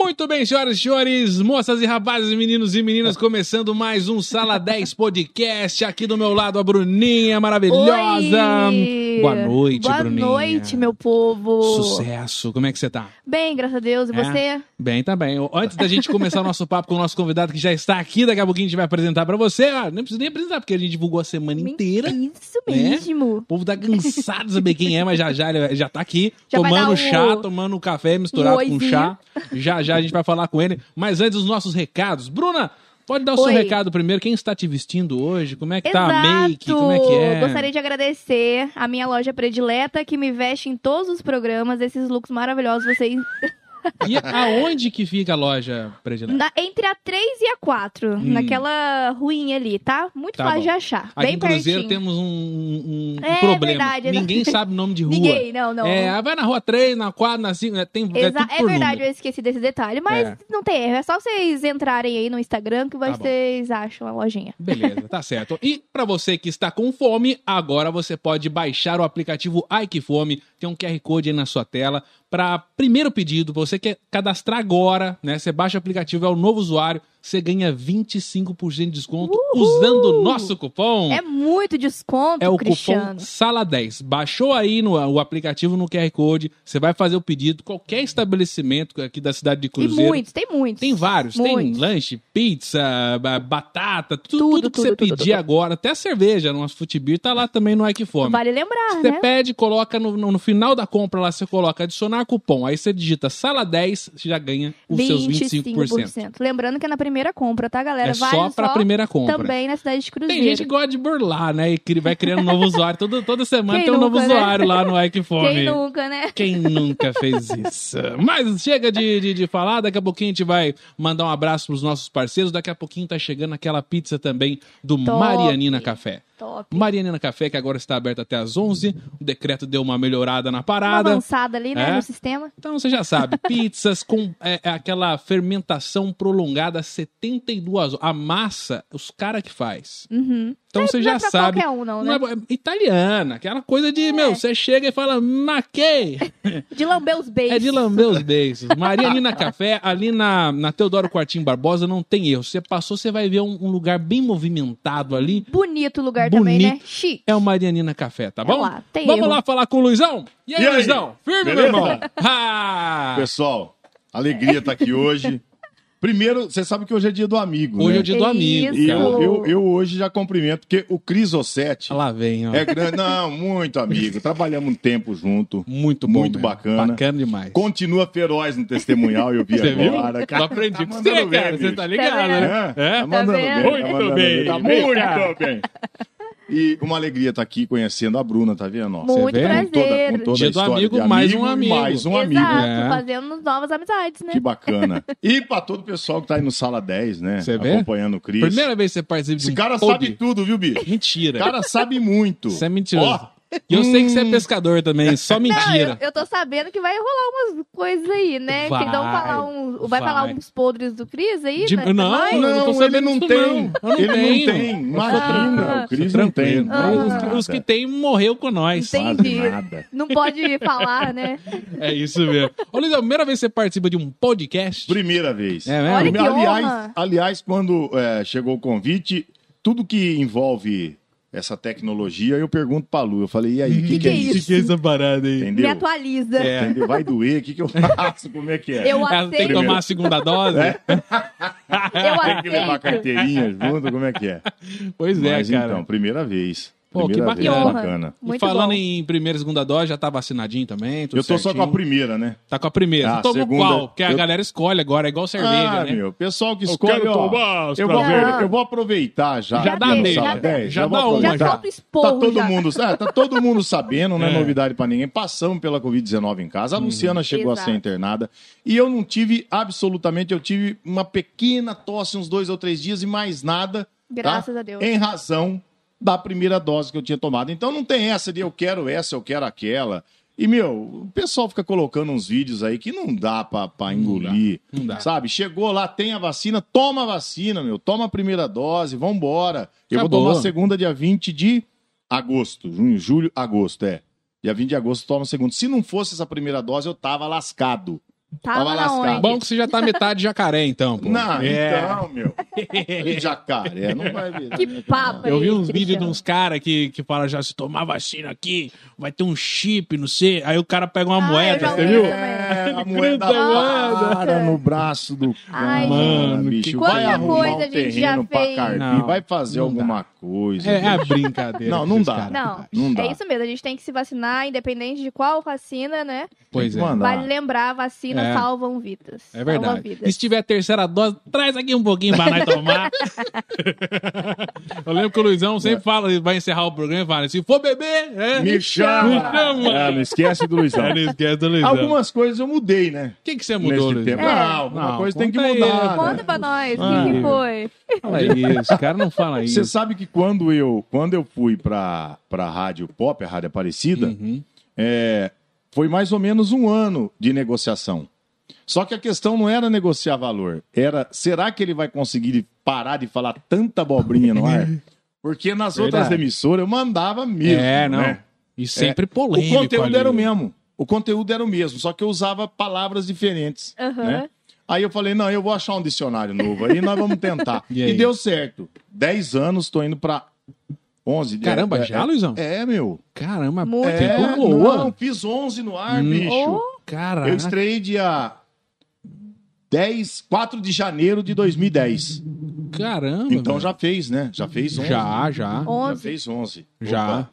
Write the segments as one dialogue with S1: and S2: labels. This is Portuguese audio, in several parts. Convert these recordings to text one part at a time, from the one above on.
S1: Muito bem, senhoras e senhores, moças e rapazes, meninos e meninas, começando mais um Sala 10 Podcast. Aqui do meu lado, a Bruninha maravilhosa.
S2: Oi!
S1: Boa noite,
S2: Boa
S1: Bruninha.
S2: noite, meu povo.
S1: Sucesso. Como é que você tá?
S2: Bem, graças a Deus. E
S1: É?
S2: você?
S1: Bem, tá bem. Antes da gente começar o nosso papo com o nosso convidado que já está aqui, daqui a pouquinho a gente vai apresentar pra você. Ah, nem precisa nem apresentar, porque a gente divulgou a semana inteira.
S2: Isso
S1: né?
S2: mesmo.
S1: O povo tá cansado de saber quem é, mas já já ele já tá aqui,
S2: Já vai
S1: tomando
S2: dar o-
S1: chá, tomando um café misturado
S2: um
S1: com
S2: oizinho.
S1: chá. Já já a gente vai falar com ele. Mas antes, os nossos recados. Bruna, pode dar o seu
S2: Oi.
S1: recado primeiro. Quem está te vestindo hoje? Como é que
S2: Exato.
S1: tá a make? Como é que é?
S2: Gostaria de agradecer a minha loja predileta que me veste em todos os programas, esses looks maravilhosos. Vocês
S1: E aonde que fica a loja predileta?
S2: na- entre a 3 e a 4, naquela ruinha ali, tá? Muito
S1: Hum. Tá
S2: fácil
S1: bom.
S2: de achar.
S1: Aqui
S2: bem
S1: em Cruzeiro
S2: pertinho.
S1: temos um, um- um
S2: É,
S1: problema.
S2: verdade, exato.
S1: Ninguém sabe nome de rua.
S2: Ninguém, não, não.
S1: É, ah, vai na rua 3, na 4, na 5, tem é
S2: Exa-
S1: tudo
S2: é
S1: por
S2: verdade,
S1: número.
S2: eu esqueci desse detalhe, mas
S1: É.
S2: não tem erro. É só vocês entrarem aí no Instagram que
S1: Tá bom.
S2: vocês acham a lojinha.
S1: Beleza, tá certo. E pra você que está com fome, agora você pode baixar o aplicativo Ai Que Fome. Tem um QR Code aí na sua tela. Para primeiro pedido, você quer cadastrar agora, né? Você baixa o aplicativo, é o novo usuário, você ganha 25% de desconto usando o nosso cupom.
S2: É muito desconto,
S1: É o
S2: Cristiano.
S1: cupom SALA10. Baixou aí no, o aplicativo no QR Code, você vai fazer o pedido, qualquer estabelecimento aqui da cidade de
S2: E
S1: Cruzeiro.
S2: muitos, tem muitos.
S1: Tem vários, tem
S2: Muitos.
S1: lanche, pizza, ba- batata, tudo, tudo, que
S2: Tudo, tudo,
S1: você
S2: tudo,
S1: pedir
S2: tudo.
S1: agora, até a cerveja, no nosso futebir, tá lá também no Ike Fome.
S2: Vale lembrar,
S1: Você
S2: né?
S1: pede, coloca no, no- no final da compra lá, você coloca adicionar cupom. Aí você digita sala 10, você já ganha os seus 25%.
S2: Lembrando que é na primeira compra, tá, galera?
S1: É
S2: vale
S1: só pra primeira compra.
S2: Também na cidade de Cruzeiro.
S1: Tem gente que gosta de burlar, né? E cri- vai criando um novo usuário. Todo- toda semana
S2: Quem
S1: tem um novo
S2: nunca, né?
S1: usuário lá no Ike Fome.
S2: Quem nunca, né?
S1: Quem nunca fez isso? Mas chega de, de, de falar, daqui a pouquinho a gente vai mandar um abraço pros nossos parceiros, daqui a pouquinho tá chegando aquela pizza também do
S2: Top.
S1: Marianina Café.
S2: Top.
S1: Marianina Café, que agora está aberta até às 11, o decreto deu uma melhorada na
S2: Uma
S1: parada.
S2: avançada ali, né,
S1: É.
S2: no sistema.
S1: Então você já sabe, pizzas com é, é aquela fermentação prolongada 72 horas. A massa, os caras que faz.
S2: Uhum.
S1: Então você
S2: não
S1: já
S2: é pra
S1: sabe.
S2: qualquer um,
S1: Não
S2: não, né? É.
S1: é bo- é italiana, aquela coisa de, meu, você chega e fala, maquei!
S2: De lamber os beijos.
S1: É de lamber os beijos. Maria Nina Café, ali na, na Teodoro Quartinho Barbosa, não tem erro. Você passou, você vai ver um, um lugar bem movimentado ali.
S2: Bonito o lugar também,
S1: Bonito.
S2: né? Chique.
S1: É o Maria Nina Café, tá
S2: É
S1: bom?
S2: lá, tem
S1: Vamos
S2: erro.
S1: lá falar com o Luizão? E aí,
S3: E aí?
S1: Luizão? Firme,
S3: Beleza?
S1: meu irmão? Ah!
S3: Pessoal, alegria estar aqui hoje. Primeiro, você sabe que hoje é dia do amigo,
S1: Hoje é
S3: né?
S1: o dia do amigo.
S2: Isso.
S3: E
S1: cara.
S3: eu, eu, eu hoje já cumprimento, porque o Cris Ossetti
S1: Lá vem, ó.
S3: é grande. Não, muito amigo. Trabalhamos um tempo junto.
S1: Muito bom.
S3: muito
S1: mesmo.
S3: bacana.
S1: Bacana demais.
S3: Continua feroz no testemunhal, eu vi
S1: Você viu?
S3: agora.
S1: Eu aprendi
S3: tá
S1: com você,
S3: mandando
S1: cara.
S3: bem,
S1: Você
S3: bicho.
S1: tá ligado,
S2: Tá
S1: né?
S3: É,
S1: É?
S3: Tá mandando
S2: vendo?
S3: bem.
S1: Muito
S3: tá mandando
S1: bem,
S3: Tá
S1: vem
S3: muito
S1: cá.
S3: bem. E uma alegria estar aqui conhecendo a Bruna, tá vendo? Ó,
S2: Muito
S1: vê?
S3: com toda, com
S2: prazer.
S3: toda
S1: Dia
S3: a
S1: do
S3: história
S1: amigo,
S3: de
S1: mais um
S3: e
S1: amigo.
S3: Mais um amigo.
S2: Exato,
S1: É.
S2: fazendo novas amizades, né?
S3: Que bacana. E pra todo o pessoal que tá aí no Sala 10, né?
S1: Você vê?
S3: acompanhando o Cris.
S1: Primeira vez que você participa de
S3: Esse
S1: um
S3: cara
S1: pod.
S3: sabe tudo, viu, bicho?
S1: Mentira.
S3: O cara sabe muito.
S1: Isso é mentiroso.
S3: Ó,
S1: E eu sei que você é
S3: Hum.
S1: pescador também, só
S2: Não,
S1: mentira.
S2: eu, eu tô sabendo que vai rolar umas coisas aí, né?
S1: Vai,
S2: que vão falar um, vai,
S1: vai.
S2: falar uns podres do Cris aí,
S1: De-
S2: né?
S1: não,
S2: Vai?
S3: não, é
S1: eu não tô
S3: ele
S1: sabendo
S3: não
S1: disso,
S3: tem.
S1: não. Eu não
S3: ele
S1: tenho.
S3: não tem. Imagina, o Cris não tem.
S1: Tranquilo.
S3: Não faz
S1: Os, que-
S3: nada.
S1: os que tem morreu com nós.
S2: Entendi.
S3: Quase nada.
S2: Não pode falar, né?
S1: É isso mesmo. Ô, Luiz, é a primeira vez que você participa de um podcast.
S3: Primeira vez.
S1: É mesmo?
S2: Olha que
S3: aliás,
S2: honra.
S3: aliás, quando é, chegou o convite, tudo que envolve essa tecnologia, eu pergunto pra Lu. Eu falei, e aí, o que, que, é isso?
S1: que é essa parada aí?
S2: Me
S3: Entendeu?
S2: atualiza.
S1: É.
S3: Entendeu? Vai doer, o que, que eu faço? Como é que é?
S2: Eu
S1: Ela Ah, tem que
S2: aceito.
S1: tomar a segunda dose?
S3: É.
S2: Eu
S3: Tem que é. levar a
S2: aceito.
S3: carteirinha junto, como é que é?
S1: Pois é,
S3: Mas
S1: cara.
S3: então, primeira vez.
S1: Pô, que
S3: Primeira vez,
S1: bacana.
S3: bacana.
S1: e
S2: Muito
S1: falando
S2: bom.
S1: em primeira e segunda dose, já tá vacinadinho também? tudo
S3: Eu tô só com
S1: certinho?
S3: a primeira, né?
S1: Tá com a primeira.
S3: Ah,
S1: Você tomou
S3: segunda-
S1: qual? Porque a
S3: eu-
S1: galera escolhe agora, é igual cerveja,
S3: ah,
S1: né?
S3: meu, pessoal que escolhe,
S1: quero
S3: ó,
S1: tomar as
S3: eu, vou,
S2: caveiras.
S3: eu vou aproveitar já.
S1: Já dá
S3: Sala
S1: meia, já-
S3: 10,
S1: já
S3: vou
S1: dá uma,
S2: Já
S3: aproveitar.
S1: já.
S2: solta o esporro.
S3: Tá todo,
S2: já.
S3: mundo, é, tá todo mundo sabendo, não é,
S1: É. Uhum.
S3: novidade pra ninguém. Passamos pela Covid-19 em casa. A Luciana chegou a ser
S2: Exato.
S3: internada. E eu não tive absolutamente, eu tive uma pequena tosse uns dois ou três dias e mais nada. tá?
S2: Graças a Deus.
S3: Em razão da primeira dose que eu tinha tomado. Então não tem essa de eu quero essa, eu quero aquela. E, meu, o pessoal fica colocando uns vídeos aí que não dá pra, pra engolir.
S1: não dá.
S3: Sabe? Chegou lá, tem a vacina, toma a vacina, meu. Toma a primeira dose, vambora. Eu
S1: Acabou.
S3: vou tomar a segunda dia 20 de agosto. Junho, julho, agosto, é. Dia 20 de agosto toma a segunda. Se não fosse essa primeira dose, eu tava lascado.
S2: Tava Tá na
S3: lascado.
S2: ONG.
S1: Bom que você já tá metade jacaré, então, pô.
S3: Não,
S1: É.
S3: então, meu. E Jacaré, não vai né, virar.
S2: Que papo
S1: Eu vi
S2: aí,
S1: uns vídeos de
S2: Cristiano.
S1: uns caras que, que falam já, se tomar vacina aqui, vai ter um chip, não sei. Aí o cara pega uma
S2: Ah, eu
S1: moeda,
S2: já
S1: você
S2: vi
S1: viu?
S2: também.
S3: É, a
S1: Ele
S3: moeda
S1: gruda,
S3: para
S2: mano.
S3: no braço do cara.
S2: Ai,
S1: gente,
S3: bicho,
S2: quanta
S3: vai arrumar
S2: coisa
S3: um
S2: a gente já
S3: terreno pra
S2: fez.
S3: Carpi,
S1: Não,
S3: vai fazer
S1: não
S3: alguma coisa.
S1: É, a brincadeira.
S3: Não,
S1: com
S3: não
S1: esses
S3: dá.
S1: caras.
S2: Não,
S3: Não dá.
S2: é isso mesmo. A gente tem que se vacinar, independente de qual vacina, né?
S1: Pois é.
S3: Mano,
S2: Vale lembrar, vacina
S1: É.
S2: salvam vidas.
S1: É
S2: Salvam
S1: verdade. E
S2: vidas.
S1: se tiver terceira dose, traz aqui um pouquinho pra nós tomar. eu lembro que o Luizão sempre fala, ele vai encerrar o programa e fala: se for beber, é.
S3: É. Me
S1: Me
S3: chama!
S1: chama.
S3: É, não esquece do Luizão.
S1: É, não esquece do Luizão.
S3: Algumas coisas eu mudei, né?
S1: O que, que você mudou,
S3: Neste
S1: Luizão?
S3: tempo. Não, alguma coisa tem que
S1: conta aí,
S3: mudar,
S1: pô.
S3: né?
S2: É. Conta pra nós, o
S1: Ah,
S2: que, que
S1: é.
S2: foi?
S1: Fala isso, o cara não fala
S3: Você
S1: isso.
S3: sabe que quando eu, quando eu fui pra, pra Rádio Pop, a Rádio Aparecida,
S1: Uhum.
S3: é, foi mais ou menos um ano de negociação. Só que a questão não era negociar valor, era será que ele vai conseguir parar de falar tanta abobrinha no ar? Porque nas
S1: Verdade.
S3: outras emissoras eu mandava mesmo.
S1: É, não.
S3: né?
S1: E sempre polêmico.
S3: O conteúdo
S1: ali.
S3: era o mesmo. O conteúdo era o mesmo, só que eu usava palavras diferentes.
S2: Aham.
S3: né? Aí eu falei, não, eu vou achar um dicionário novo aí, nós vamos tentar.
S1: E
S3: e,
S1: aí?
S3: deu certo. Dez anos, tô indo pra 11.
S1: Caramba,
S3: é,
S1: já,
S3: é,
S1: Luizão?
S3: é, meu.
S1: Caramba,
S2: Muito.
S1: tempo
S3: É,
S1: voa.
S3: não, fiz 11 no ar,
S1: Hum.
S3: bicho.
S2: Ô,
S1: Caraca.
S3: Eu estreiei dia 10, 4 de janeiro de 2010.
S1: Caramba.
S3: Então
S1: velho.
S3: já fez, né? Já fez 11.
S1: Já, já.
S3: Já
S2: 11.
S3: fez 11.
S1: Já.
S3: Opa.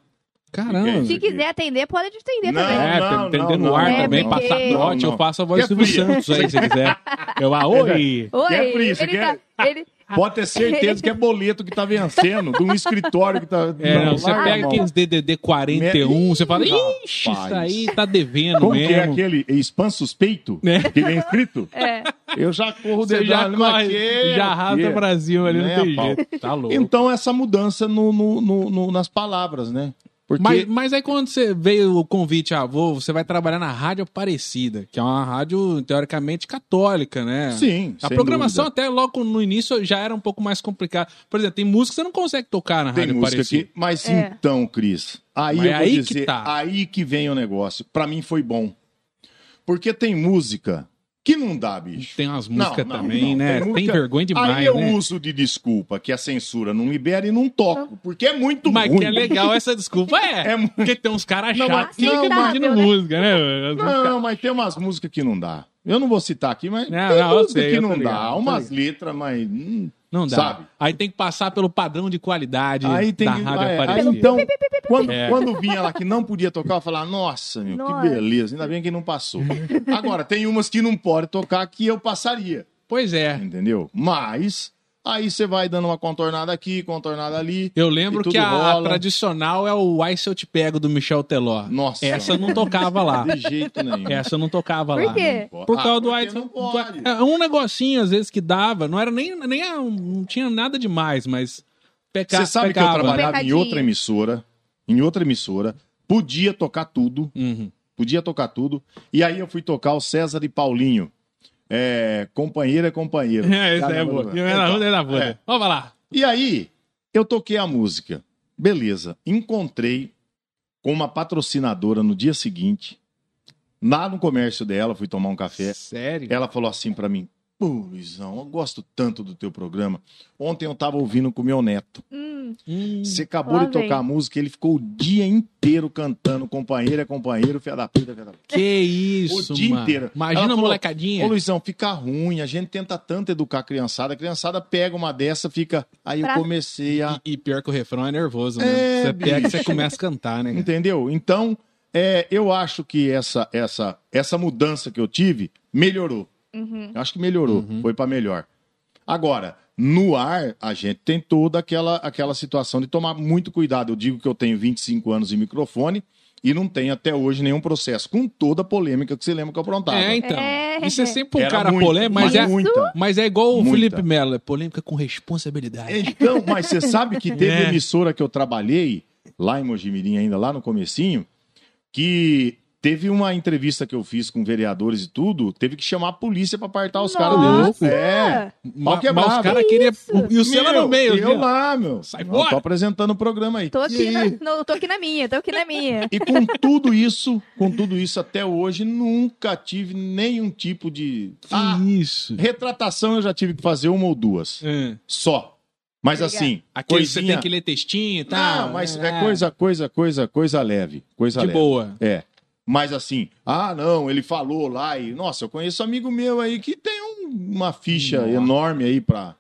S1: Caramba.
S2: Se quiser atender, pode atender
S3: um Não,
S2: também.
S1: É,
S3: não,
S1: tem- tem
S3: não,
S1: dentro no
S3: não,
S1: ar
S2: não,
S1: também,
S2: não,
S1: passaporte,
S3: não,
S1: eu faço a voz do
S3: Que
S1: Silvio
S3: fria. É
S1: Santos aí, se quiser. Eu, ah, oi.
S2: Oi,
S3: Quer free, você
S2: ele
S3: quer? Então,
S2: tá. Ele...
S3: Pode ter certeza que é boleto que tá vencendo, de um escritório que tá.
S1: É, não, você
S3: larga a
S1: pega
S3: mão.
S1: aqueles DDD 41, você fala, ixi,
S3: Rapaz.
S1: isso aí tá devendo
S3: Como que é
S1: mesmo.
S3: aquele spam suspeito
S1: É.
S3: que vem escrito?
S2: É.
S3: Eu já corro
S1: Você
S3: de
S1: já corre, já arrasa o Brasil ali,
S3: tá Né,
S1: não tem
S3: pau?
S1: jeito. Tá louco.
S3: Então, essa mudança no- no- no- no- nas palavras, né? Porque
S1: Mas, mas aí quando você veio o convite, ah, vou, você vai trabalhar na Rádio Aparecida, que é uma rádio teoricamente católica, né?
S3: Sim,
S1: A
S3: sem
S1: programação
S3: dúvida.
S1: até logo no início já era um pouco mais complicada. Por exemplo, tem música que você não consegue tocar na
S3: tem
S1: Rádio
S3: música
S1: Aparecida.
S3: aqui. Mas
S2: É.
S3: então, Cris, aí
S1: Mas
S3: eu vou
S1: aí que
S3: dizer,
S1: tá.
S3: aí que vem o negócio. Pra mim foi bom. Porque tem música que não dá, bicho.
S1: Tem umas músicas
S3: Não, não,
S1: também,
S3: não.
S1: né?
S3: Tem
S1: Tem,
S3: música-
S1: vergonha demais,
S3: aí eu
S1: né?
S3: uso de desculpa que a censura não libera e não toco, porque é muito
S1: Mas
S3: ruim.
S1: que é legal essa desculpa. É,
S3: É muito-
S1: porque tem uns caras
S3: Não,
S1: chatos
S3: mas-
S1: que ficam
S3: não, mas-
S1: pedindo música, né? As músicas-
S3: Não, mas tem umas músicas que não dá. Eu não vou citar aqui, mas
S1: Não,
S3: tem
S1: não, eu
S3: música
S1: sei,
S3: que
S1: eu tô
S3: não
S1: ligado,
S3: dá.
S1: tô
S3: Umas letras, mas. hum,
S1: Não dá.
S3: Sabe?
S1: Aí tem que passar pelo padrão de qualidade
S3: aí tem
S1: da
S3: que.
S1: Rádio
S3: aí- aí
S1: Aparecida.
S3: então, quando,
S1: É.
S3: quando vinha lá que não podia tocar, eu falava, nossa, meu,
S2: Nossa.
S3: que beleza, ainda bem que não passou. Agora, tem umas que não pode tocar que eu passaria,
S1: Pois é.
S3: entendeu? Mas aí você vai dando uma contornada aqui, contornada ali.
S1: Eu
S3: e
S1: lembro
S3: tudo
S1: que a, a
S3: rola.
S1: tradicional é o Ai Se Eu Te Pego do Michel Teló.
S3: Nossa.
S1: Essa eu não tocava lá.
S3: De jeito nenhum.
S1: Essa eu não tocava
S2: Por
S1: lá.
S2: quê?
S3: Não pode.
S1: Por causa
S3: Ah,
S1: do
S3: porque
S1: Ai Se Eu
S3: não pode.
S1: É um negocinho, às vezes, que dava. Não era nem. nem a- um, não tinha nada demais, mas. Peca,
S3: Você sabe que eu
S1: pecava.
S3: trabalhava em
S2: Pecadinho.
S3: outra emissora, em outra emissora, podia tocar tudo,
S1: Uhum.
S3: podia tocar tudo, e aí eu fui tocar o César e Paulinho. É, companheiro é companheiro.
S1: É, isso aí é
S3: Caramba,
S1: boa.
S3: mano.
S1: Eu era
S3: Então,
S1: ruim, era boa.
S3: é.
S1: Vamos lá.
S3: E aí, eu toquei a música. Beleza, encontrei com uma patrocinadora no dia seguinte, lá no comércio dela, fui tomar um café.
S1: Sério?
S3: Ela falou assim pra mim: Pô, Luizão, eu gosto tanto do teu programa. Ontem eu tava ouvindo com meu neto.
S2: Hum,
S1: Hum.
S3: Você acabou
S2: Lá
S3: de tocar
S2: vem.
S3: a música, ele ficou o dia inteiro cantando, companheiro é companheiro, filha da puta, filha da puta.
S1: Que isso,
S3: O dia
S1: mano.
S3: inteiro.
S1: Imagina
S3: Ela
S1: a
S3: falou,
S1: molecadinha.
S3: Ô Luizão, fica ruim, a gente tenta tanto educar a criançada, a criançada pega uma dessa, fica. Aí eu
S2: Pra-
S3: comecei a.
S1: E, e pior que o refrão é nervoso, né?
S3: É,
S1: você pega e
S3: bicho.
S1: você começa a cantar, né? cara?
S3: Entendeu? Então, é, eu acho que essa, essa, essa mudança que eu tive melhorou.
S2: uhum.
S3: Eu acho que melhorou, foi pra melhor. Agora, no ar, a gente tem toda aquela, aquela situação de tomar muito cuidado. Eu digo que eu tenho 25 anos de microfone e não tenho até hoje nenhum processo, com toda a polêmica que você lembra que eu aprontava.
S1: É, então.
S2: É.
S1: Isso é sempre um
S3: Era
S1: cara
S3: muita,
S1: polêmico, mas
S2: mas
S1: é,
S3: muita.
S1: mas é igual o
S3: Muita.
S1: Felipe Melo, é polêmica com responsabilidade.
S3: Então, mas você sabe que teve
S1: É.
S3: emissora que eu trabalhei, lá em Mojimirim ainda, lá no comecinho, que Teve uma entrevista que eu fiz com vereadores e tudo, teve que chamar a polícia pra apartar os caras
S2: Nossa!
S3: dele. É. Pau
S1: mas
S3: quebrado.
S1: os caras queriam. E o Senna
S3: Meu,
S1: no meio, assim,
S3: Eu
S1: viu?
S3: lá, meu.
S1: Sai
S3: Eu
S1: fora.
S3: Tô apresentando o programa aí.
S2: Tô aqui,
S3: E-
S2: na, no- tô aqui na minha, tô aqui na minha.
S3: E com tudo isso, com tudo isso até hoje, nunca tive nenhum tipo de.
S1: Que
S3: Ah,
S1: isso.
S3: retratação eu já tive que fazer uma ou duas.
S1: É.
S3: Só. Mas
S2: Obrigada.
S3: assim,
S1: Aquele que
S3: Ah, coisinha...
S1: você tem que ler textinho e tal. né?
S3: Não, mas é coisa, coisa, coisa, coisa leve. Coisa
S1: De
S3: leve.
S1: boa.
S3: É. Mas assim, ah, não, ele falou lá e. Nossa, eu conheço um amigo meu aí que tem um- uma ficha
S1: Nossa.
S3: enorme aí pra,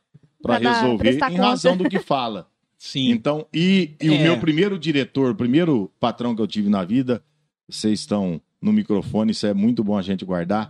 S2: Pra
S3: pra,
S2: dar-
S3: resolver
S2: prestar
S3: em
S2: conta.
S3: razão do que fala.
S1: Sim.
S3: Então, e, e o
S1: É.
S3: meu primeiro diretor, o primeiro patrão que eu tive na vida, vocês estão no microfone, isso é muito bom a gente guardar.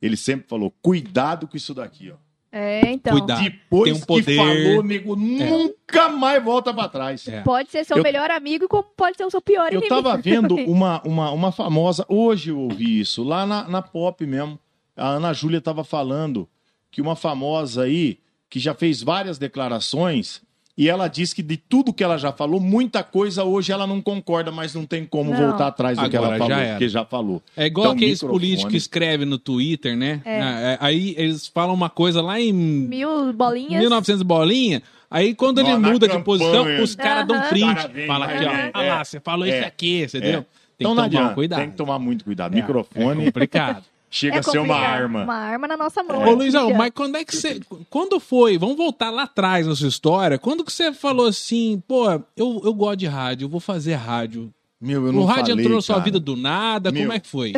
S3: Ele sempre falou: cuidado com isso daqui, ó.
S2: É, então.
S1: Cuidado. Tá,
S3: Depois
S1: tem um
S3: que
S1: poder.
S3: falou, nego, nunca mais volta pra trás.
S1: É.
S2: Pode ser seu
S3: Eu-
S2: melhor amigo, como pode ser o seu pior
S3: Eu
S2: inimigo.
S3: tava vendo uma, uma, uma famosa, hoje eu ouvi isso, lá na, na pop mesmo. A Ana Júlia tava falando que uma famosa aí, que já fez várias declarações, e ela disse que de tudo que ela já falou, muita coisa hoje ela não concorda, mas não tem como
S2: Não.
S3: voltar atrás do que
S1: Agora
S3: ela
S1: já
S3: falou,
S1: era.
S3: porque já falou.
S1: É igual
S3: Então,
S1: aqueles
S3: microfone.
S1: políticos que escrevem no Twitter, né?
S2: É.
S1: Ah, é, Aí eles falam uma coisa lá em
S2: Mil bolinhas.
S1: 1900 bolinha, aí quando ele
S3: Ó, na
S1: muda de
S3: campanha.
S1: posição, os caras dão
S2: Aham.
S1: print.
S3: Cara, vem,
S1: Fala
S3: vai,
S1: aqui, ó.
S3: vem.
S1: Ah lá, você falou
S3: É.
S1: isso aqui, você entendeu? Tem
S3: então
S1: que
S3: não
S1: tomar um
S3: adianta,
S1: cuidado.
S3: tem que tomar muito cuidado.
S1: É,
S3: Microfone
S1: É complicado.
S3: chega
S2: é
S3: a ser uma
S2: complicado.
S3: arma.
S2: Uma arma na nossa mão.
S1: Ô, Luizão,
S2: Cristiano.
S1: mas quando é que você. Quando foi? Vamos voltar lá atrás na sua história. Quando que você falou assim, pô, eu, eu gosto de rádio, eu vou fazer rádio.
S3: Meu, eu
S1: o rádio
S3: falei,
S1: entrou na sua
S3: cara.
S1: vida do nada, como
S3: Meu.
S1: é que foi?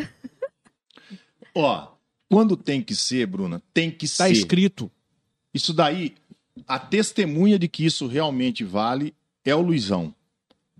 S3: Ó, quando tem que ser, Bruna, tem que
S1: Tá
S3: ser.
S1: escrito.
S3: Isso daí, a testemunha de que isso realmente vale é o Luizão.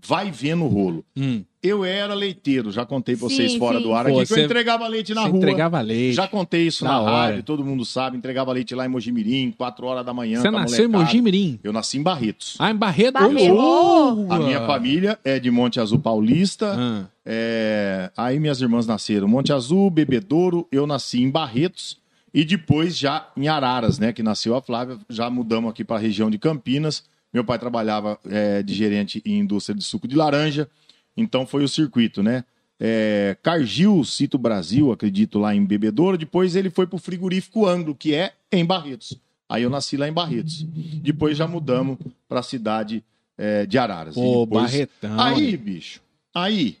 S3: Vai vendo o rolo.
S1: Hum,
S3: Eu era leiteiro, já contei pra
S2: Sim,
S3: vocês fora
S2: sim.
S3: do ar aqui,
S1: Pô,
S3: que
S1: você-
S3: eu entregava leite na
S1: você
S3: rua.
S1: entregava leite.
S3: Já contei isso
S1: Da
S3: na
S1: hora.
S3: rádio, todo mundo sabe, entregava leite lá em Mojimirim, 4 horas da manhã.
S1: Você
S3: com a
S1: nasceu em
S3: molecada.
S1: Mojimirim.
S3: Eu nasci em Barretos.
S1: Ah, em Barreto.
S2: Barreto.
S1: Boa!
S3: A minha família é de Monte Azul Paulista.
S1: Ah,
S3: É, Aí minhas irmãs nasceram Monte Azul, Bebedouro, eu nasci em Barretos e depois já em Araras, né? Que nasceu a Flávia, já mudamos aqui para a região de Campinas. Meu pai trabalhava é, de gerente em indústria de suco de laranja, então foi o circuito, né? É, Cargill, Cito Brasil, acredito, lá em Bebedouro. Depois ele foi para o frigorífico Anglo, que é em Barretos. Aí eu nasci lá em Barretos. Depois já mudamos para a cidade é, de Araras.
S1: Pô,
S3: E depois-
S1: Barretão.
S3: Aí, bicho, aí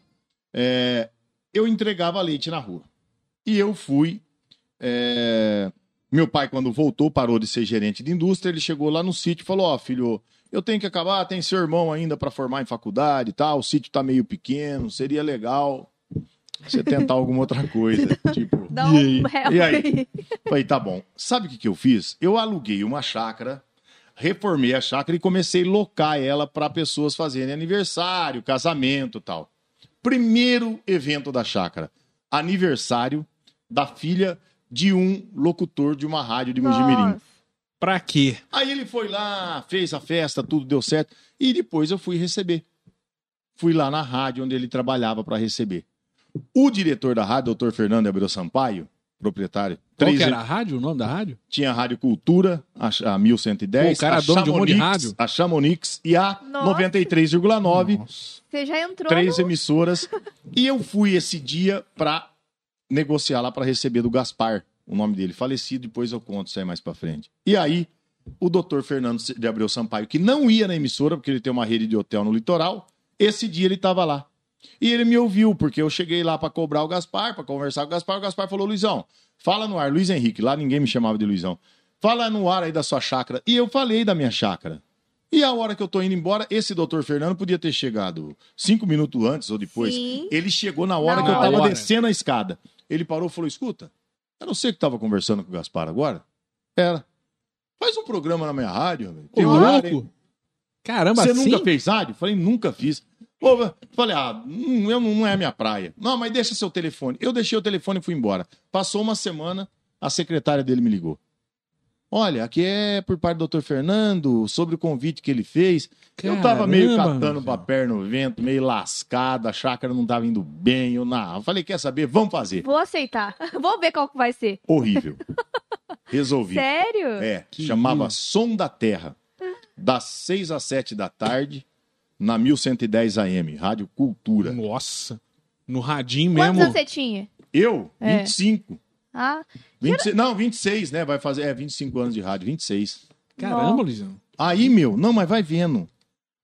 S3: é, eu entregava leite na rua. E eu fui. é, meu pai, quando voltou, parou de ser gerente de indústria. Ele chegou lá no sítio e falou: Ó, filho, eu tenho que acabar, tem seu irmão ainda para formar em faculdade e tal. O sítio tá meio pequeno, seria legal você tentar alguma outra coisa. tipo,
S2: Dá um
S3: e
S2: help
S3: aí? E aí?
S2: aí.
S3: Falei, tá bom. Sabe o que, que eu fiz? Eu aluguei uma chácara, reformei a chácara e comecei a locar ela para pessoas fazerem aniversário, casamento e tal. Primeiro evento da chácara: aniversário da filha de um locutor de uma rádio de Mujimirim.
S2: Nossa.
S1: Pra quê?
S3: Aí ele foi lá, fez a festa, tudo deu certo. E depois eu fui receber. Fui lá na rádio onde ele trabalhava para receber. O diretor da rádio, doutor Fernando Abreu Sampaio, proprietário,
S1: Qual
S3: três
S1: que era a rádio? O nome da rádio?
S3: tinha a Rádio Cultura, a, Ch- a 1110,
S1: Pô, o cara é
S3: a
S1: dono de um monte de
S3: Chamonix,
S1: rádio.
S3: a Chamonix e a
S2: Nossa.
S3: 93,9,
S1: Nossa.
S2: Você já entrou
S3: três
S2: no...
S3: emissoras. E eu fui esse dia pra negociar lá pra receber do Gaspar, o nome dele, falecido, depois eu conto isso aí é mais pra frente. E aí, o doutor Fernando de Abreu Sampaio, que não ia na emissora, porque ele tem uma rede de hotel no litoral, esse dia ele tava lá. E ele me ouviu, porque eu cheguei lá pra cobrar o Gaspar, pra conversar com o Gaspar. O Gaspar falou: Luizão, fala no ar, Luiz Henrique, lá ninguém me chamava de Luizão. Fala no ar aí da sua chácara. E eu falei da minha chácara. E a hora que eu tô indo embora, esse doutor Fernando podia ter chegado cinco minutos antes ou depois.
S2: Sim.
S3: Ele chegou na hora
S2: Na
S3: que eu tava
S1: hora.
S3: descendo a escada. Ele parou e falou: escuta, eu não sei que tava conversando com o Gaspar agora. Era. Faz um programa na minha rádio, meu.
S1: Ô,
S3: Tem horário, hein?
S1: louco! Caramba,
S3: Você
S1: assim?
S3: nunca fez rádio? Falei, nunca fiz. Ô, falei, ah, não, eu não não é a minha praia. Não, mas deixa seu telefone. Eu deixei o telefone e fui embora. Passou uma semana, a secretária dele me ligou. Olha, aqui é por parte do Dr. Fernando, sobre o convite que ele fez. eu tava meio
S1: Caramba,
S3: catando
S1: Marcelo.
S3: papel no vento, meio lascado, a chácara não tava indo bem. Eu, na... eu falei, quer saber? Vamos fazer.
S2: Vou aceitar. Vou ver qual que vai ser.
S3: Horrível. Resolvi.
S2: Sério?
S3: É,
S1: Que
S3: chamava
S1: lindo.
S3: Som da Terra. Das 6 às 7 da tarde, na 1110 AM, Rádio Cultura.
S1: Nossa. No radinho
S2: Quantos
S1: mesmo.
S2: anos você tinha?
S3: Eu?
S2: É.
S3: 25.
S2: Ah,
S3: 26, não, 26, né? Vai fazer. É, 25 anos de rádio, 26.
S1: Caramba,
S2: Nó.
S1: Luizão.
S3: Aí, meu, não, mas vai vendo.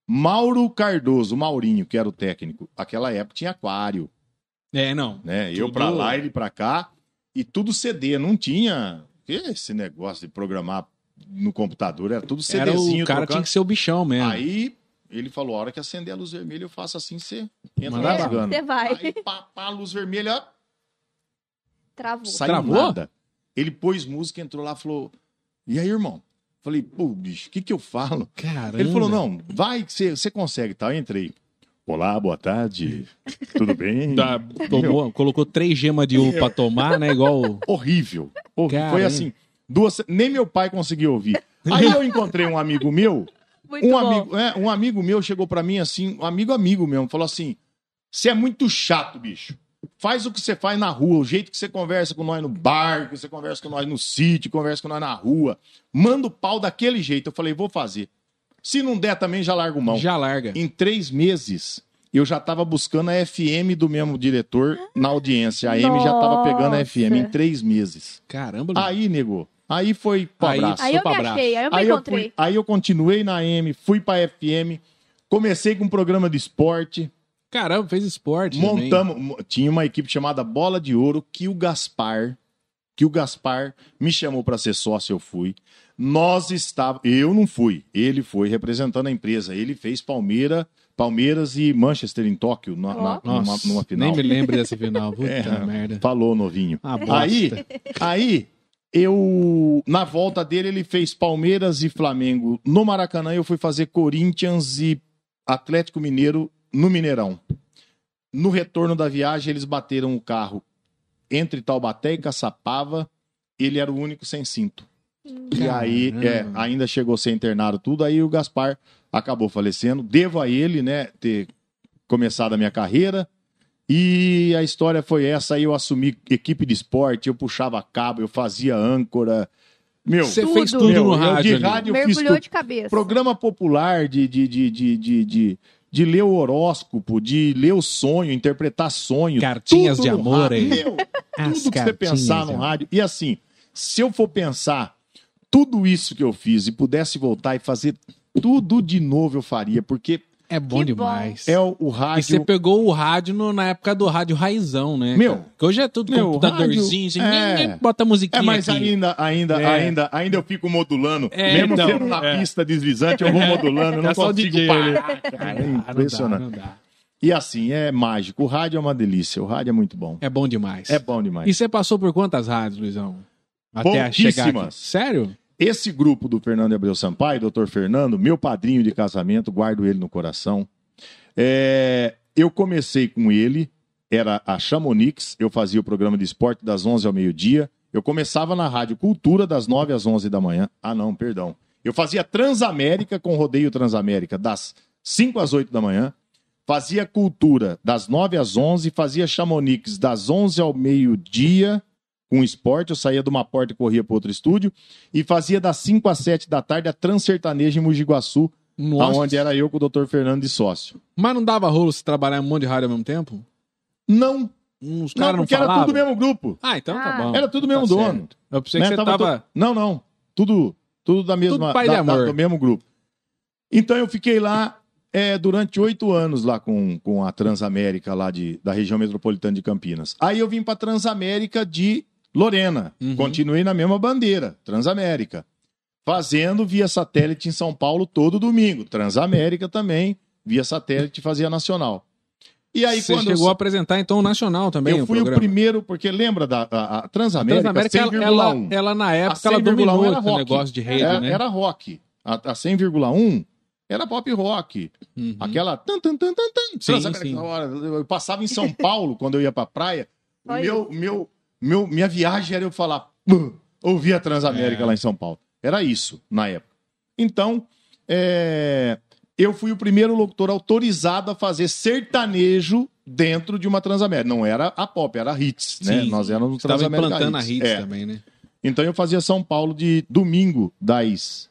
S3: Mauro Cardoso, o Maurinho, que era o técnico. Aquela época tinha aquário,
S1: É, não.
S3: né? Eu
S1: Tudo-
S3: pra lá, ele pra cá. E tudo CD, não tinha esse negócio de programar no computador, era tudo
S1: Era
S3: CDzinho.
S1: o cara
S3: trocando.
S1: tinha que ser o bichão mesmo.
S3: Aí ele falou: a hora que acender a luz vermelha, eu faço assim, você entra
S1: Manda
S2: é,
S1: Tá
S3: rasgando.
S2: você vai.
S3: Aí, pá, pá, luz vermelha, ó,
S2: Travou.
S3: saiu
S1: Travou?
S3: nada. Ele pôs música, entrou lá, falou: E aí, irmão? Falei, pô, bicho, o que que eu falo?
S1: Caramba.
S3: Ele falou: não, vai que você- você consegue, tá? Eu entrei. Olá, boa tarde. Tudo bem?
S1: Tá, tomou, colocou três gemas de uva pra tomar, né? Igual. o-
S3: Horrível. Horrível.
S1: Cara,
S3: Foi
S1: hein?
S3: assim. Duas, nem meu pai conseguiu ouvir. Aí eu encontrei um amigo meu,
S2: Muito
S3: um
S2: bom.
S3: amigo, é, um amigo meu chegou pra mim assim, um amigo amigo mesmo, falou assim: "Você é muito chato, bicho. Faz o que você faz na rua, o jeito que você conversa com nós no bar, que você conversa com nós no sítio, conversa com nós na rua. Manda o pau daquele jeito". Eu falei: "Vou fazer. Se não der também já largo mão".
S1: Já larga.
S3: Em três meses, eu já tava buscando a FM do mesmo diretor na audiência. A M já tava pegando a FM em
S2: Nossa.
S3: três meses.
S1: Caramba, Luizão.
S3: Aí, nego, aí foi pro
S1: Aí-
S3: abraço.
S2: Aí eu
S1: Sopa
S2: me
S1: abraço.
S2: achei, aí eu me
S3: aí, eu
S2: encontrei.
S3: fui, aí eu continuei na AM, fui pra FM, comecei com um programa de esporte,
S1: Caramba, fez esporte. também.
S3: montamos, mo- tinha uma equipe chamada Bola de Ouro, que o Gaspar, que o Gaspar me chamou pra ser sócio, eu fui. Nós estávamos, eu não fui, ele foi representando a empresa, ele fez Palmeira, Palmeiras e Manchester em Tóquio na, na- numa,
S1: Nossa,
S3: numa final.
S1: nem me lembro dessa final. Puta
S3: É.
S1: merda.
S3: Falou, novinho.
S1: Ah, bosta.
S3: Aí, aí, eu. Na volta dele, ele fez Palmeiras e Flamengo no Maracanã. Eu fui fazer Corinthians e Atlético Mineiro no Mineirão. No retorno da viagem, eles bateram o carro entre Taubaté e Caçapava. Ele era o único sem cinto. E aí, é,
S1: Caramba.
S3: ainda chegou a ser internado tudo. Aí o Gaspar acabou falecendo. Devo a ele, né, ter começado a minha carreira. E a história foi essa. Aí eu assumi equipe de esporte, eu puxava cabo, eu fazia âncora. Meu,
S1: Você
S2: Tudo.
S1: fez tudo
S3: meu,
S1: no
S3: eu
S1: rádio.
S3: de
S1: amigo.
S3: rádio eu fiz
S2: Mergulhou
S3: tudo.
S2: de cabeça.
S3: Programa popular de, de, de, de, de, de, de ler o horóscopo, de ler o sonho, interpretar sonho.
S1: Cartinhas
S3: tudo
S1: de
S3: no
S1: amor,
S3: rádio.
S1: hein?
S3: Meu,
S1: As
S3: tudo que você
S1: cartinhas,
S3: pensar no
S1: hein?
S3: rádio. E assim, se eu for pensar tudo isso que eu fiz e pudesse voltar e fazer tudo de novo, eu faria, porque
S1: É bom
S2: Que
S1: demais.
S3: é o, o
S1: E você
S3: rádio.
S1: pegou o rádio no- na época do rádio raizão, né?
S3: Meu,
S1: cara? Que hoje é tudo
S3: meu,
S1: computadorzinho, assim,
S3: rádio,
S1: nem-
S3: é.
S1: nem bota musiquinha
S3: É, mas
S1: aqui.
S3: ainda, ainda,
S1: É.
S3: ainda, ainda eu fico modulando.
S1: É,
S3: Mesmo
S1: então,
S3: sendo na
S1: é.
S3: pista deslizante, eu vou modulando, eu não
S1: É só o
S3: consigo
S1: DJ,
S3: parar. cara.
S1: Ah,
S3: É
S1: não dá,
S3: impressionante.
S1: não dá.
S3: E assim, é mágico. O rádio é uma delícia, o rádio é muito bom.
S1: É bom demais.
S3: É bom demais.
S1: E você passou por quantas rádios, Luizão? Até a chegar aqui.
S3: Pouquíssimas.
S1: Sério?
S3: Esse grupo do Fernando de Abreu Sampaio, doutor Fernando, meu padrinho de casamento, guardo ele no coração. É, eu comecei com ele, era a Chamonix, eu fazia o programa de esporte das 11 ao meio-dia. Eu começava na Rádio Cultura das 9 às 11 da manhã. Ah, não, perdão. Eu fazia Transamérica com Rodeio Transamérica das 5 às 8 da manhã. Fazia Cultura das 9 às 11, fazia Chamonix das 11 ao meio-dia com esporte. Eu saía de uma porta e corria para outro estúdio. E fazia das 5 às 7 da tarde a Transsertaneja em Mujiguaçu,
S1: Nossa.
S3: aonde é? era eu com o Dr. Fernando de sócio.
S1: Mas não dava rolo se trabalhar em um monte de rádio ao mesmo tempo?
S3: Não,
S1: Os caras
S3: não,
S1: não,
S3: porque era
S1: falavam?
S3: tudo mesmo grupo.
S1: Ah, então tá
S2: Ah.
S1: bom.
S3: Era tudo mesmo
S1: Tá
S3: dono.
S1: certo. Eu pensei
S3: né?
S1: que você
S3: Tava
S1: tava...
S3: tu- Não, não. Tudo, tudo da mesma,
S1: pai
S3: da-
S1: de amor.
S3: da- do mesmo grupo. Então eu fiquei lá é, durante oito anos lá com, com a Transamérica lá de, da região metropolitana de Campinas. Aí eu vim para Transamérica de Lorena.
S1: Uhum.
S3: Continuei na mesma bandeira, Transamérica. Fazendo via satélite em São Paulo todo domingo. Transamérica também, via satélite fazia nacional. E aí
S1: você
S3: quando eu
S1: chegou a apresentar, então, o Nacional também,
S3: eu
S1: o
S3: fui o,
S1: programa.
S3: primeiro, porque lembra da a, a Transamérica,
S1: Transamérica, ela,
S3: 100,1.
S1: ela, ela, na época, ela dominou
S3: 100,1
S1: esse negócio de rede,
S3: era,
S1: né?
S3: É, era rock. A, a 100,1 era pop rock.
S1: Uhum.
S3: Aquela tan tan tan tan tan.
S1: Sim,
S3: Transamérica,
S1: sim.
S3: na hora. Eu passava em São Paulo quando eu ia pra praia. O
S2: Olha
S3: Meu, meu, meu, minha viagem era eu falar, "Pum", ouvir a Transamérica
S1: É.
S3: lá em São Paulo. Era isso na época. Então, é, eu fui o primeiro locutor autorizado a fazer sertanejo dentro de uma Transamérica. Não era a pop, era a hits, né?
S1: Sim.
S3: Nós éramos
S1: Você tava
S3: Transamérica
S1: implantando a
S3: hits.
S1: Hits
S3: É.
S1: também, né?
S3: Então eu fazia São Paulo de domingo, das.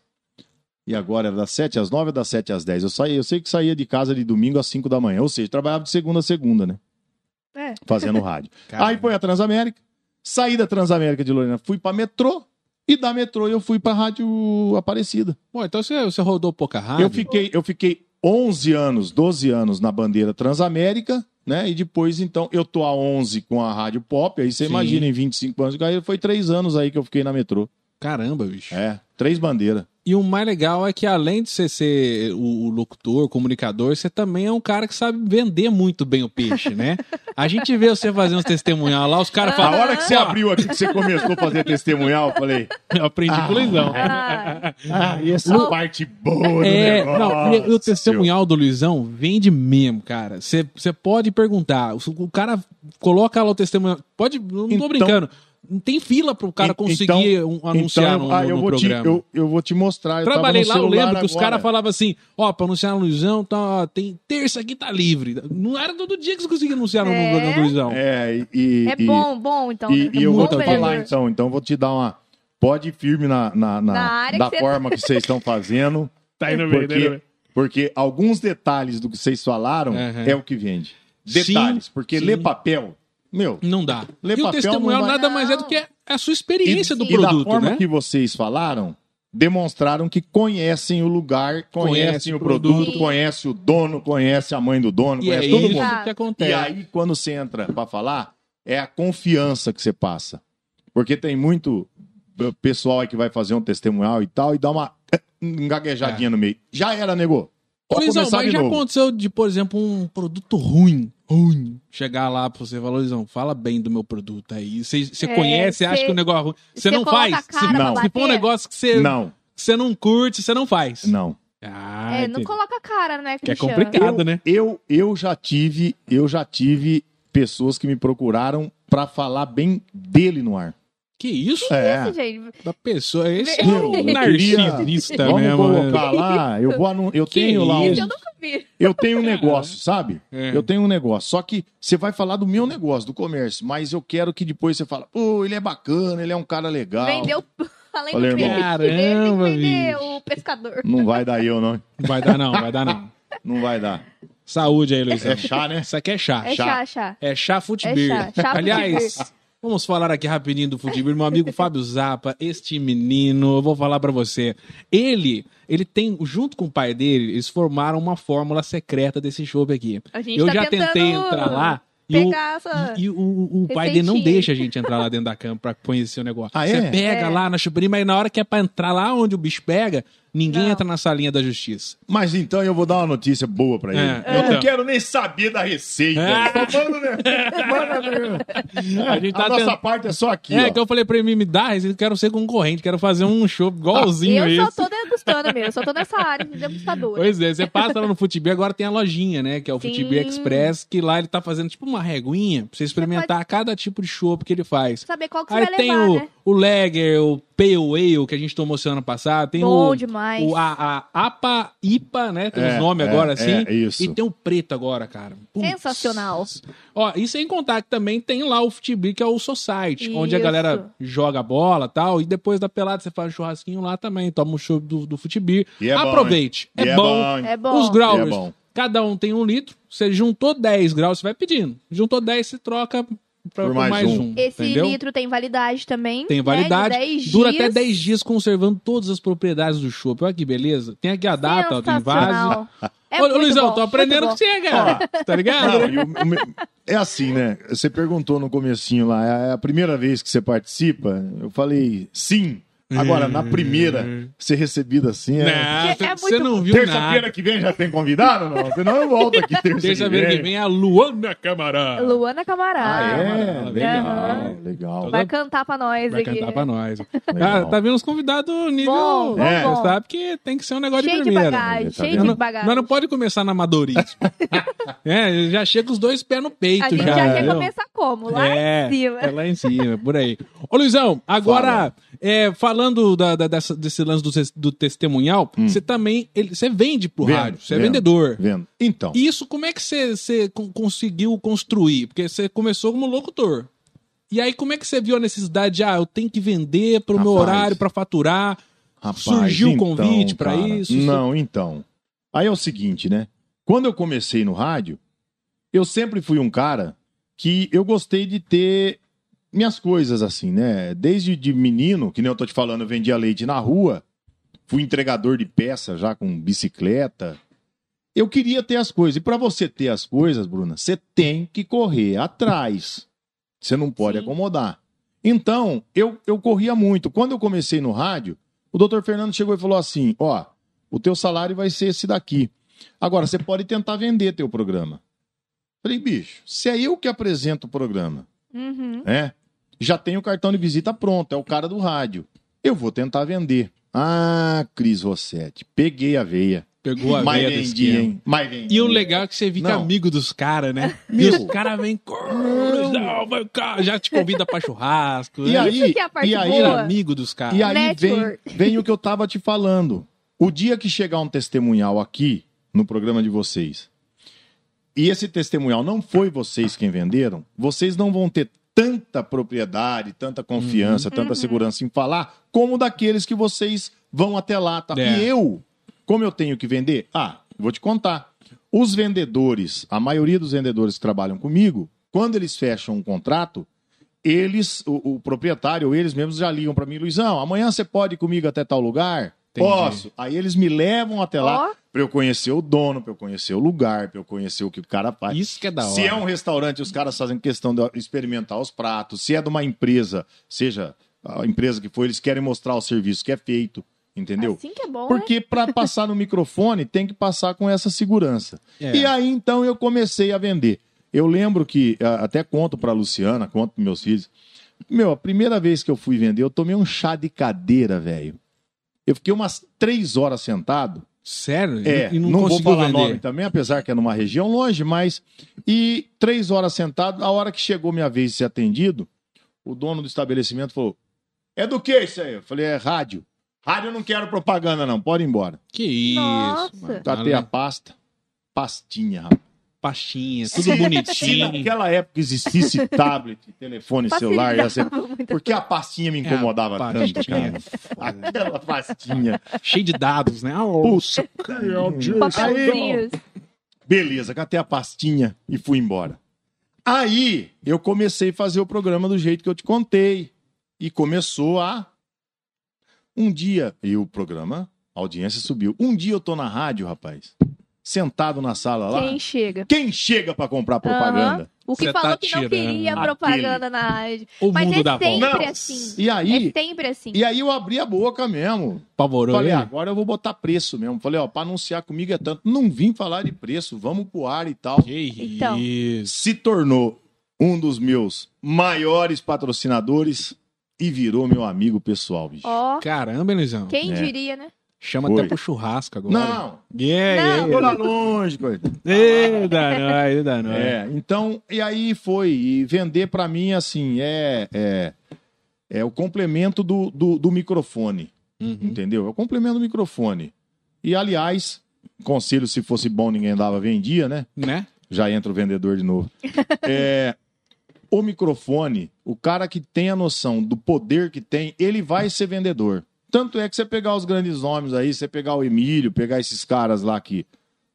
S3: E agora era das 7 às 9 ou das 7 às 10? Eu, saía, eu sei que saía de casa de domingo às 5 da manhã, ou seja, trabalhava de segunda a segunda, né?
S2: É.
S3: fazendo rádio.
S1: Caralho.
S3: Aí foi a Transamérica, saí da Transamérica de Lorena, fui pra metrô, e da metrô eu fui pra Rádio Aparecida.
S1: Pô, então você, você rodou pouca rádio.
S3: Eu fiquei, eu fiquei 11 anos, 12 anos na bandeira Transamérica, né? E depois, então, eu tô há 11 com a Rádio Pop, aí você
S1: Sim.
S3: imagina, em 25 anos, aí foi 3 anos aí que eu fiquei na metrô.
S1: Caramba, bicho.
S3: É, três bandeiras.
S1: E o mais legal é que além de você ser o, o locutor, o comunicador, você também é um cara que sabe vender muito bem o peixe, né? A gente vê você fazendo uns testemunhal lá, os caras
S3: A
S1: falam,
S3: hora que você abriu aqui, que você começou a fazer testemunhal, eu falei,
S1: eu aprendi com o Luizão.
S2: Ah,
S3: ah, e essa parte boa do
S1: É,
S3: negócio.
S1: não, e, e o testemunhal do Luizão vende mesmo, cara. Você pode perguntar. O, o cara coloca lá o testemunhal. Pode, não tô
S3: Então-
S1: brincando. Não tem fila pro cara
S3: En- então
S1: conseguir um- anunciar
S3: eu-
S1: no,
S3: ah,
S1: no
S3: eu vou
S1: programa.
S3: Te, eu, eu vou te mostrar. Eu tava
S1: Trabalhei
S3: no
S1: lá, eu
S3: celular
S1: lembro que os
S3: agora.
S1: caras falavam assim: ó, pra anunciar no Luizão, tá, ó, tem terça aqui tá livre. Não era todo dia que você conseguia anunciar no
S2: É?
S1: programa do Luizão.
S3: É, e, e-
S2: é
S3: e-
S2: bom, bom, então.
S3: E,
S2: né?
S3: e eu
S2: Bom
S3: vou
S1: muito
S3: te
S1: bom.
S2: vendedor.
S3: falar, então. Então, eu vou te dar uma. Pode ir firme na, na, na-
S2: Na área
S3: da
S2: que tá. cê-
S3: forma que vocês estão fazendo.
S1: Tá
S3: porque, porque alguns detalhes do que vocês falaram
S1: Aham.
S3: é o que vende.
S1: Sim,
S3: Detalhes. porque
S1: sim.
S3: ler papel, meu.
S1: Não dá.
S3: Lê
S1: e o
S3: papel,
S1: testemunhal
S3: não vai-
S1: nada mais é do que a sua
S3: E,
S1: experiência do
S3: e da
S1: produto,
S3: forma
S1: né?
S3: que vocês falaram, demonstraram que conhecem o lugar, conhecem
S1: Conhece
S3: o
S1: o
S3: produto,
S2: produto.
S3: conhece o dono, conhece a mãe do dono,
S1: E é
S3: conhece todo
S1: isso
S3: mundo. É.
S1: que
S3: E
S1: acontece.
S3: aí, quando você entra pra falar, é a confiança que você passa. Porque tem muito eh, pessoal aí que vai fazer um testemunhal e tal, e dá uma eh, engaguejadinha no meio. Já era, nego.
S1: Ô,
S3: Pode
S1: É. Luizão,
S3: começar
S1: mas
S3: de
S1: já
S3: novo.
S1: aconteceu de, por exemplo, um produto ruim, ruim, chegar lá pra você falar, Luizão, fala bem do meu produto aí. Você você
S2: É,
S1: conhece, você
S2: cê-
S1: acha que o negócio é ruim. Você
S2: cê
S1: não
S2: coloca
S1: faz.
S2: a cara
S1: Se,
S3: pra
S1: se
S3: Não.
S1: for um
S2: bater?
S1: negócio que você não,
S3: Não,
S1: você não curte, você não faz.
S3: não.
S1: Ah,
S2: É, não
S1: entendi.
S2: coloca a cara, né,
S1: Que é
S2: Cristiano?
S1: complicado. Errado,
S3: eu,
S1: né?
S3: eu, eu já tive, eu já tive pessoas que me procuraram pra falar bem dele no ar.
S1: Que isso?
S2: Isso,
S3: É.
S2: gente.
S1: Da pessoa. Esse é
S2: Meu,
S1: um
S3: eu
S1: narcisista
S3: Vamos
S1: mesmo. né?
S3: colocar lá, eu vou anun- eu
S1: Que
S3: tenho lá um-
S1: isso?
S2: Eu nunca vi.
S3: eu tenho um negócio, sabe?
S1: É.
S3: Eu tenho um negócio. Só que você vai falar do meu negócio, do comércio, mas eu quero que depois você fala, pô, ele é bacana, ele é um cara legal.
S2: Vendeu, além
S3: Olha,
S2: do
S3: irmão.
S2: peixe,
S1: Caramba,
S2: ele vendeu
S1: bicho.
S2: o pescador.
S3: Não vai dar eu, não.
S1: Não vai dar não, vai dar não.
S3: Não vai dar.
S1: Saúde aí, Luizão.
S3: É chá, né?
S1: Isso aqui é chá.
S2: É chá, chá.
S1: É chá futebol.
S2: É chá, chá
S1: Aliás, vamos falar aqui rapidinho do futebol. Meu amigo Fábio Zappa, este menino, eu vou falar pra você. Ele, ele tem, junto com o pai dele, eles formaram uma fórmula secreta desse show aqui.
S2: A gente
S1: Eu
S2: tá
S1: já
S2: tentando
S1: tentei entrar lá e o,
S2: Pegar essa...
S1: e- e o- o- o pai dele não
S2: receitinha.
S1: deixa a gente entrar lá dentro da cama pra conhecer o negócio.
S3: Ah,
S1: Você
S3: é?
S1: pega
S2: É.
S1: lá na chuperia, mas na hora que é pra entrar lá onde o bicho pega, ninguém
S2: Não.
S1: entra na salinha da justiça.
S3: Mas então eu vou dar uma notícia boa pra ele.
S1: É,
S3: Eu não
S1: então.
S3: quero nem saber da receita.
S1: Ah.
S3: Só manda, né? Manda,
S1: A
S3: a
S1: gente tá
S3: nossa
S1: tentando-
S3: parte é só aqui.
S1: é,
S3: ó.
S1: que eu falei pra ele me dar, eu quero ser concorrente, quero fazer um show igualzinho a
S2: Ah, Eu
S1: esse.
S2: só tô degustando mesmo, eu só tô nessa área de degustadora.
S1: Pois é, você passa lá no Futibia, agora tem a lojinha, né? Que é o
S2: Sim.
S1: Futibia Express, que lá ele tá fazendo tipo uma reguinha pra você experimentar cada tipo de chopp que ele faz.
S2: Saber qual que você
S1: Aí
S2: vai
S1: tem
S2: levar,
S1: o,
S2: né?
S1: o Lager, o Pale Ale, que a gente tomou semana passada, tem
S2: Bom
S1: o,
S2: demais.
S1: o- a, a APA, IPA, né? Tem
S3: É,
S1: os nomes
S3: é,
S1: agora,
S3: é,
S1: assim.
S3: é isso.
S1: E tem o preto agora, cara. Putz.
S2: Sensacional.
S1: Ó, e sem contar que também tem lá o Futibri, que é o Society, onde a
S2: Isso.
S1: galera joga bola e tal. E depois da pelada você faz um churrasquinho lá também, toma um show do, do Futibir.
S3: E é bom,
S1: Aproveite.
S3: E
S1: é, bom.
S2: É bom.
S1: Os graus.
S3: E é bom.
S1: Cada um tem um litro. Você juntou 10 graus, você vai pedindo. Juntou 10, você troca pra,
S3: Por
S1: por
S3: mais
S1: mais,
S3: um.
S1: um.
S2: Esse
S1: entendeu?
S2: litro tem validade também.
S1: Tem
S2: né,
S1: validade.
S2: de 10
S1: Dura
S2: dias.
S1: até 10 dias conservando todas as propriedades do chopp. Olha que beleza. Tem aqui a data, ó, tem vaso.
S2: Sensacional.
S1: Ô,
S2: É muito
S1: Luizão,
S2: bom,
S1: tô aprendendo
S2: muito
S1: que você é, cara. Tá ligado?
S3: Não, e o- o meu- é assim, né? Você perguntou no comecinho lá, é a primeira vez que você participa? Eu falei sim. Agora, na primeira, ser recebida assim é.
S1: Hum. Não,
S2: É- é
S1: você
S2: muito
S1: não viu
S3: Terça-feira
S1: nada.
S3: que vem já tem convidado? ou Não, senão eu volto aqui terça,
S1: Terça-feira que vem é a Luana Camará.
S2: bom. Luana
S3: Ah,
S2: Camará.
S3: é?
S1: Ah, Tá
S3: Legal,
S2: aham.
S3: legal.
S1: Toda-
S2: Vai cantar pra nós
S1: Vai
S2: aqui.
S1: cantar pra nós.
S3: Legal.
S1: Cara, tá vendo os convidados nível...
S2: Bom, bom,
S3: É.
S1: Você
S2: bom.
S1: sabe que tem que ser um negócio
S2: Cheio
S1: de
S2: de
S1: primeira.
S2: bagagem,
S3: Tá
S2: cheio
S3: vendo?
S2: de
S1: Nós
S2: bagagem.
S1: não pode começar na amadorismo. é, já chega os dois pés no peito
S2: A gente
S1: já.
S2: já, quer
S1: entendeu?
S2: começar como? Lá
S1: é,
S2: em cima.
S1: É lá em cima, por aí. Ô, Luizão, agora,
S3: Fala.
S1: é, falando da- da- dessa- desse lance do, tes- do testemunhal, você também. ele- Você vende pro
S3: Hum. Vendo,
S1: rádio, você é
S3: vendo.
S1: vendedor.
S3: Vendo. Então.
S1: E Isso, como é que você, você con- conseguiu construir? Porque você começou como locutor. E aí, como é que você viu a necessidade de, ah, eu tenho que vender pro meu
S3: Rapaz.
S1: horário pra faturar?
S3: Rapaz, então,
S1: Surgiu o convite pra
S3: cara,
S1: isso?
S3: Não, então. Aí é o seguinte, né? Quando eu comecei no rádio, eu sempre fui um cara que eu gostei de ter minhas coisas assim, né? Desde de menino, que nem eu tô te falando, eu vendia leite na rua, fui entregador de peça já com bicicleta. Eu queria ter as coisas. E para você ter as coisas, Bruna, você tem que correr atrás. Você não pode
S2: Sim.
S3: acomodar. Então, eu, eu corria muito. Quando eu comecei no rádio, o doutor Fernando chegou e falou assim: ó, o teu salário vai ser esse daqui. Agora, você pode tentar vender teu programa. Falei, bicho, se é eu que apresento o programa,
S2: Uhum.
S3: né? Já tenho o cartão de visita pronto, é o cara do rádio. Eu vou tentar vender. Ah, Cris Rossetti, peguei a veia.
S1: Pegou a
S3: Mas
S1: veia do
S3: vendi,
S1: esquema.
S3: hein? Mas vendi.
S1: E o legal é que você fica
S3: Não.
S1: amigo dos caras, né? E
S3: Meu.
S1: os caras vêm. Não, vai, cara, já te convida pra churrasco.
S3: E
S1: né?
S3: aí,
S2: que é a parte
S3: e aí,
S1: Vira
S2: boa.
S1: amigo dos caras.
S3: E aí vem,
S2: Network.
S3: vem o que eu tava te falando. O dia que chegar um testemunhal aqui no programa de vocês, e esse testemunhal não foi vocês quem venderam, vocês não vão ter tanta propriedade, tanta confiança, tanta segurança em falar como daqueles que vocês vão até lá. Tá?
S1: É.
S3: E eu, como eu tenho que vender? Ah, vou te contar. Os vendedores, a maioria dos vendedores que trabalham comigo, quando eles fecham um contrato, eles, o, o proprietário ou eles mesmos já ligam pra mim, Luizão, amanhã você pode ir comigo até tal lugar?
S1: Entendi.
S3: Posso. Aí eles me levam até É lá
S2: Ó.
S3: pra eu conhecer o dono, pra eu conhecer o lugar, pra eu conhecer o que o cara faz.
S1: Isso que é da hora.
S3: Se é um restaurante, os caras fazem questão de experimentar os pratos. Se é de uma empresa, seja a empresa que for, eles querem mostrar o serviço que é feito, entendeu?
S2: Assim que é bom, né?
S3: Porque para passar no microfone tem que passar com essa segurança.
S1: É.
S3: E aí então eu comecei a vender. Eu lembro que a- até conto para Luciana, conto para meus filhos. Meu, a primeira vez que eu fui vender, eu tomei um chá de cadeira, velho. Eu fiquei umas três horas sentado.
S1: Sério?
S3: É,
S1: e não,
S3: não, vou
S1: conseguiu
S3: falar nome
S1: vender.
S3: também, apesar que é numa região longe, mas. E três horas sentado, a hora que chegou minha vez de ser atendido, o dono do estabelecimento falou: É do que isso aí? Eu falei: É rádio. Rádio eu não quero propaganda, não, pode ir embora.
S1: Que isso.
S2: Nossa.
S3: Catei a
S1: Olha.
S3: pasta, pastinha, rapaz.
S1: Pastinha, tudo
S3: Se
S1: bonitinho.
S3: naquela época existisse tablet, telefone, celular, ia ser...
S2: Facilitava muito.
S3: porque a pastinha me
S1: É,
S3: incomodava
S1: a
S3: tanto,
S1: pastinha.
S3: cara. Aquela pastinha.
S1: Cheio de dados, né? Ah,
S3: Puxa, Aí,
S2: Papelzinhos.
S3: Beleza, catei a pastinha e fui embora. Aí eu comecei a fazer o programa do jeito que eu te contei. E começou a. Um dia, e o programa, a audiência subiu. Um dia eu tô na rádio, rapaz, sentado na sala Tá lá.
S2: Quem chega?
S3: Quem chega pra comprar propaganda?
S2: Aham. O que
S1: Cê
S2: falou
S1: tá
S2: que não
S1: tirando.
S2: queria
S3: Aquele.
S2: propaganda na rádio.
S1: o
S2: Mas
S1: mundo
S2: é
S1: dá
S2: sempre
S1: volta.
S2: assim.
S3: E aí,
S2: É sempre assim.
S3: e aí eu abri a boca mesmo.
S1: Apavorou
S3: Falei,
S1: ele?
S3: agora eu vou botar preço mesmo. Falei, ó, pra anunciar comigo é tanto. Não vim falar de preço, vamos pro ar e tal.
S1: Que
S2: Então.
S1: isso.
S3: Se tornou um dos meus maiores patrocinadores e virou meu amigo pessoal, bicho.
S2: Ó,
S1: Caramba, hein, Luizão.
S2: quem
S3: É.
S2: diria, né?
S1: Chama
S3: Foi.
S1: até pro churrasco agora.
S3: Não,
S1: Yeah,
S2: Não.
S3: tô lá
S1: yeah.
S3: longe, coisa.
S1: Ei, dá nóis, dá nóis.
S3: É, então, e aí foi. E vender pra mim, assim, é, é, é o complemento do, do, do microfone.
S1: Uhum.
S3: Entendeu? Eu complemento o microfone. E, aliás, conselho, se fosse bom, ninguém dava, vendia, né?
S1: Né?
S3: Já entra o vendedor de novo. É, o microfone, o cara que tem a noção do poder que tem, ele vai ser vendedor. Tanto é que você pegar os grandes nomes aí, você pegar o Emílio, pegar esses caras lá que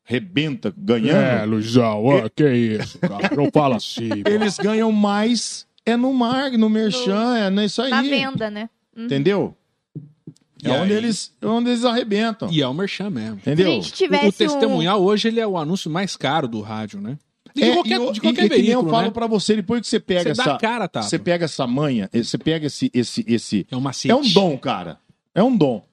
S3: rebenta ganhando,
S1: Luizão,
S3: ó,
S1: É, que isso, cara. Não fala assim.
S3: eles ganham mais é no mar, no merchan, é nisso aí.
S2: Na venda, né?
S3: Entendeu?
S1: E
S3: É onde
S1: aí?
S3: eles, é onde eles arrebentam.
S1: E é o merchan mesmo.
S2: Se a
S3: Entendeu?
S2: gente
S1: O,
S2: tivesse um-
S1: o testemunhal hoje ele é o anúncio mais caro do rádio, né? De
S3: É, e
S1: qualquer,
S3: eu-
S1: de
S3: e-
S1: qualquer
S3: e que nem
S1: veículo,
S3: eu falo
S1: né?
S3: pra você, depois que você
S1: Você
S3: pega
S1: dá
S3: essa,
S1: a cara, tá?
S3: você pega essa manha, eh, você pega esse esse esse
S1: É um macete.
S3: É um dom, cara. É um dom.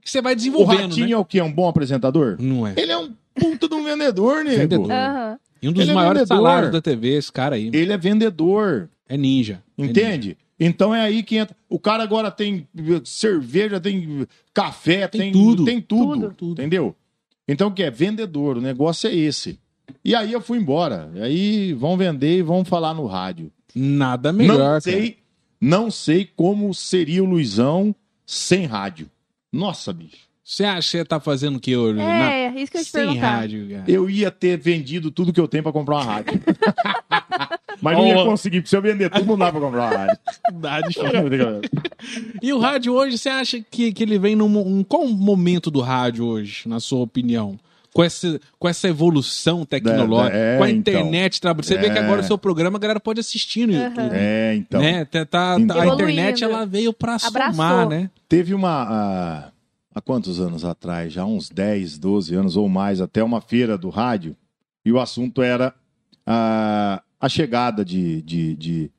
S1: Que você vai
S3: O
S1: desenvolvendo,
S3: Ratinho
S1: né?
S3: é o quê? Um bom apresentador?
S1: Não é.
S3: Ele é um puta de um vendedor, nego.
S1: Vendedor.
S2: um... Aham.
S1: E um dos
S3: ele é
S1: maiores
S3: vendedor.
S1: salários da TV, esse cara aí.
S3: Ele é vendedor,
S1: É ninja. É ninja.
S3: entende? Então é aí que entra. O cara agora tem eh, cerveja, tem eh, café,
S1: Tem
S3: tem,
S1: tudo.
S3: Tem tudo,
S1: Tudo. Tudo.
S3: Entendeu? Então o que é? Vendedor, o negócio é esse. E aí eu fui embora. E aí vão vender e vão falar no rádio.
S1: Nada melhor.
S3: não
S1: cara.
S3: sei, não sei como seria o Luizão sem rádio. Nossa, bicho.
S1: Você acha que você tá fazendo o que hoje? Na-
S2: É, isso que eu ia te
S1: Sem
S2: perguntar.
S1: rádio, cara.
S3: eu ia ter vendido tudo que eu tenho pra comprar uma rádio. Mas não ia
S1: Ó.
S3: conseguir, porque se eu vender tudo, não dá pra comprar uma rádio.
S1: E o rádio hoje, você acha que, que ele vem num, um- qual momento do rádio hoje, na sua opinião? com essa, com essa evolução tecnológica,
S3: É, é,
S1: com a
S3: então.
S1: internet trabalhando. Você vê que
S3: É.
S1: agora o seu programa, a galera pode assistir no YouTube.
S3: É, então.
S1: né? Tá- tá-
S3: Então.
S1: A internet
S2: Evoluindo.
S1: ela veio pra
S2: Abraçou.
S1: somar, né?
S3: Teve uma. ah, há quantos anos atrás? Já uns 10, 12 anos ou mais, até uma feira do rádio. E o assunto era ah, a chegada de, de- de-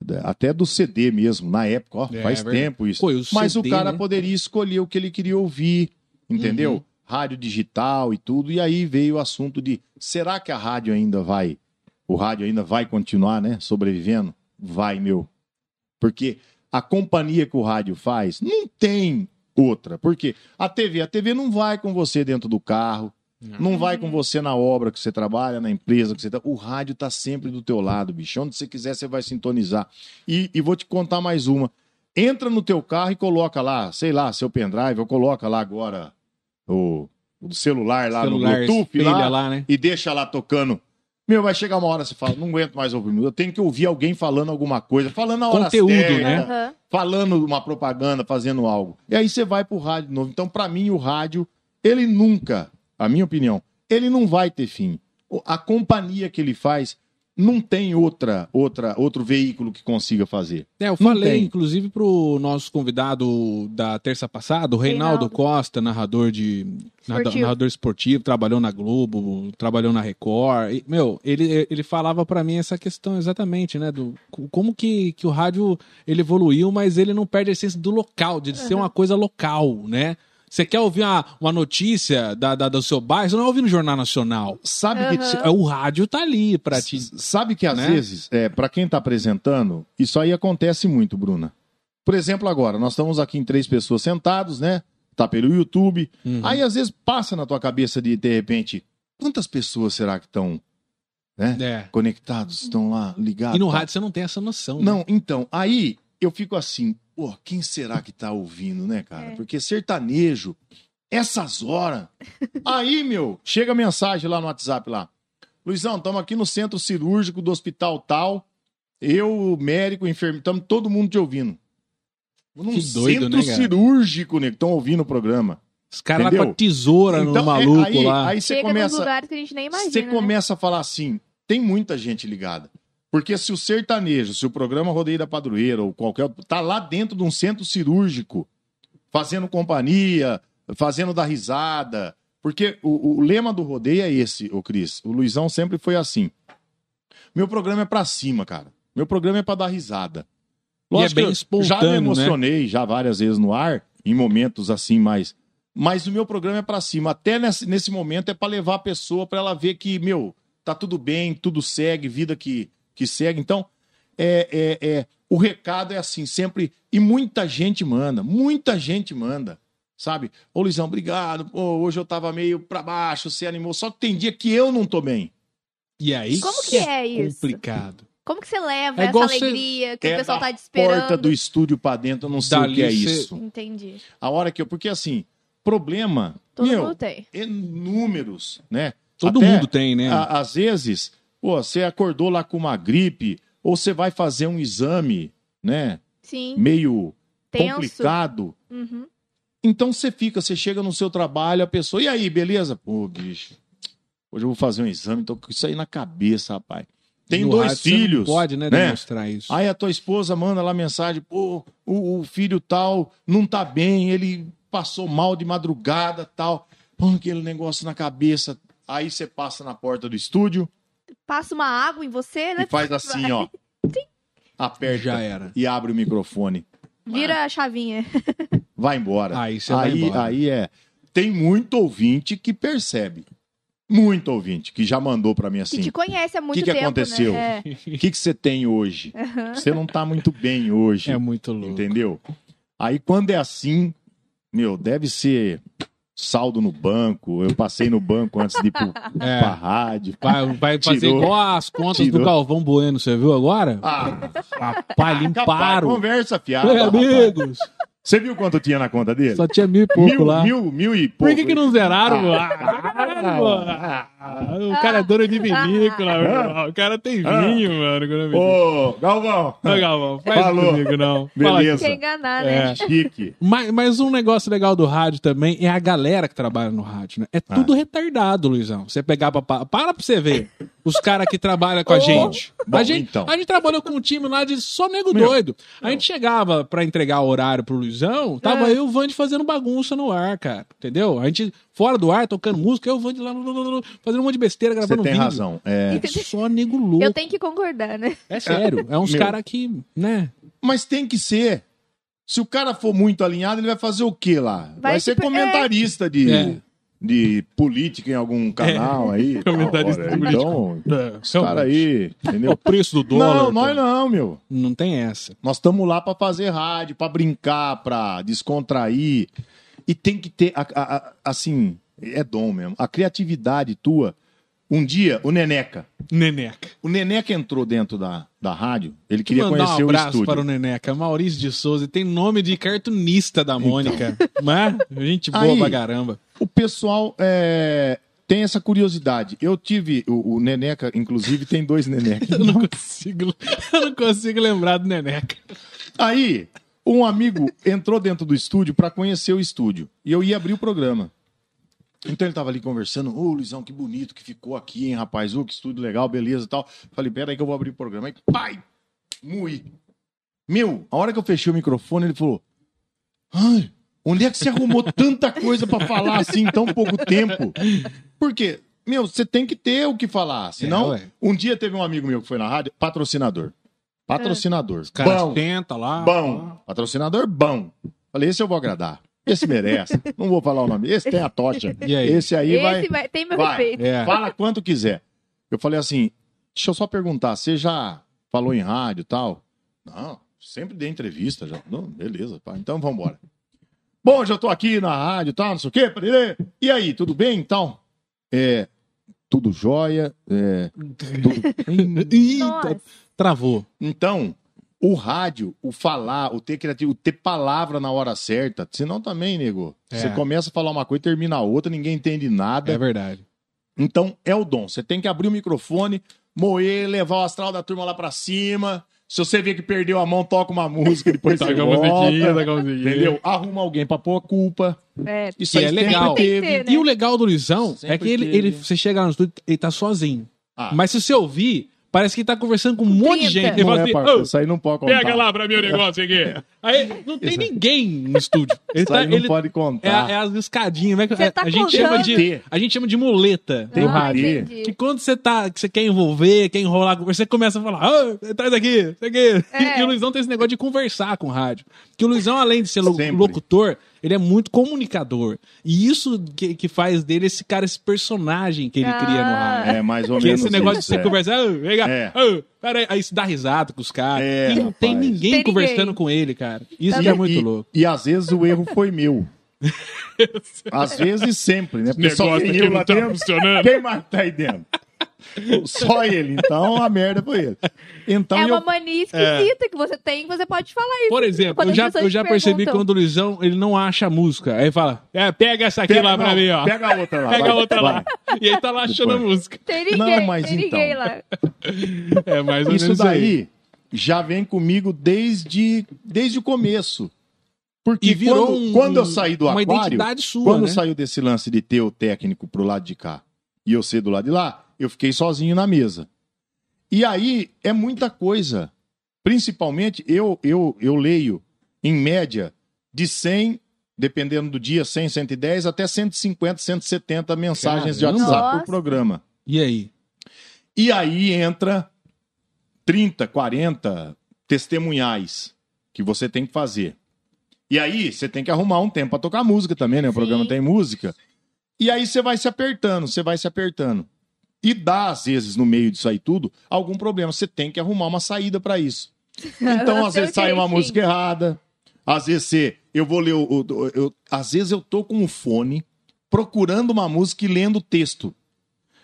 S3: da- Até do CD mesmo, na época. Ó,
S1: É,
S3: faz
S1: verdade.
S3: tempo isso.
S1: Pô, e
S3: Mas
S1: CD,
S3: o cara
S1: né?
S3: poderia escolher o que ele queria ouvir, entendeu?
S1: Uhum.
S3: Rádio digital e tudo. E aí veio o assunto de será que a rádio ainda vai. O rádio ainda vai continuar, né? Sobrevivendo? Vai, meu. Porque a companhia que o rádio faz não tem outra. Porque a TV, a TV não vai com você dentro do carro, não vai com você na obra que você trabalha, na empresa que você tá. O rádio tá sempre do teu lado, bicho. Onde você quiser, você vai sintonizar. E, e vou te contar mais uma. Entra no teu carro e coloca lá, sei lá, seu pendrive, ou coloca lá agora o, o celular lá
S1: Celular,
S3: no Bluetooth
S1: espelha
S3: lá,
S1: lá, né?
S3: e deixa lá tocando. Meu, vai chegar uma hora que você fala, não aguento mais ouvir música. Eu tenho que ouvir alguém falando alguma coisa, falando a hora
S1: Conteúdo,
S3: certa,
S1: né?
S2: Aham.
S3: falando uma propaganda, fazendo algo. E aí você vai pro rádio de novo. Então, pra mim, o rádio, ele nunca, a minha opinião, ele não vai ter fim. O- A companhia que ele faz não tem outra, outra, outro veículo que consiga fazer.
S1: É, eu falei,
S3: tem.
S1: inclusive, pro nosso convidado da terça passada, o Reinaldo,
S2: Reinaldo.
S1: Costa, narrador de. narra-
S2: Esportivo.
S1: narrador esportivo, trabalhou na Globo, trabalhou na Record. E, meu, ele, ele falava pra mim essa questão exatamente, né? Do, co- como que, que o rádio ele evoluiu, mas ele não perde a essência do local, de ser uma coisa local, né? Você quer ouvir uma, uma notícia da, da- do seu bairro, você não ouve no Jornal Nacional.
S3: Sabe que
S2: Aham.
S1: É, O rádio tá ali pra te.
S3: S- Sabe que às
S1: né?
S3: vezes, é, para quem tá apresentando, isso aí acontece muito, Bruna. Por exemplo, agora, nós estamos aqui em três pessoas sentados, né? Tá pelo YouTube.
S1: Uhum.
S3: Aí às vezes passa na tua cabeça de, de repente, quantas pessoas será que estão, né?
S1: É.
S3: Conectados, estão lá ligados.
S1: E no
S3: tá?
S1: rádio você não tem essa noção. né?
S3: Não, então, aí eu fico assim, pô, quem será que tá ouvindo, né, cara?
S2: É.
S3: Porque sertanejo, essas horas. Aí, meu, chega a mensagem lá no WhatsApp lá. Luizão, estamos aqui no centro cirúrgico do hospital tal. Eu, o médico, o enfermeiro, estamos todo mundo te ouvindo. Num
S1: Que doido,
S3: centro
S1: né, cara?
S3: cirúrgico, nego, estão ouvindo o programa.
S1: Os caras lá com
S3: Entendeu?
S1: a tesoura no
S3: é,
S1: maluco
S3: aí,
S1: lá.
S3: aí você
S2: Chega nos
S3: começa,
S2: lugares que a gente nem imagina.
S3: você
S2: né?
S3: começa a falar assim, tem muita gente ligada. Porque se o sertanejo, se o programa Rodeio da Padroeira ou qualquer outro, tá lá dentro de um centro cirúrgico, fazendo companhia, fazendo da risada. Porque o, o lema do rodeio é esse, ô Cris. O Luizão sempre foi assim. Meu programa é pra cima, cara. Meu programa é pra dar risada.
S1: E é
S3: Lógico
S1: bem
S3: que eu Já
S1: espontâneo,
S3: me
S1: né?
S3: emocionei já várias vezes no ar, em momentos assim mais mas o meu programa é pra cima. Até nesse, nesse momento é pra levar a pessoa pra ela ver que, meu, tá tudo bem, tudo segue, vida que, que segue. Então, é, é, é, o recado é assim, sempre. E muita gente manda, muita gente manda. Sabe? Ô Luizão, obrigado. Pô, hoje eu tava meio pra baixo, você animou. Só que tem dia que eu não tô bem.
S1: E aí
S2: Como
S1: cê
S2: que é isso?
S1: complicado.
S2: Como que você leva
S1: É
S2: essa
S1: igual você-
S2: alegria que
S3: é
S2: o pessoal
S3: da
S2: tá te esperando?
S3: Porta do estúdio pra dentro, eu não sei
S1: Dali
S3: o que é
S1: cê-
S3: isso.
S2: Entendi.
S3: A hora que eu. Porque assim, problema.
S2: Todo
S3: meu,
S2: mundo tem.
S3: inúmeros, né?
S1: Todo
S3: Até-
S1: mundo tem, né?
S3: A- às vezes, pô, você acordou lá com uma gripe, ou você vai fazer um exame, né?
S2: Sim,
S3: Meio
S2: tenso.
S3: complicado.
S2: Uhum.
S3: Então você fica, você chega no seu trabalho, a pessoa, e aí, beleza? Pô, bicho, hoje eu vou fazer um exame, tô com isso aí na cabeça, rapaz. Tem
S1: No
S3: dois
S1: rádio cê não
S3: filhos.
S1: pode, né,
S3: né?
S1: demonstrar isso.
S3: Aí a tua esposa manda lá mensagem, pô, o, o filho tal não tá bem, ele passou mal de madrugada, tal. Põe aquele negócio na cabeça. Aí você passa na porta do estúdio,
S2: Passa uma água em você, né?
S3: e faz assim, ó. Aperta
S1: É, Já era.
S3: e abre o microfone.
S2: Vira a chavinha.
S3: Vai embora.
S1: Aí Ah, você vai embora.
S3: aí é. Tem muito ouvinte que percebe. Muito ouvinte que já mandou pra mim
S2: Que tipo?"
S3: assim.
S2: te conhece há muito
S3: que
S2: tempo,
S3: aconteceu?
S2: né? É.
S3: O que, que você tem hoje? Você não tá muito bem hoje.
S1: É muito louco.
S3: entendeu? Aí quando é assim, meu, deve ser saldo no banco. Eu passei no banco antes de ir pro,
S1: É.
S3: pra rádio.
S1: Vai, vai fazer
S3: Tirou.
S1: igual as contas do
S3: Tirou.
S1: Galvão Bueno, você viu agora?
S3: Ah,
S1: Rapaz,
S3: capaz,
S1: limparam.
S3: conversa, fiada.
S1: Ei,
S3: rapaz.
S1: amigos,
S3: Você viu quanto tinha na conta dele?
S4: Só tinha mil e pouco
S3: mil,
S4: lá.
S3: mil, mil e pouco. Ah,
S1: Por que, que não zeraram? Ah, caralho, mano. o cara é dono de vinícola, meu irmão. O cara tem vinho, mano. quando eu me-
S3: Ô, Galvão.
S1: Não, Galvão, faz isso
S3: Falou.
S1: comigo, não. Fala
S3: Beleza.
S2: Quer enganar, né?
S1: É.
S3: Chique.
S1: Mas, mas um negócio legal do rádio também é a galera que trabalha no rádio, né? É
S3: Ah.
S1: tudo retardado, Luizão. Você pegar pra, pa- para pra você ver os caras que trabalham com a gente.
S3: Oh. Bom,
S1: a, gente
S3: então.
S1: a gente trabalhou com um time lá de só nego
S3: Meu,
S1: doido. A gente chegava pra entregar o horário pro Luizão,
S2: É.
S1: tava eu e o Vande fazendo bagunça no ar, cara. Entendeu? A gente fora do ar, tocando música, eu e o Vande lá blá, blá, blá, fazendo um monte de besteira,
S3: Você
S1: gravando
S3: tem
S1: vídeo.
S3: razão. É.
S1: Só nego louco.
S2: Eu tenho que concordar, né?
S1: É sério. É uns
S3: Meu.
S1: caras que, né?
S3: Mas tem que ser. Se o cara for muito alinhado, ele vai fazer o quê lá? Vai,
S2: Vai
S3: ser
S2: se-
S3: comentarista de,
S1: É.
S3: de política em algum canal aí.
S1: Comentarista
S3: Ora,
S1: de
S3: Então, os caras
S1: É
S3: aí,
S1: O
S3: entendeu?
S1: preço do dólar. então.
S3: Não, nós
S1: né, cara.
S3: não, meu.
S1: Não tem essa.
S3: Nós estamos lá para fazer rádio, para brincar, para descontrair. E tem que ter, a- a- a- assim, é dom mesmo. A criatividade tua. Um dia, o Neneca.
S1: Neneca.
S3: O Neneca entrou dentro da, da rádio. Ele queria
S1: Mandar um
S3: conhecer o
S1: abraço
S3: estúdio.
S1: para o Neneca. Maurício de Souza tem nome de cartunista da Mônica. Mas, gente boa
S3: Então. Aí.
S1: pra caramba.
S3: O pessoal é, tem essa curiosidade. Eu tive. O, o Neneca, inclusive, tem dois Nenecas.
S1: Eu não consigo, eu não consigo lembrar do Neneca.
S3: Aí, um amigo entrou dentro do estúdio para conhecer o estúdio. E eu ia abrir o programa. Então ele tava ali conversando, ô Luizão, que bonito que ficou aqui, hein, rapaz? Ô, que estúdio legal, beleza e tal. Falei, peraí que eu vou abrir o programa. Aí, pai, mui. Meu, a hora que eu fechei o microfone, ele falou, ai, onde é que você arrumou tanta coisa para falar assim em tão pouco tempo? Por quê? Meu, você tem que ter o que falar, senão...
S1: É, ué.
S3: um dia teve um amigo meu que foi na rádio, patrocinador. Patrocinador.
S1: Os caras
S3: Bom.
S1: tenta lá.
S3: Bom. Patrocinador bom. Falei, esse eu vou agradar. Esse merece. Não vou falar o nome. Esse tem a tocha.
S1: E aí?
S3: Esse aí vai.
S2: Esse vai... tem meu
S3: vai.
S2: respeito.
S1: É.
S3: Fala quanto quiser. Eu falei assim: deixa eu só perguntar, você já falou em rádio e tal? Não, sempre dei entrevista já. Não, beleza, pá, então vamos embora. Bom, já tô aqui na rádio e tal, não sei o quê. pererê. E aí, tudo bem então? É, tudo jóia. É,
S1: Ih,
S2: Nossa.
S1: travou.
S3: então, o rádio, o falar, o ter criativo, o ter palavra na hora certa, senão também, nego,
S1: É.
S3: você começa a falar uma coisa, termina a outra, ninguém entende nada.
S1: É verdade.
S3: Então, é o dom. Você tem que abrir o microfone, moer, levar o astral da turma lá pra cima. Se você vê que perdeu a mão, toca uma música, depois você
S1: né?
S3: volta. Entendeu? Arruma alguém pra pôr a culpa.
S2: É.
S3: Isso
S1: E
S3: aí
S1: é
S3: sempre
S1: legal.
S3: teve.
S2: Tem que ter, né?
S1: E o legal do Luizão é
S3: Sempre
S1: que ele,
S3: teve.
S1: ele, você chega lá no estúdio, ele tá sozinho.
S3: Ah.
S1: Mas se você ouvir, parece que ele tá conversando com um monte de gente.
S2: Trinta.
S1: Ele
S3: Não
S1: fala
S3: é,
S1: assim,
S3: parça,
S1: "Ô,
S3: isso aí não pode contar. É.
S1: Pega lá pra mim o negócio aqui. Aí não tem ninguém no estúdio. Ele
S3: Isso
S1: tá,
S3: aí não
S1: ele,
S3: pode
S1: é,
S3: contar.
S1: a- é as escadinhas. né?
S2: Você tá
S1: a, gente
S2: contando.
S1: chama de,
S3: Tem.
S1: a gente chama de muleta
S3: Tem
S1: do
S2: Ah,
S1: rádio.
S3: que-
S2: entendi.
S1: Que quando você tá, que você quer envolver, quer enrolar, você começa a falar, "Ô, traz aqui, isso aqui.
S2: É.
S1: E, o Luizão tem esse negócio de conversar com o rádio. Que o Luizão, além de ser lo-
S3: Sempre.
S1: locutor, ele é muito comunicador. E isso que, que faz dele esse cara, esse personagem que ele
S2: Ah.
S1: cria no rádio.
S3: É, mais ou
S1: Que
S3: menos.
S1: esse negócio de
S3: isso,
S1: você
S3: é.
S1: conversar, "Ô, vem cá,
S3: É.
S1: ô, peraí", aí se dá risada com os caras.
S3: É,
S1: e não tem
S3: rapaz.
S1: ninguém
S2: Tem
S1: conversando
S2: ninguém.
S1: com ele, cara. Isso
S2: Tá
S1: que é
S2: vendo?
S1: muito
S3: e,
S1: louco.
S3: E às vezes o erro foi meu. às vezes sempre, né? Porque só tem eu lá
S1: tá
S3: dentro, quem mais tá aí dentro? Só ele, então a merda foi ele. Então
S2: é
S3: eu...
S2: uma mania esquisita que você tem, que você pode falar isso.
S1: Por exemplo,
S2: Quando
S1: eu
S2: as
S1: já,
S2: pessoas
S1: eu já
S2: te
S1: percebi que
S2: perguntam.
S1: quando o Luizão ele não acha a música. Aí fala, é, pega essa aqui
S3: pega,
S1: lá pra
S3: não,
S1: mim, ó. Pega,
S3: Pega a outra lá. vai,
S1: a outra
S3: vai.
S1: lá. E ele tá lá achando a
S3: Depois.
S1: música.
S2: Tem ninguém,
S3: Não, mas
S2: tem
S3: então.
S2: ninguém lá.
S1: É mais ou
S3: Isso
S1: menos aí.
S3: daí já vem comigo desde, desde o começo. Porque
S1: E virou
S3: quando,
S1: um-
S3: quando eu saí do
S1: uma
S3: aquário,
S1: identidade sua,
S3: quando
S1: né?
S3: saiu desse lance de ter o técnico pro lado de cá e eu ser do lado de lá, eu fiquei sozinho na mesa. E aí é muita coisa. Principalmente eu eu, eu leio em média de 100, dependendo do dia, 100, 110 até 150, 170
S1: Caramba.
S3: mensagens de WhatsApp
S2: Nossa.
S3: por programa.
S1: E aí?
S3: E aí entra 30, 40 testemunhais que você tem que fazer. E aí você tem que arrumar um tempo para tocar música também, né? O
S2: Sim.
S3: programa tem música. E aí você vai se apertando, você vai se apertando. E dá, às vezes, no meio disso aí tudo, algum problema. Você tem que arrumar uma saída para isso. Então,
S2: Eu
S3: às
S2: sei
S3: vezes
S2: o que
S3: sai
S2: é,
S3: uma
S2: enfim.
S3: música errada. Às vezes você. Eu vou ler. o- o- o- eu- às vezes eu tô com o fone procurando uma música e lendo o texto.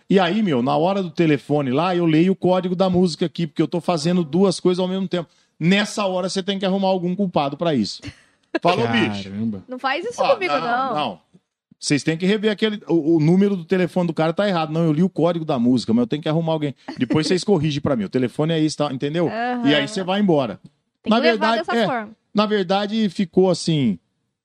S3: E aí, meu, na hora do telefone lá, eu leio o código da música aqui, porque eu tô fazendo duas coisas ao mesmo tempo. Nessa hora você tem que arrumar algum culpado pra isso. Falou, bicho.
S1: Caramba.
S2: Não faz isso
S3: Ó,
S2: comigo, não.
S3: Não. Vocês têm que rever aquele. O, o número do telefone do cara tá errado. Não, eu li o código da música, mas eu tenho que arrumar alguém. Depois vocês corrigem pra mim. O telefone é esse, tá? entendeu?
S2: Aham.
S3: E aí você vai embora.
S2: Tem
S3: na
S2: que levar
S3: verdade,
S2: dessa
S3: é.
S2: forma.
S3: Na verdade, ficou assim.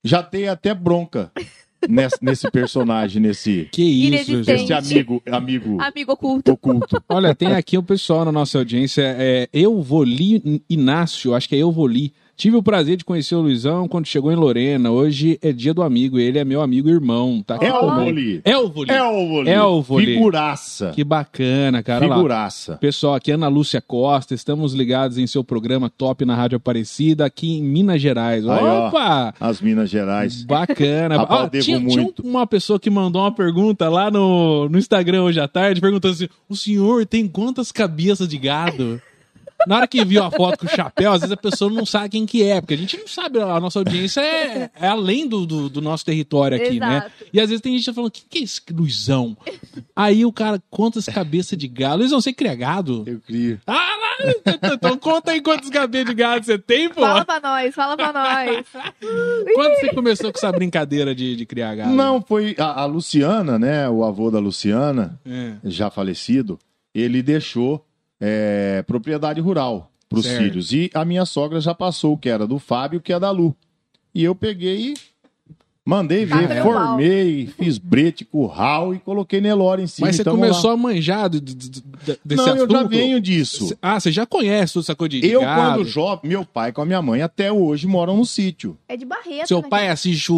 S3: Já tem até bronca nesse, nesse personagem, nesse
S1: Que isso,
S2: Inexistente.
S1: gente.
S3: esse amigo, amigo
S2: Amigo oculto.
S3: oculto.
S1: Olha, tem aqui um pessoal na nossa audiência. É, eu Voli Inácio, acho que é Eu Voli. Tive o prazer de conhecer o Luizão quando chegou em Lorena. Hoje é dia do amigo, ele é meu amigo e irmão. Tá aqui
S3: É o
S1: também.
S3: Voli.
S1: É o Voli.
S3: É o Voli.
S1: É o Voli.
S3: Figuraça.
S1: Que bacana, cara. Olha lá.
S3: Figuraça.
S1: Pessoal, aqui é Ana Lúcia Costa, estamos ligados em seu programa top na Rádio Aparecida, aqui em Minas Gerais.
S3: Aí, ó.
S1: Opa!
S3: As Minas Gerais.
S1: Bacana.
S3: Rapaz,
S1: Ó,
S3: eu devo
S1: tinha, tinha
S3: muito.
S1: uma pessoa que mandou uma pergunta lá no, no Instagram hoje à tarde, perguntando assim: o senhor tem quantas cabeças de gado? Na hora que viu a foto com o chapéu, às vezes a pessoa não sabe quem que é, porque a gente não sabe, a nossa audiência é, é além do, do, do nosso território aqui, né?
S2: Exato.
S1: E às vezes tem gente que tá falando, quem que é esse Luizão? Aí o cara, quantas cabeças de gado? Luizão, você cria gado?
S3: Eu crio.
S1: Ah, lá, então- então conta aí quantas cabeças de gado você tem, pô.
S2: Fala pra nós, fala pra nós.
S1: Quando você começou com essa brincadeira de, de criar gado?
S3: Não, foi a, a Luciana, né? O avô da Luciana,
S1: É.
S3: já falecido, ele deixou é, propriedade rural para os
S1: Certo.
S3: filhos. E a minha sogra já passou o que era do Fábio, o que é da Lu. E eu peguei e mandei
S2: Tá
S3: ver,
S2: tranquilo.
S3: formei, fiz brete, curral e coloquei Nelore em cima.
S1: Mas você
S3: e tamo
S1: começou
S3: lá.
S1: a manjar de- de- de- de- desse
S3: Não,
S1: assunto?
S3: eu já venho disso.
S1: Cê- Ah, você já conhece toda essa coisa de de
S3: Eu,
S1: gado.
S3: quando jovem, meu pai com a minha mãe até hoje moram no sítio.
S2: É de barreto.
S1: Seu
S2: né,
S1: pai assiste o,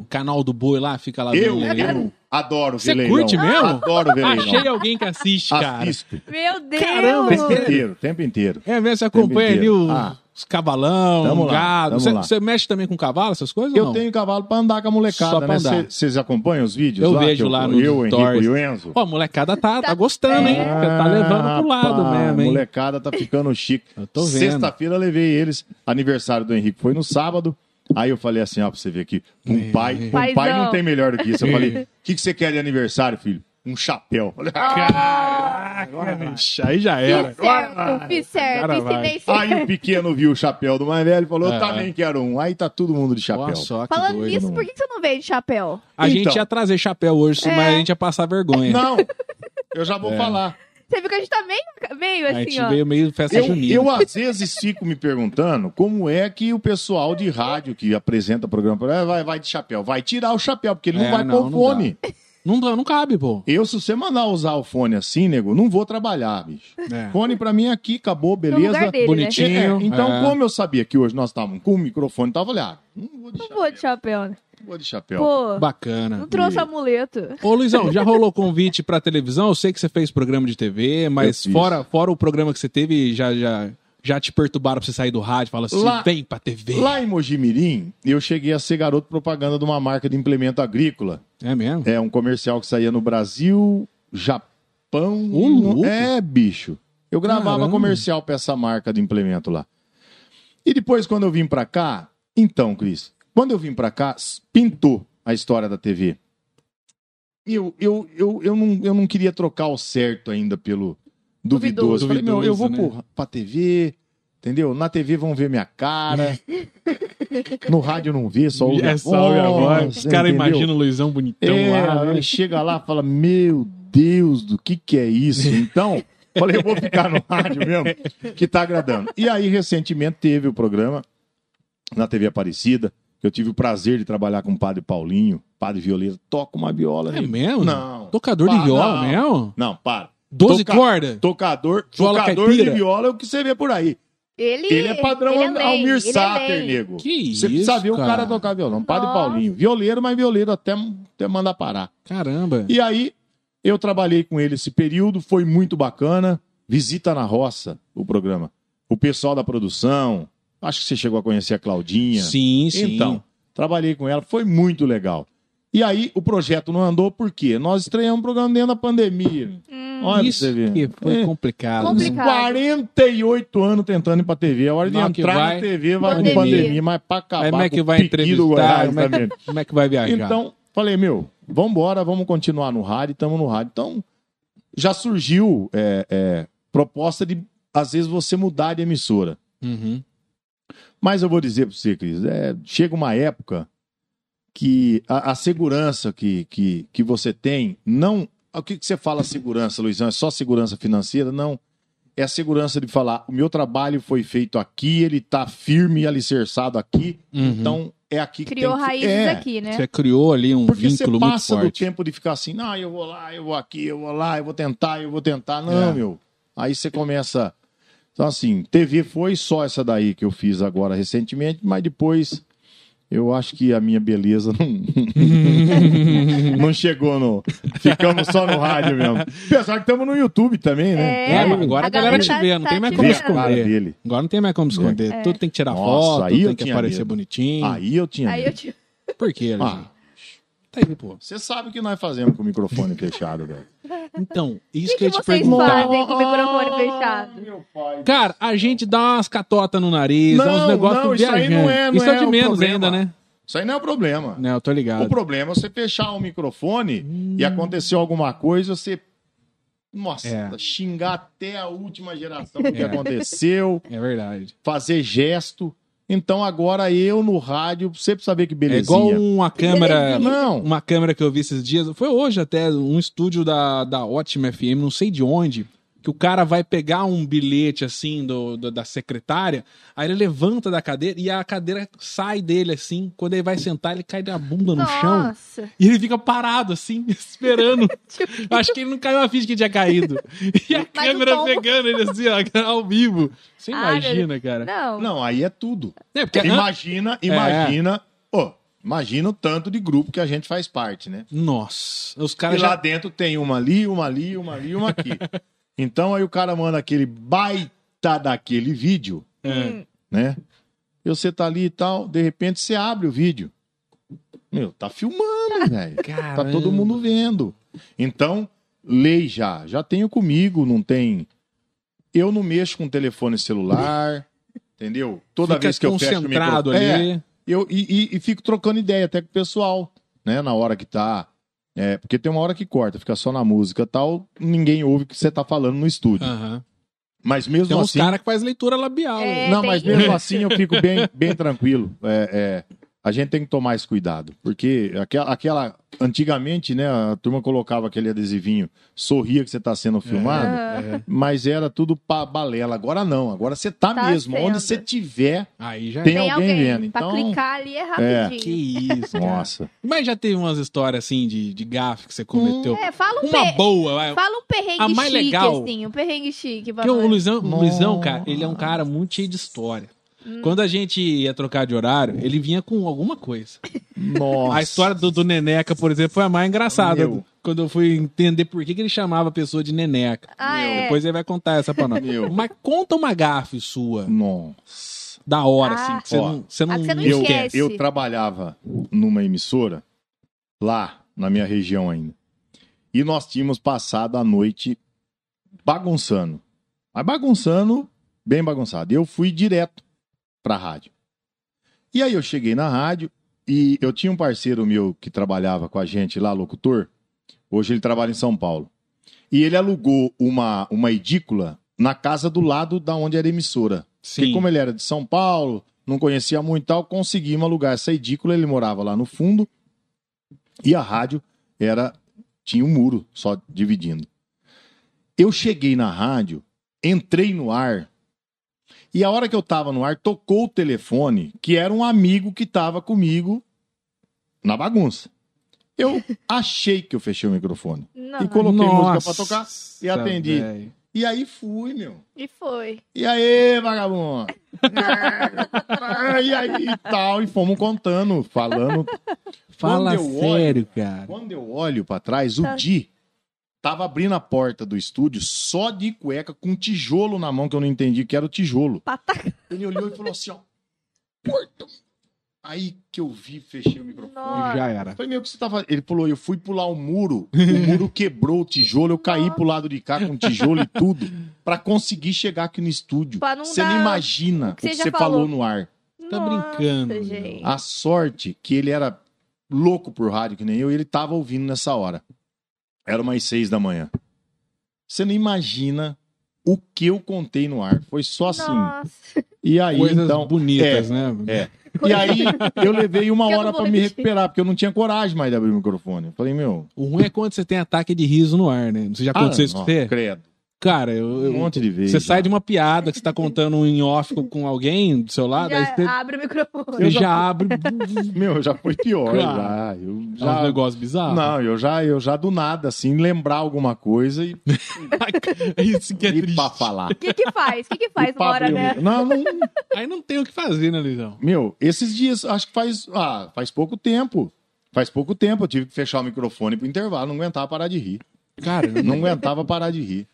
S1: o canal do boi lá, fica lá
S3: Eu,
S1: vendo leilão?
S3: eu adoro
S1: Ah, Você
S3: veleirão.
S1: curte mesmo?
S3: Adoro
S1: Achei
S3: veleirão.
S1: alguém que assiste, cara.
S3: Assisto.
S2: cara? Meu Deus!
S1: Caramba,
S3: O tempo inteiro, o tempo inteiro.
S1: É mesmo, você
S3: Tempo
S1: acompanha ali
S3: inteiro.
S1: o-
S3: Ah.
S1: os cabalão,
S3: Tamo lá,
S1: gado.
S3: tamo
S1: Você-
S3: lá.
S1: Você mexe também com cavalo, essas coisas ou
S3: Eu
S1: não?
S3: tenho cavalo pra andar com a
S1: Só
S3: molecada,
S1: pra
S3: né?
S1: andar.
S3: Vocês acompanham os vídeos?
S1: Eu
S3: lá
S1: vejo
S3: que
S1: lá
S3: eu,
S1: no
S3: Eu, Henrique
S1: Stories.
S3: e o Enzo.
S1: Ó,
S3: Ah,
S1: a molecada tá, tá
S2: Tá
S1: gostando, hein? Você tá levando pro lado
S3: É, Rapaz,
S1: mesmo, hein?
S3: molecada tá ficando chique.
S1: Eu tô vendo.
S3: Sexta-feira eu levei eles. Aniversário do Henrique foi no sábado. Aí eu falei assim, ó, pra você ver aqui. Um pai, um pai
S2: Paizão.
S3: não tem melhor do que isso. Eu falei, o que, que você quer de aniversário, filho? Um chapéu.
S1: Caraca, bicho, aí já era.
S2: Fiz certo, fiz certo,
S1: Agora vai.
S2: ensinei certo.
S3: Aí o pequeno viu o chapéu do mais velho e falou, eu
S1: É.
S3: também quero um. Aí tá todo mundo de chapéu.
S1: Olha só, que
S2: Falando
S1: doido.
S2: nisso,
S1: mano.
S2: por que que você não veio de chapéu?
S1: A
S3: Então.
S1: gente ia trazer chapéu hoje,
S2: É.
S1: mas a gente ia passar vergonha.
S3: Não, eu já
S1: É.
S3: vou falar.
S2: Você viu que a gente tá meio, meio
S1: a
S2: assim,
S1: gente
S2: ó.
S1: veio meio festa
S3: Eu,
S1: junina.
S3: eu às vezes fico me perguntando como é que o pessoal de rádio que apresenta o programa ah, vai, vai de chapéu, vai tirar o chapéu, porque ele
S1: É,
S3: não vai
S1: não,
S3: pôr
S1: não
S3: fone.
S1: Não, dá- não cabe, pô.
S3: eu, se você mandar usar o fone assim, nego, não vou trabalhar, bicho.
S1: É.
S3: Fone pra mim aqui, acabou,
S2: No lugar
S3: beleza.
S2: dele,
S1: bonitinho.
S3: É, né? é, então,
S1: É.
S3: como eu sabia que hoje nós estávamos com o microfone, tava olhando, ah, não vou de
S2: né? Não
S3: chapéu,
S2: vou de chapéu, né?
S3: não vou de chapéu.
S2: Pô,
S1: Bacana.
S2: não trouxe amuleto.
S1: Ô, Luizão, já rolou convite pra televisão? Eu sei que você fez programa de TV, mas
S3: Eu fiz.
S1: fora, fora o programa que você teve, já, já, já te perturbaram pra você sair do rádio? Fala assim,
S3: Lá-
S1: vem pra TV.
S3: Lá em Mojimirim, eu cheguei a ser garoto propaganda de uma marca de implemento agrícola.
S1: É mesmo?
S3: É um comercial que saía no Brasil, Japão.
S1: Ô,
S3: e no-
S1: louco.
S3: É, bicho. Eu gravava
S1: Caramba.
S3: comercial pra essa marca de implemento lá. E depois, quando eu vim pra cá, então, Cris, quando eu vim pra cá, s- pintou a história da TV. E Eu, eu, eu, eu, não, eu não queria trocar o certo ainda pelo duvidoso.
S1: Duvidoso,
S3: Falei, meu, eu vou
S1: né?
S3: pro- pra TV, entendeu? Na TV vão ver minha cara. no rádio não vê, só ouve
S1: é
S3: a
S1: só e agora.
S3: voz,
S1: Os caras
S3: entendeu?
S1: imaginam o Luizão bonitão
S3: é,
S1: lá. né?
S3: ele chega lá e fala: Meu Deus, do que que é isso? Então, falei: Eu vou ficar no rádio mesmo, que tá agradando. E aí, recentemente, teve o programa na TV Aparecida. que Eu tive o prazer de trabalhar com o padre Paulinho, padre violeiro. Toca uma viola,
S1: É
S3: né?
S1: mesmo?
S3: Não.
S1: Tocador de
S3: Ah,
S1: viola
S3: não.
S1: mesmo?
S3: Não, para.
S1: 12
S3: Toca-
S1: cordas?
S3: Tocador,
S1: Viola
S3: tocador
S1: caipira.
S3: de viola é o que você vê por aí.
S2: Ele,
S3: Ele é padrão
S2: ele
S3: Al-
S2: lei,
S3: Almir
S2: ele é
S3: Sater, né?
S2: lei.
S3: nego.
S1: Que
S3: você
S1: isso,
S3: precisa ver o
S1: cara.
S3: cara tocar violão. Padre
S2: Nossa.
S3: Paulinho, violeiro, mas violeiro até, até mandar parar.
S1: Caramba.
S3: E aí, eu trabalhei com ele esse período, foi muito bacana. Visita na roça, o programa. O pessoal da produção, acho que você chegou a conhecer a Claudinha.
S1: Sim, sim.
S3: Então, trabalhei com ela, foi muito legal. E aí, o projeto não andou por quê? Nós estreamos o programa dentro da pandemia.
S2: Hum,
S3: Olha pra
S1: isso
S3: você ver.
S1: que foi
S3: É.
S1: complicado. né?
S2: Complicado.
S3: 48 anos tentando ir pra TV. A hora de
S1: Na hora que
S3: entrar
S1: vai,
S3: na TV vai
S2: pandemia.
S3: com pandemia, mas pra
S1: Aí
S3: acabar
S1: Como é que
S3: com
S1: vai
S3: o piqui do
S1: entrevistar?
S3: Goiás
S1: Como é,
S3: também.
S1: que- como é que vai viajar?
S3: Então, falei, meu, vambora, vamos continuar no rádio, estamos no rádio. Então, já surgiu é, é, proposta de, às vezes, você mudar de emissora.
S1: Uhum.
S3: Mas eu vou dizer para você, Cris, é, chega uma época que a, a segurança que, que, que você tem, não. O que, que você fala segurança, Luizão? É só segurança financeira? Não. É a segurança de falar: o meu trabalho foi feito aqui, ele está firme e alicerçado aqui,
S1: Uhum.
S3: então é aqui que
S2: Criou
S3: tem que fi-"
S2: raízes
S3: É,
S2: aqui, né?
S1: Você criou ali um
S3: Porque você
S1: vínculo muito
S3: passa do
S1: forte.
S3: tempo de ficar assim, não, eu vou lá, eu vou aqui, eu vou lá, eu vou tentar, eu vou tentar. Não,
S1: É.
S3: meu. Aí você começa. Então, assim, TV foi só essa daí que eu fiz agora recentemente, mas depois eu acho que a minha beleza não, não chegou no. Ficamos só no rádio mesmo. Apesar que estamos no YouTube também, né?
S1: É, mas agora a galera te
S2: tá-
S1: vê, não
S2: tá
S1: tem mais
S2: te
S1: como
S3: Vê
S2: vendo. É.
S3: a cara
S1: esconder.
S3: dele.
S1: Agora não tem mais como esconder. Tudo tem que tirar
S3: Nossa,
S1: foto,
S3: aí eu
S1: tem que
S3: tinha
S1: aparecer
S3: medo.
S1: bonitinho.
S3: Aí eu tinha.
S2: Aí eu te...
S1: Por quê, Luiz?
S3: Ah,
S1: Tá aí, pô.
S3: você sabe o que nós fazemos com o microfone fechado, velho.
S1: Então, isso
S2: O que,
S1: que, eu ia
S2: que
S1: te
S2: vocês
S1: perguntar.
S2: fazem com o microfone
S3: Ah,
S2: fechado?
S3: Meu pai.
S1: Cara, a gente dá umas catotas no nariz, dá uns
S3: Não,
S1: negócios
S3: não, isso aí
S1: viajantes.
S3: não é- não
S1: Isso é o
S3: é
S1: de
S3: o
S1: menos
S3: problema.
S1: ainda, né?
S3: Isso aí não é o problema.
S1: Não, eu tô ligado.
S3: O problema é você fechar o microfone e aconteceu alguma coisa, você. Nossa,
S1: É.
S3: xingar até a última geração o que
S1: É.
S3: aconteceu,
S1: É verdade.
S3: fazer gesto. Então agora eu no rádio, você precisa saber que
S1: É
S3: belezinha.
S1: igual uma câmera.
S3: Não.
S1: Uma câmera que eu vi esses dias. Foi hoje até, um estúdio da, da Ótima FM, não sei de onde. Que o cara vai pegar um bilhete assim do, do- da secretária, aí ele levanta da cadeira e a cadeira sai dele assim. Quando ele vai sentar, ele cai da bunda no chão.
S2: Nossa.
S1: E ele fica parado assim, esperando. Acho que ele não caiu a ficha que tinha caído. E a
S2: Tipo Mas o
S1: câmera
S2: pombo-
S1: pegando ele assim, ó, ao vivo. Você
S2: Ah,
S1: imagina, cara.
S2: Não.
S3: Não, aí é tudo.
S1: É, porque
S3: Imagina, imagina. Ó, imagina o tanto de grupo que a gente faz parte, né?
S1: Nossa, os
S3: E
S1: caras
S3: lá
S1: já.
S3: dentro tem uma ali, uma ali, uma ali, uma aqui. então aí o cara manda aquele baita daquele vídeo,
S1: É.
S3: né? E você tá ali e tal, de repente você abre o vídeo. Meu, tá filmando, velho. Tá
S1: Caramba.
S3: todo mundo vendo. Então, lei já. Já tenho comigo, não tem. Eu não mexo com telefone celular, entendeu? Toda
S1: Fica
S3: vez que eu fecho o
S1: concentrado
S3: microfone. É,
S1: ali.
S3: eu, e, e- e fico trocando ideia até com o pessoal, né? Na hora que tá. É, porque tem uma hora que corta, fica só na música e tal, ninguém ouve o que você tá falando no estúdio.
S1: Aham. Então,
S3: Mas mesmo
S1: Ah. Tem uns
S3: assim.
S1: caras que faz leitura labial.
S2: É.
S3: Não,
S2: tem
S3: mas
S2: isso.
S3: mesmo assim eu fico bem, bem tranquilo. É, é, a gente tem que tomar esse cuidado. Porque aquela, aquela- Antigamente, né, a turma colocava aquele adesivinho, sorria que você tá sendo filmado,
S2: Aham.
S1: É.
S3: mas era tudo pra balela. Agora não, agora você tá,
S2: Tá
S3: mesmo.
S2: sendo.
S3: Onde você tiver,
S1: Aí já.
S3: Tem
S1: é.
S2: Tem
S3: alguém
S2: alguém,
S3: vendo,
S2: pra
S3: então-
S2: clicar ali é
S1: Que
S2: rapidinho.
S1: isso, cara.
S3: nossa.
S1: Mas já teve umas histórias assim de, de gafe que você cometeu.
S2: É, fala um,
S1: Uma
S2: per...
S1: boa. vai.
S2: fala um perrengue
S1: A mais
S2: chique,
S1: legal-
S2: assim. Um perrengue chique. pra
S1: Porque o
S2: nós.
S1: Luizão, o Luizão,
S3: Nossa.
S1: cara, ele é um cara muito cheio de história.
S2: Hum.
S1: Quando a gente ia trocar de horário, ele vinha com alguma coisa.
S3: Nossa.
S1: A história do, do Neneca, por exemplo, foi a mais engraçada.
S3: Meu.
S1: Quando eu fui entender por que, que ele chamava a pessoa de Neneca.
S2: Ah,
S3: Meu,
S2: é.
S1: Depois ele vai contar essa pra nós.
S3: Meu.
S1: Mas conta uma gafe sua.
S3: Nossa.
S1: da hora,
S2: Ah.
S1: assim. que Você
S3: Ó.
S1: não, você não,
S2: Ah, que você não
S1: eu-
S3: eu,
S2: esquece.
S3: eu trabalhava numa emissora lá na minha região ainda. E nós tínhamos passado a noite bagunçando. Mas bagunçando, bem bagunçado. Eu fui direto pra rádio. E aí eu cheguei na rádio e eu tinha um parceiro meu que trabalhava com a gente lá, locutor. Hoje ele trabalha em São Paulo. E ele alugou uma, uma edícula na casa do lado da onde era a emissora. Porque
S1: Sim.
S3: como ele era de São Paulo, não conhecia muito e tal, conseguimos alugar essa edícula, ele morava lá no fundo. E a rádio era tinha um muro só dividindo. Eu cheguei na rádio, entrei no ar. E a hora que eu tava no ar, tocou o telefone, que era um amigo que tava comigo na bagunça. Eu achei que eu fechei o microfone.
S2: Não,
S3: e coloquei música pra
S1: Nossa,
S3: tocar e atendi.
S1: velho.
S3: E aí fui, meu.
S2: E foi.
S3: E aí, vagabundo? e aí e tal, e fomos contando, falando.
S1: Fala
S3: Quando eu
S1: sério, cara.
S3: Quando eu olho pra trás, o Di tava abrindo a porta do estúdio só de cueca, com um tijolo na mão, que eu não entendi que era o tijolo.
S2: Pataca.
S3: Ele olhou e falou assim, ó. "Porta". Aí que eu vi, fechei o microfone.
S2: Nossa.
S1: Já tá era.
S3: Foi meio que você tava. Ele falou: eu fui pular o muro, o muro quebrou o tijolo, eu caí pro lado de cá com tijolo e tudo, pra conseguir chegar aqui no estúdio.
S2: Pra não
S3: Você
S2: dar
S3: não imagina o
S2: que
S3: que
S2: você já
S3: você
S2: falou.
S3: falou no ar.
S1: Tá
S2: Nossa,
S1: brincando, meu.
S2: gente.
S3: A sorte que ele era louco por rádio, que nem eu, e ele tava ouvindo nessa hora. Era umas seis da manhã. Você não imagina o que eu contei no ar. Foi só assim.
S2: Nossa.
S3: E aí,
S1: Coisas
S3: então.
S1: bonitas,
S3: é,
S1: né?
S3: É. E aí eu levei uma
S2: Eu não
S3: hora
S2: vou
S3: pra me
S2: repetir.
S3: recuperar, porque eu não tinha coragem mais de abrir o microfone. Eu Falei, meu.
S1: O ruim é quando você tem ataque de riso no ar, né? Você já aconteceu isso com
S3: ó,
S1: você?
S3: Credo.
S1: Cara, eu, eu-
S3: Um monte de vezes.
S1: você sai de uma piada que você tá contando em off com- com alguém do seu lado, aí
S2: Já
S1: você
S2: abre o microfone.
S1: você já abre
S3: um- Meu, já foi pior.
S1: Claro. É
S3: Já. Eu
S1: uns
S3: já...
S1: negócios bizarros.
S3: Não, eu já, eu já do nada, assim, lembrar alguma coisa e,
S1: isso que é
S3: e
S1: triste.
S3: pra falar.
S2: O que que faz? O que que faz
S3: E pra
S2: na hora,
S3: abrir o
S2: né?
S3: micro- Não, não,
S1: Aí não tem o que fazer, né, Luizão?
S3: Meu, esses dias, acho que faz, ah, faz pouco tempo. Faz pouco tempo eu tive que fechar o microfone pro intervalo, não aguentava parar de rir.
S1: Cara,
S3: Não aguentava parar de rir.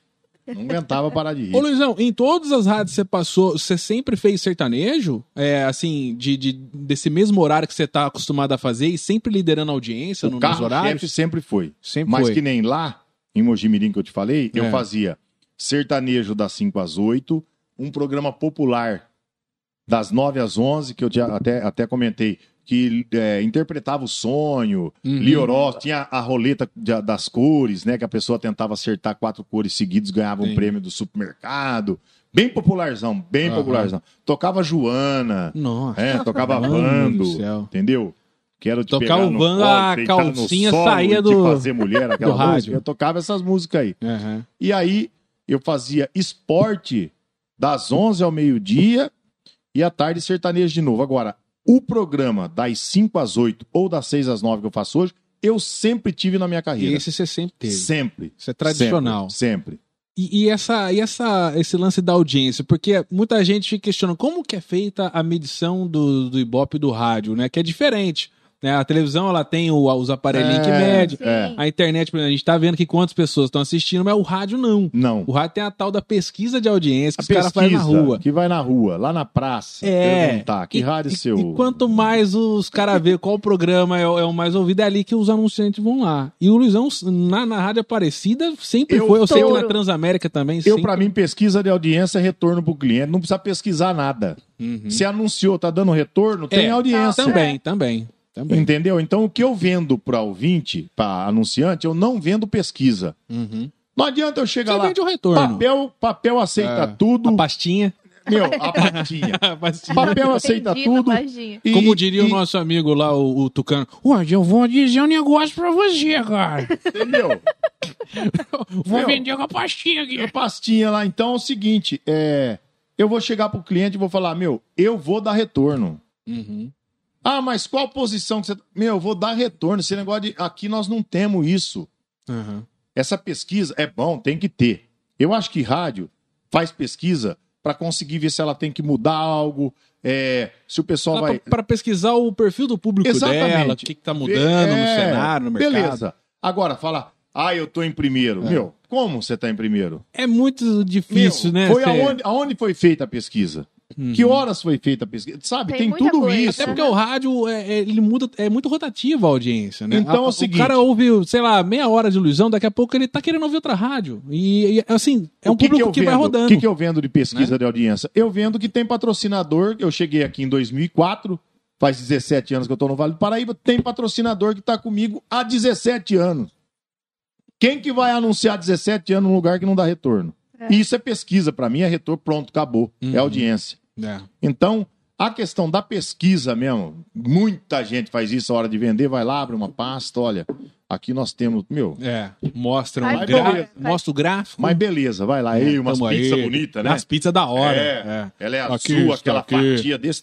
S3: Não aguentava parar de
S1: Ô,
S3: rir.
S1: Luizão, em todas as rádios que você passou, você sempre fez sertanejo? É, assim, de, de- desse mesmo horário que você tá acostumado a fazer e sempre liderando a audiência no,
S3: O
S1: nos horários?
S3: carro-chefe sempre foi.
S1: Sempre
S3: Mas
S1: foi.
S3: que nem lá, em Mojimirim que eu te falei, eu
S1: É.
S3: fazia sertanejo das 5 às 8, um programa popular das 9 às 11, que eu já até, até comentei, que é, interpretava o sonho,
S1: Uhum.
S3: Lioró, tinha a roleta de- das cores, né? Que a pessoa tentava acertar quatro cores seguidas, ganhava um
S1: Sim.
S3: prêmio do supermercado. Bem popularzão, bem
S1: Aham.
S3: popularzão. Tocava Joana,
S1: Nossa.
S3: é, tocava
S1: Mano
S3: Vando,
S1: do céu.
S3: entendeu? Quero te
S1: Tocar
S3: pegar
S1: o
S3: no
S1: Vando,
S3: colo,
S1: a
S3: deitar no
S1: calcinha
S3: solo
S1: saía
S3: e
S1: do-
S3: Te fazer mulher, aquela
S1: do
S3: música.
S1: rádio.
S3: Eu tocava essas músicas aí.
S1: Aham.
S3: E aí eu fazia esporte das 11 ao meio-dia e à tarde sertanejo de novo. Agora, o programa das 5 às 8 ou das 6 às 9 que eu faço hoje, eu sempre tive na minha
S1: E
S3: carreira.
S1: esse você sempre teve.
S3: né? Sempre.
S1: Isso é tradicional.
S3: Sempre. sempre.
S1: E, e essa, e essa, esse lance da audiência, porque muita gente fica questionando como que é feita a medição do, do Ibope do rádio, né? Que é diferente. Né? A televisão ela tem o- os aparelhinhos que
S3: É.
S1: mede.
S3: É.
S2: Sim.
S1: A internet, por exemplo, a gente tá vendo que quantas pessoas estão assistindo, mas o rádio não.
S3: Não.
S1: O rádio tem a tal da pesquisa de audiência que
S3: A
S1: os caras fazem na rua.
S3: que vai na rua, lá na praça,
S1: É.
S3: perguntar Ah, que
S1: E-
S3: rádio
S1: e,
S3: seu...
S1: E quanto mais os caras vê qual programa é, o- é o mais ouvido, é ali que os anunciantes vão lá. E o Luizão, na, na Rádio Aparecida, sempre
S3: Eu
S1: foi. Eu sei que
S2: touro.
S1: na Transamérica também.
S3: Eu,
S1: sempre...
S3: pra mim, pesquisa de audiência é retorno pro cliente. Não precisa pesquisar nada.
S1: Uhum.
S3: Se anunciou, tá dando retorno, tem
S1: É,
S3: audiência.
S1: Também, também. Também.
S3: Entendeu? Então, o que eu vendo pra ouvinte, pra anunciante, eu não vendo pesquisa.
S1: Uhum.
S3: Não adianta eu chegar
S1: Você
S3: lá.
S1: vende o retorno.
S3: Papel, papel aceita
S1: É.
S3: tudo.
S1: A pastinha.
S3: Meu, a pastinha.
S1: A pastinha.
S3: papel aceita
S2: Entendi,
S3: tudo.
S2: rapazzinho.
S3: e-
S1: Como diria
S3: e-
S1: o nosso amigo lá, o, o Tucano. Hoje eu vou dizer um negócio pra você, cara.
S3: Entendeu?
S1: Vou
S3: Meu.
S1: vender uma pastinha aqui.
S3: a pastinha lá. Então, é o seguinte, é... Eu vou chegar pro cliente e vou falar, meu, eu vou dar retorno.
S1: Uhum.
S3: Ah, mas qual posição que você... Meu, eu vou dar retorno. Esse negócio de... Aqui nós não temos isso.
S1: Aham.
S3: Essa pesquisa é bom, tem que ter. Eu acho que rádio faz pesquisa para conseguir ver se ela tem que mudar algo, é, se o pessoal
S1: Lá
S3: vai.
S1: pra, pra pesquisar o perfil do público dela, o que, que tá mudando no
S3: É,
S1: cenário, no mercado.
S3: Beleza. Agora, falar, ah, eu tô em primeiro.
S1: É.
S3: Meu, como você tá em primeiro?
S1: É muito difícil,
S3: Meu,
S1: né?
S3: Foi
S1: cê-
S3: aonde, aonde foi feita a pesquisa?
S1: Uhum.
S3: Que horas foi feita a pesquisa? Sabe,
S2: Tem
S3: tem,
S2: muita
S3: tudo
S2: coisa.
S3: isso.
S1: Até porque o rádio, é, é- ele muda, é muito rotativo a audiência, né?
S3: Então é o
S1: A-
S3: seguinte-
S1: cara ouve, sei lá, meia hora de ilusão, daqui a pouco ele tá querendo ouvir outra rádio. E, e, assim, é um
S3: O que
S1: público que,
S3: que eu
S1: vai
S3: vendo?
S1: rodando. Né?
S3: O que, que eu vendo de pesquisa de audiência? Eu vendo que tem patrocinador. Eu cheguei aqui em 2004, faz 17 anos que eu tô no Vale do Paraíba. Tem patrocinador que tá comigo há 17 anos. Quem que vai anunciar 17 anos num lugar que não dá retorno?
S2: É.
S3: Isso é pesquisa. Pra mim é retorno, pronto, acabou.
S1: Uhum.
S3: É audiência.
S1: É.
S3: Então, a questão da pesquisa mesmo, muita gente faz isso a hora de vender, vai lá, abre uma pasta, olha, aqui nós temos, meu,
S1: É, mostra,
S2: Vai
S1: um
S3: ver,
S1: gra...
S3: beleza.
S1: mostra o gráfico.
S3: mas beleza, vai lá, ei,
S1: É,
S3: umas
S1: Tamo aí.
S3: pizzas bonitas, né?
S1: As pizzas da hora.
S3: É, Ela é azul,
S1: Aqui está,
S3: aquela
S1: aqui.
S3: fatia desse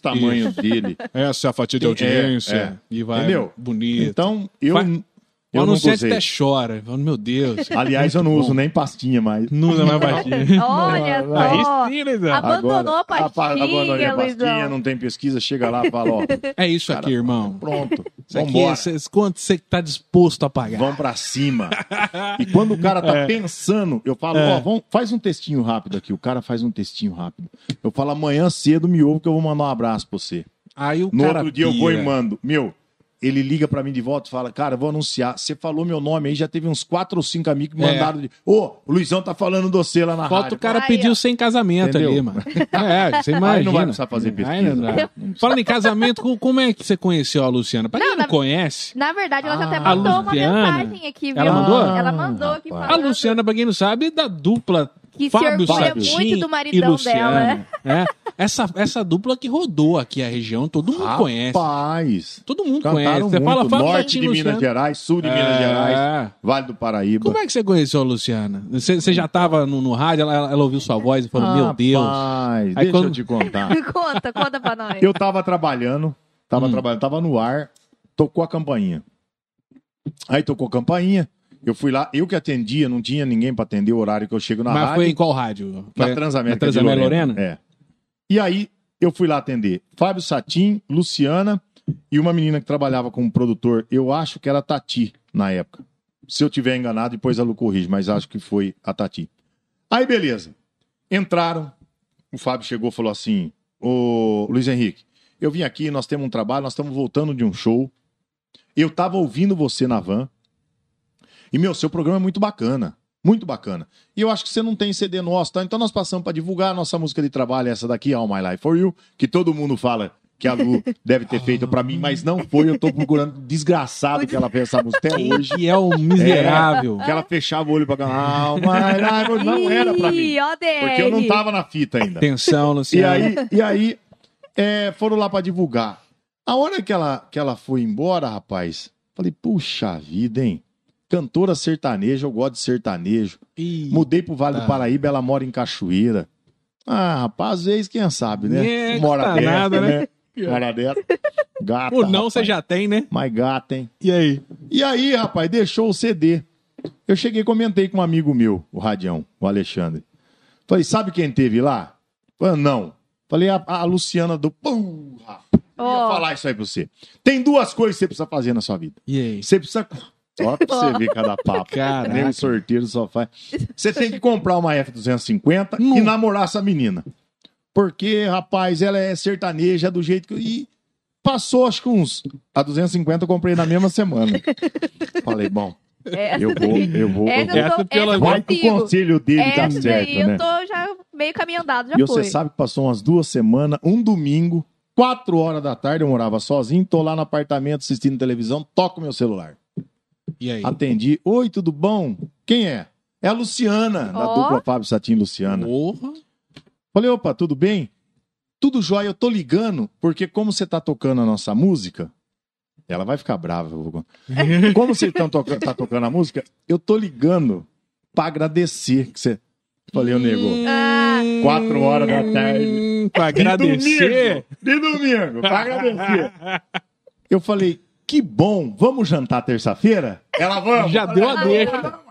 S3: tamanho dele.
S1: é. Essa é a fatia de
S3: É,
S1: audiência.
S3: é.
S1: E vai
S3: Entendeu?
S1: bonito.
S3: Então, eu,
S1: Vai- o
S3: eu não
S1: anunciante
S3: usei.
S1: até chora. Falando, meu Deus.
S3: Aliás, eu não
S1: Muito
S3: uso
S1: bom.
S3: nem pastinha mais.
S1: Não usa mais baixinho.
S2: Olha
S3: Aí
S2: só.
S1: sim, né, Luizão.
S2: Ab- Abandonou a pastinha,
S3: abandonei a
S2: Luizão.
S3: pastinha, não tem pesquisa, chega lá e fala, ó,
S1: É isso
S3: cara,
S1: aqui, irmão.
S3: pronto,
S1: Isso aqui, é
S3: vambora,
S1: cês- quanto você tá disposto a pagar?
S3: vamos pra cima. E quando o cara tá
S1: É.
S3: pensando, eu falo, ó, vamos, faz um textinho rápido aqui, o cara faz um textinho rápido. Eu falo, amanhã cedo me ouve que eu vou mandar um abraço pra você.
S1: Aí o
S3: No
S1: cara
S3: outro dia eu vou
S1: pira.
S3: e mando. Meu, ele liga pra mim de volta e fala: Cara, vou anunciar. Você falou meu nome aí, já teve uns quatro ou cinco amigos que
S1: É.
S3: mandaram. de- Ô, o Luizão tá falando de você lá na
S1: Falta
S3: rádio.
S1: o cara
S2: Aí,
S1: pediu
S2: ó.
S1: sem casamento
S3: Entendeu?
S1: ali, mano. É, você imagina.
S3: Aí não vai precisar fazer pesquisa.
S1: Aí não dá. Falando em casamento, co- como é que você conheceu a Luciana? Pra quem não,
S2: Não, na-
S1: conhece,
S2: Na verdade, ela já até
S3: Ah,
S2: mandou
S1: a
S2: uma
S1: Luciana?
S2: mensagem aqui, viu?
S1: Ela mandou?
S2: Ela mandou aqui
S3: Ah,
S1: a
S2: falando.
S1: Luciana, pra quem não sabe, é da dupla
S2: que
S1: Fábio
S2: se orgulha
S1: Satin
S2: muito do
S1: e
S2: maridão
S1: Luciano.
S2: dela. né?
S1: né? Essa, essa dupla que rodou aqui a região, todo mundo conhece.
S3: Rapaz.
S1: Todo mundo
S3: Cantaram
S1: conhece. Você fala
S3: muito.
S1: Fábio
S3: Norte
S1: Satin
S3: de
S1: e Luciano.
S3: Minas Gerais, Sul de
S1: É.
S3: Minas Gerais, Vale do Paraíba.
S1: Como é que você conheceu a Luciana? Você você já estava no, no rádio, ela, ela ouviu sua voz e falou,
S3: Ah,
S1: meu Deus.
S3: Rapaz,
S1: Aí
S3: deixa
S1: quando-
S3: eu te contar.
S2: conta, conta pra nós.
S3: Eu tava trabalhando, tava
S1: Hum.
S3: trabalhando, tava no ar, tocou a campainha. Aí tocou a campainha, eu fui lá, eu que atendia, não tinha ninguém pra atender o horário que eu chego na
S1: Mas
S3: rádio.
S1: foi em qual rádio? Foi
S3: na Transamérica,
S1: É, na Transamérica
S3: de
S1: Lorena?
S3: É. E aí eu fui lá atender Fábio Satin, Luciana e uma menina que trabalhava como produtor, eu acho que era a Tati na época. Se eu tiver enganado, depois ela corrige, mas acho que foi a Tati. Aí beleza. Entraram, o Fábio chegou e falou assim: Ô Luiz Henrique, eu vim aqui, nós temos um trabalho, nós estamos voltando de um show. Eu tava ouvindo você na van. E, meu, seu programa é muito bacana. Muito bacana. E eu acho que você não tem CD nosso, tá? Então nós passamos para divulgar a nossa música de trabalho, essa daqui, All My Life For You, que todo mundo fala que a Lu deve ter feito para mim, mas não foi. Eu tô procurando desgraçado que ela fez essa música até hoje.
S1: Hoje é o miserável.
S3: Que ela fechava o olho pra ganhar. All My Life, não era pra mim.
S2: Ih, ó, DR.
S3: Porque eu não tava na fita ainda.
S1: Atenção,
S3: E
S1: Luciana.
S3: aí, e aí é, foram lá pra divulgar. A hora que ela, que ela foi embora, rapaz, falei, puxa vida, hein? Cantora sertaneja, eu gosto de sertanejo.
S1: Ih,
S3: Mudei pro Vale
S1: Tá.
S3: do Paraíba, ela mora em Cachoeira. Ah, rapaz, às vezes, quem sabe, né?
S1: É,
S3: mora
S1: custa
S3: dessa,
S1: nada, né?
S3: né? Mora dessa. Gata,
S1: O não
S3: rapaz.
S1: você já tem, né?
S3: Mais gata, hein?
S1: E aí?
S3: E aí, rapaz, deixou o CD. Eu cheguei e comentei com um amigo meu, o Radião, o Alexandre. Falei, sabe quem teve lá? Falei, não. Falei, a, a Luciana do. Porra! Eu ia
S2: Ó.
S3: falar isso aí pra você. Tem duas coisas que você precisa fazer na sua vida.
S1: E aí?
S3: Você precisa. Ó, pra você ver cada papo.
S1: Caraca.
S3: Nem o sorteio só faz. Você tem que comprar uma F250
S1: Não.
S3: e namorar essa menina. Porque, rapaz, ela é sertaneja do jeito que. E passou, acho que uns. A 250 eu comprei na mesma semana. Falei, bom,
S2: Essa
S3: eu vou, eu vou. Eu
S2: Essa,
S3: vou.
S2: eu
S1: Essa
S2: tô,
S1: pela-
S2: essa eu
S3: Vai que o
S2: consigo.
S3: conselho dele dá
S2: Essa
S3: certo,
S2: daí É eu
S3: né?
S2: tô já meio caminho andado, já foi.
S3: E você sabe que passou umas duas semanas, um domingo, quatro horas da tarde, eu morava sozinho, tô lá no apartamento assistindo televisão, toco meu celular.
S1: E aí?
S3: Atendi. Oi, tudo bom? Quem é? É a Luciana, da
S2: Ó.
S3: dupla Fábio Satin e Luciana.
S1: Porra.
S3: Falei, opa, tudo bem? Tudo jóia, eu tô ligando, porque como você tá tocando a nossa música, ela vai ficar brava. eu vou- Como você tão toca- tá tocando a música, eu tô ligando pra agradecer que você... Falei, o nego, Quatro horas da tarde.
S1: Hum. Pra agradecer.
S3: de domingo, de domingo, pra agradecer. Eu falei, que bom, vamos jantar terça-feira? Ela, vamos.
S1: Já
S3: Eu
S1: deu a
S3: falei, "Não,
S1: deixa.
S3: não, não." O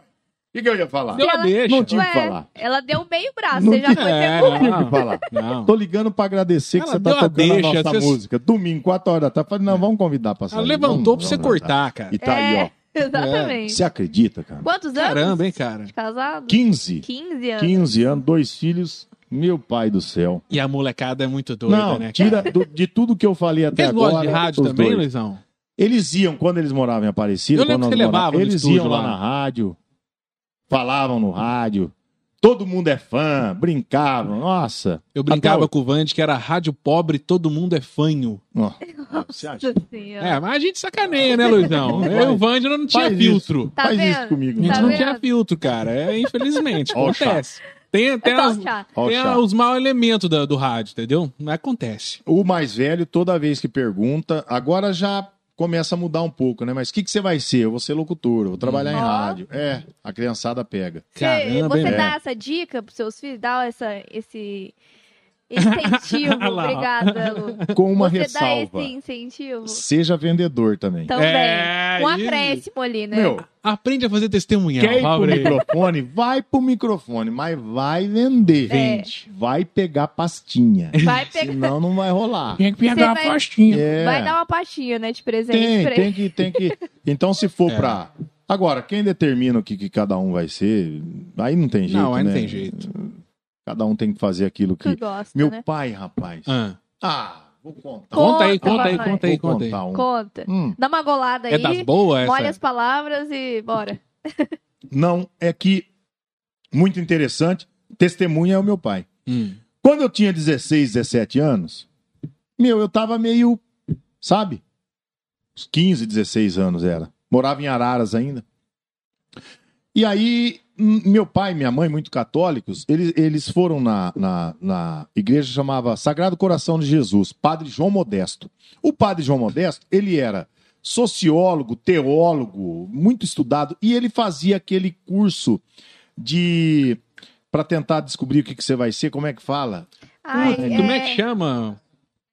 S3: que, que eu ia falar?
S1: Deu a
S2: Ela-
S1: deixa.
S3: Não tinha o que
S2: Ué,
S3: falar.
S2: Ela deu meio braço,
S3: Não
S2: você já
S3: tinha-
S2: foi
S1: É,
S2: pegou.
S3: Não tinha o que falar.
S1: Não.
S3: Tô ligando pra agradecer que
S1: Ela
S3: você tá
S1: deu a
S3: tocando
S1: deixa,
S3: a nossa
S1: vocês-
S3: música. Domingo, 4 horas da tarde. Falei, não, vamos convidar pra sair.
S1: Ela levantou pra
S3: vamos-
S1: você
S3: vamos
S1: cortar,
S3: jantar.
S1: cara.
S3: E tá aí, ó.
S2: É, exatamente.
S3: Você acredita, cara?
S2: Quantos anos?
S1: Caramba, hein, cara.
S2: De casado?
S3: 15.
S2: 15 anos.
S3: 15 anos, dois filhos. Meu pai do céu.
S1: E a molecada é muito doida,
S3: não,
S1: né? cara?
S3: tira do- de tudo que eu falei até
S1: Vocês
S3: agora.
S1: gostam de rádio
S3: os
S1: também,
S3: dois.
S1: Luizão?
S3: Eles iam, quando eles moravam em Aparecida,
S1: Eu lembro
S3: quando
S1: que
S3: nós
S1: você
S3: morava-
S1: levava no
S3: eles
S1: estúdio
S3: iam lá
S1: lá.
S3: na rádio, falavam no rádio, todo mundo é fã, brincavam, nossa.
S1: Eu brincava
S3: Até
S1: com o Vande que era rádio pobre, todo mundo é fanho.
S3: Ó, Você acha?
S2: Nossa senhora.
S1: É, mas a gente sacaneia, né, Luizão?
S3: Não
S1: Eu
S3: vai.
S1: e o Vande não tinha
S3: Faz
S1: filtro.
S2: Tá
S3: Faz isso
S2: vendo?
S1: A
S3: comigo. né?
S1: gente
S2: Tá
S1: não
S2: vendo?
S1: tinha filtro, cara. É, infelizmente,
S3: Ó o
S1: acontece. Tem, tem,
S2: É só
S1: as-
S2: o chá.
S3: Ó o
S1: tem
S3: chá.
S1: os maus elementos da- do rádio, entendeu? Mas acontece.
S3: O mais velho, toda vez que pergunta, agora já começa a mudar um pouco, né? Mas o que, que você vai ser? Eu vou ser locutor, eu vou trabalhar em
S2: Ó.
S3: rádio. É, a criançada pega.
S2: Você-
S1: Caramba,
S2: você
S1: hein?
S2: dá essa dica pros seus filhos? Dá essa, esse incentivo.
S1: Ah lá.
S2: Obrigada, Lu.
S3: Com uma
S2: você
S3: ressalva.
S2: dá esse incentivo
S3: Seja vendedor também.
S2: também.
S1: É,
S2: um
S1: isso.
S2: acréscimo ali, né?
S3: Meu,
S1: Aprende a fazer testemunhal.
S3: quer ir pro
S1: Valbre.
S3: microfone? Vai pro microfone, mas vai vender.
S2: Vende.
S3: Vai pegar pastinha.
S2: Vai pegar.
S3: Senão não vai rolar.
S1: Tem que
S2: Você vai-
S1: pastinha.
S3: É.
S2: Vai dar uma pastinha, né, de presente
S3: tem,
S2: pra
S3: tem que, tem que. Então, se for
S1: É.
S3: pra. Agora, quem determina o que, que cada um vai ser, aí não tem jeito.
S1: Não, aí não
S3: né?
S1: tem jeito.
S3: Cada um tem que fazer aquilo
S2: que
S3: que.
S2: gosta,
S3: Meu
S2: né?
S3: pai, rapaz.
S1: Ah, tá.
S3: Ah, vou contar.
S2: Conta,
S1: conta aí, conta aí,
S2: papai.
S1: conta aí,
S3: vou
S1: conta aí.
S3: contar um.
S2: Conta.
S3: Hum,
S2: Dá uma golada aí,
S1: É das boas
S2: molha as
S1: essa?
S2: palavras e bora.
S3: Não, é que. Muito interessante. Testemunha é o meu pai.
S1: Hum.
S3: Quando eu tinha 16, 17 anos, meu, eu tava meio, sabe? Uns 15, 16 anos era. Morava em Araras ainda. E aí, m- meu pai e minha mãe, muito católicos, eles, eles foram na, na, na igreja que chamava Sagrado Coração de Jesus, Padre João Modesto. O Padre João Modesto, ele era sociólogo, teólogo, muito estudado, e ele fazia aquele curso de. para tentar descobrir o que, que você vai ser, como é que fala?
S2: Ai,
S1: Como é que chama?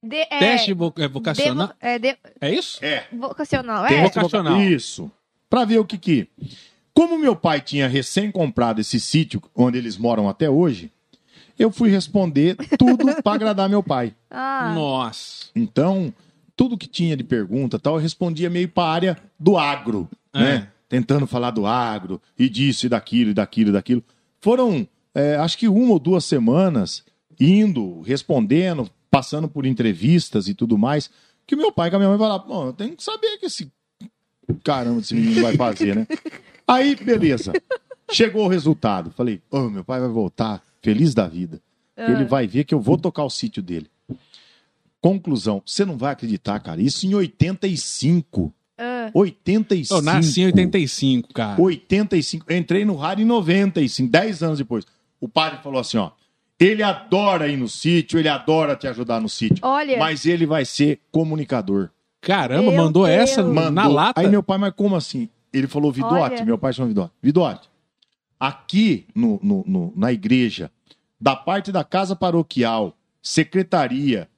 S2: de- é,
S1: Teste vo- é, vocacional?
S2: devo- é, de-
S1: É isso?
S3: É,
S2: vocacional,
S3: Tem
S2: é?
S1: Devo- vocacional.
S3: voca- Isso. Pra ver o que que. Como meu pai tinha recém comprado esse sítio onde eles moram até hoje, eu fui responder tudo pra agradar meu pai.
S2: Ah,
S1: Nossa.
S3: Então, tudo que tinha de pergunta, e tal, eu respondia meio pra área do agro,
S1: É.
S3: né? Tentando falar do agro e disso e daquilo e daquilo e daquilo. Foram, é, acho que uma ou duas semanas indo, respondendo, passando por entrevistas e tudo mais, que o meu pai com a minha mãe falaram, bom, eu tenho que saber o que esse caramba esse menino vai fazer, né? Aí, beleza. Chegou o resultado. Falei, ô, meu pai vai voltar feliz da vida. Ele vai ver que eu vou tocar o sítio dele. Conclusão, você não vai acreditar, cara. Isso em 85.
S2: ah,
S3: 85.
S1: Eu nasci em 85, cara.
S3: 85. Eu entrei no rádio em 95, 10 anos depois. O padre falou assim, ó. Ele adora ir no sítio, ele adora te ajudar no sítio.
S2: Olha.
S3: Mas ele vai ser comunicador.
S1: Caramba,
S2: Meu
S1: mandou
S2: Deus.
S1: essa na
S3: Mandou.
S1: lata.
S3: Aí meu pai, mas como assim? Ele falou, Vidote,
S2: Olha.
S3: meu pai chama Vidote. Vidote, aqui no, no- no- na igreja, da parte da casa paroquial, secretaria,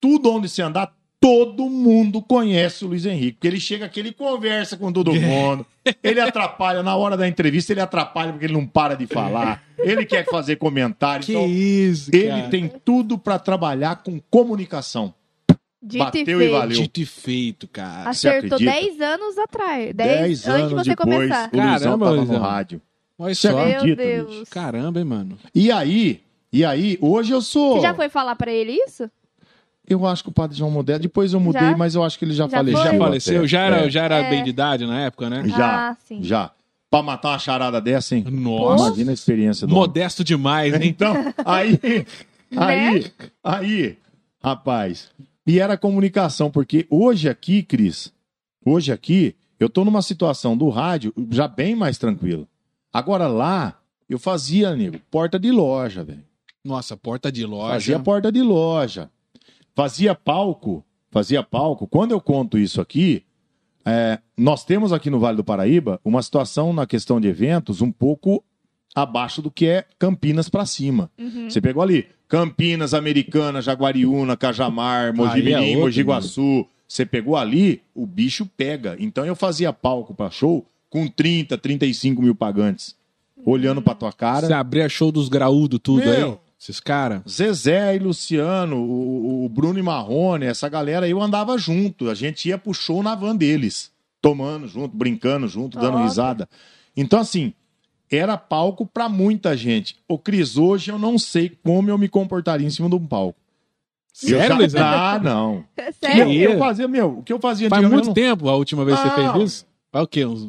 S3: tudo onde você andar, todo mundo conhece o Luiz Henrique. Porque ele chega aqui, ele conversa com
S1: É.
S3: todo mundo. Ele atrapalha, na hora da entrevista, ele atrapalha porque ele não para de falar. Ele quer fazer comentário.
S1: que
S3: então,
S1: isso,
S3: ele
S1: cara.
S3: tem tudo para trabalhar com comunicação.
S2: dito e
S3: bateu e
S2: feito.
S3: valeu.
S1: Dito e feito, cara.
S3: Você
S2: Acertou
S3: acredita?
S2: 10 anos atrás. 10
S3: Dez
S2: antes de
S3: anos
S2: você
S3: depois,
S2: começar.
S3: o Luizão
S1: Caramba,
S3: tava
S1: Luizão.
S3: no rádio.
S1: Olha
S3: Você
S1: só.
S3: acredita?
S2: Meu
S3: acredito,
S2: Deus.
S1: Caramba, hein, mano.
S3: E aí, e aí, hoje eu sou.
S2: Você já foi falar pra ele isso?
S3: Eu acho que o padre João Modesto. Depois eu mudei,
S2: Já?
S3: mas eu acho que ele já,
S2: Já
S3: faleceu.
S2: foi?
S1: Já
S2: Eu
S1: faleceu?
S3: até.
S1: Já era,
S3: É,
S1: já era
S2: É.
S1: bem de idade na época, né?
S3: Já.
S2: Ah, sim.
S3: já. Pra matar uma charada dessa, hein?
S1: Nossa.
S3: Imagina a experiência do. homem.
S1: Modesto demais, hein?
S3: Então, aí.
S2: Né?
S3: Aí. Aí. Rapaz. E era comunicação, porque hoje aqui, Cris, hoje aqui, eu tô numa situação do rádio já bem mais tranquila. Agora lá, eu fazia, nego, porta de loja, velho.
S1: Nossa, porta de
S3: Fazia
S1: loja.
S3: porta de loja. Fazia palco. Fazia palco. Quando eu conto isso aqui, é, nós temos aqui no Vale do Paraíba uma situação na questão de eventos um pouco abaixo do que é Campinas pra cima.
S2: Uhum.
S3: Você pegou ali Campinas, Americana, Jaguariúna, Cajamar, Mogi
S1: Aí é
S3: Mirim,
S1: outro,
S3: Mogi Guaçu. Você pegou ali, o bicho pega. Então eu fazia palco pra show com 30, 35 mil pagantes. Olhando pra tua cara.
S1: Você abria show dos graúdos, tudo
S3: Meu.
S1: aí. Esses caras.
S3: Zezé e Luciano, o, o Bruno e Marrone, essa galera eu andava junto. A gente ia pro show na van deles, tomando junto, brincando junto, dando
S2: Ó.
S3: risada. Então, assim, era palco pra muita gente. Ô, Cris, hoje eu não sei como eu me comportaria em cima de um palco. Eu
S1: Sério,
S3: já-
S1: Luizão?
S3: Ah, não.
S2: É Sério?
S3: Meu, eu fazia, meu, o que eu fazia
S1: Faz
S3: antigamente,
S1: muito tempo a última vez que você
S3: Ah.
S1: fez isso? Faz o quê? Uns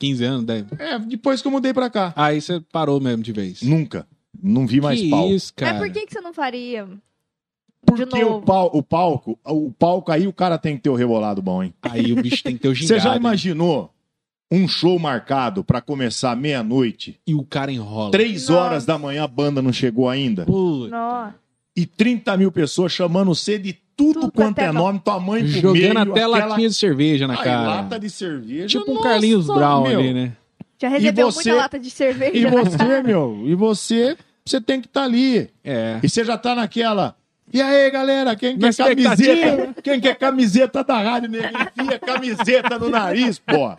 S1: 15 anos, 10?
S3: eu não- É, depois que eu mudei pra cá.
S1: Aí você parou mesmo de vez.
S3: Nunca. Não vi mais
S1: que
S3: palco.
S1: isso, cara.
S2: Mas por que, que você não faria?
S3: Porque
S2: De novo.
S3: O, pal- o palco, o palco aí o cara tem que ter o rebolado bom, hein?
S1: Aí o bicho tem que ter o
S3: Você
S1: gingado. né?
S3: já imaginou um show marcado pra começar meia-noite?
S1: E o cara enrola.
S3: Três
S2: Nossa.
S3: horas da manhã a banda não chegou ainda?
S1: Pô,
S2: Não.
S3: E 30 mil pessoas chamando você de tudo,
S2: Tudo
S3: quanto
S2: até
S3: é
S2: no-
S3: nome, tua mãe pro meio,
S1: jogando até
S3: aquela...
S1: latinha de cerveja na
S3: Ai,
S1: cara.
S3: lata de cerveja.
S1: Tipo um
S3: nossa,
S1: Carlinhos Brown
S3: meu.
S1: ali, né?
S2: Já recebeu
S3: você-
S2: muita lata de
S3: E
S2: cerveja.
S3: você, meu, e você, você tem que estar ali.
S1: É.
S3: E você já tá naquela. E aí, galera, quem
S1: Na
S3: quer
S1: expectativa.
S3: camiseta? Quem quer camiseta da rádio, nego? Enfia camiseta no nariz, pô.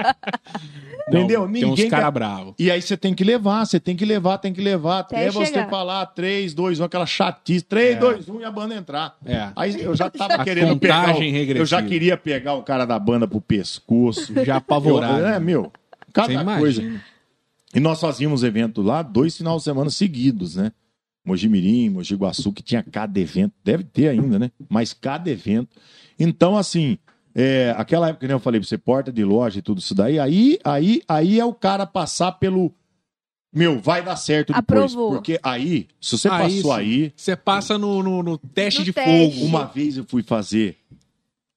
S3: Entendeu?
S1: Não, tem uns
S3: Ninguém
S1: cara
S3: quer-
S1: bravo.
S3: E aí você tem que levar, você tem que levar, tem que levar.
S2: Até
S3: Até, você
S2: chegar.
S3: falar 3, 2, 1, aquela chatice. 3, 2, 1 e a banda entrar.
S1: É.
S3: Aí eu já tava
S1: A
S3: querendo pegar. O,
S1: contagem regressiva.
S3: eu já queria pegar o cara da banda pro pescoço.
S1: Já apavorado.
S3: Eu, é, meu. Cada
S1: Você imagina.
S3: coisa. E nós fazíamos evento lá dois finais de semana seguidos, né? Mogi Mirim, Mogi Guaçu, que tinha cada evento, deve ter ainda, né? Mas cada evento. Então, assim, é, aquela época que eu falei pra você, porta de loja e tudo isso daí, aí, aí, aí é o cara passar pelo. Meu, vai dar certo depois.
S2: Aprovou.
S3: Porque aí, se você
S1: Aí
S3: passou
S1: sim.
S3: aí,
S1: Você passa no, no, no teste
S2: No
S1: de
S2: teste.
S1: fogo.
S3: uma vez eu fui fazer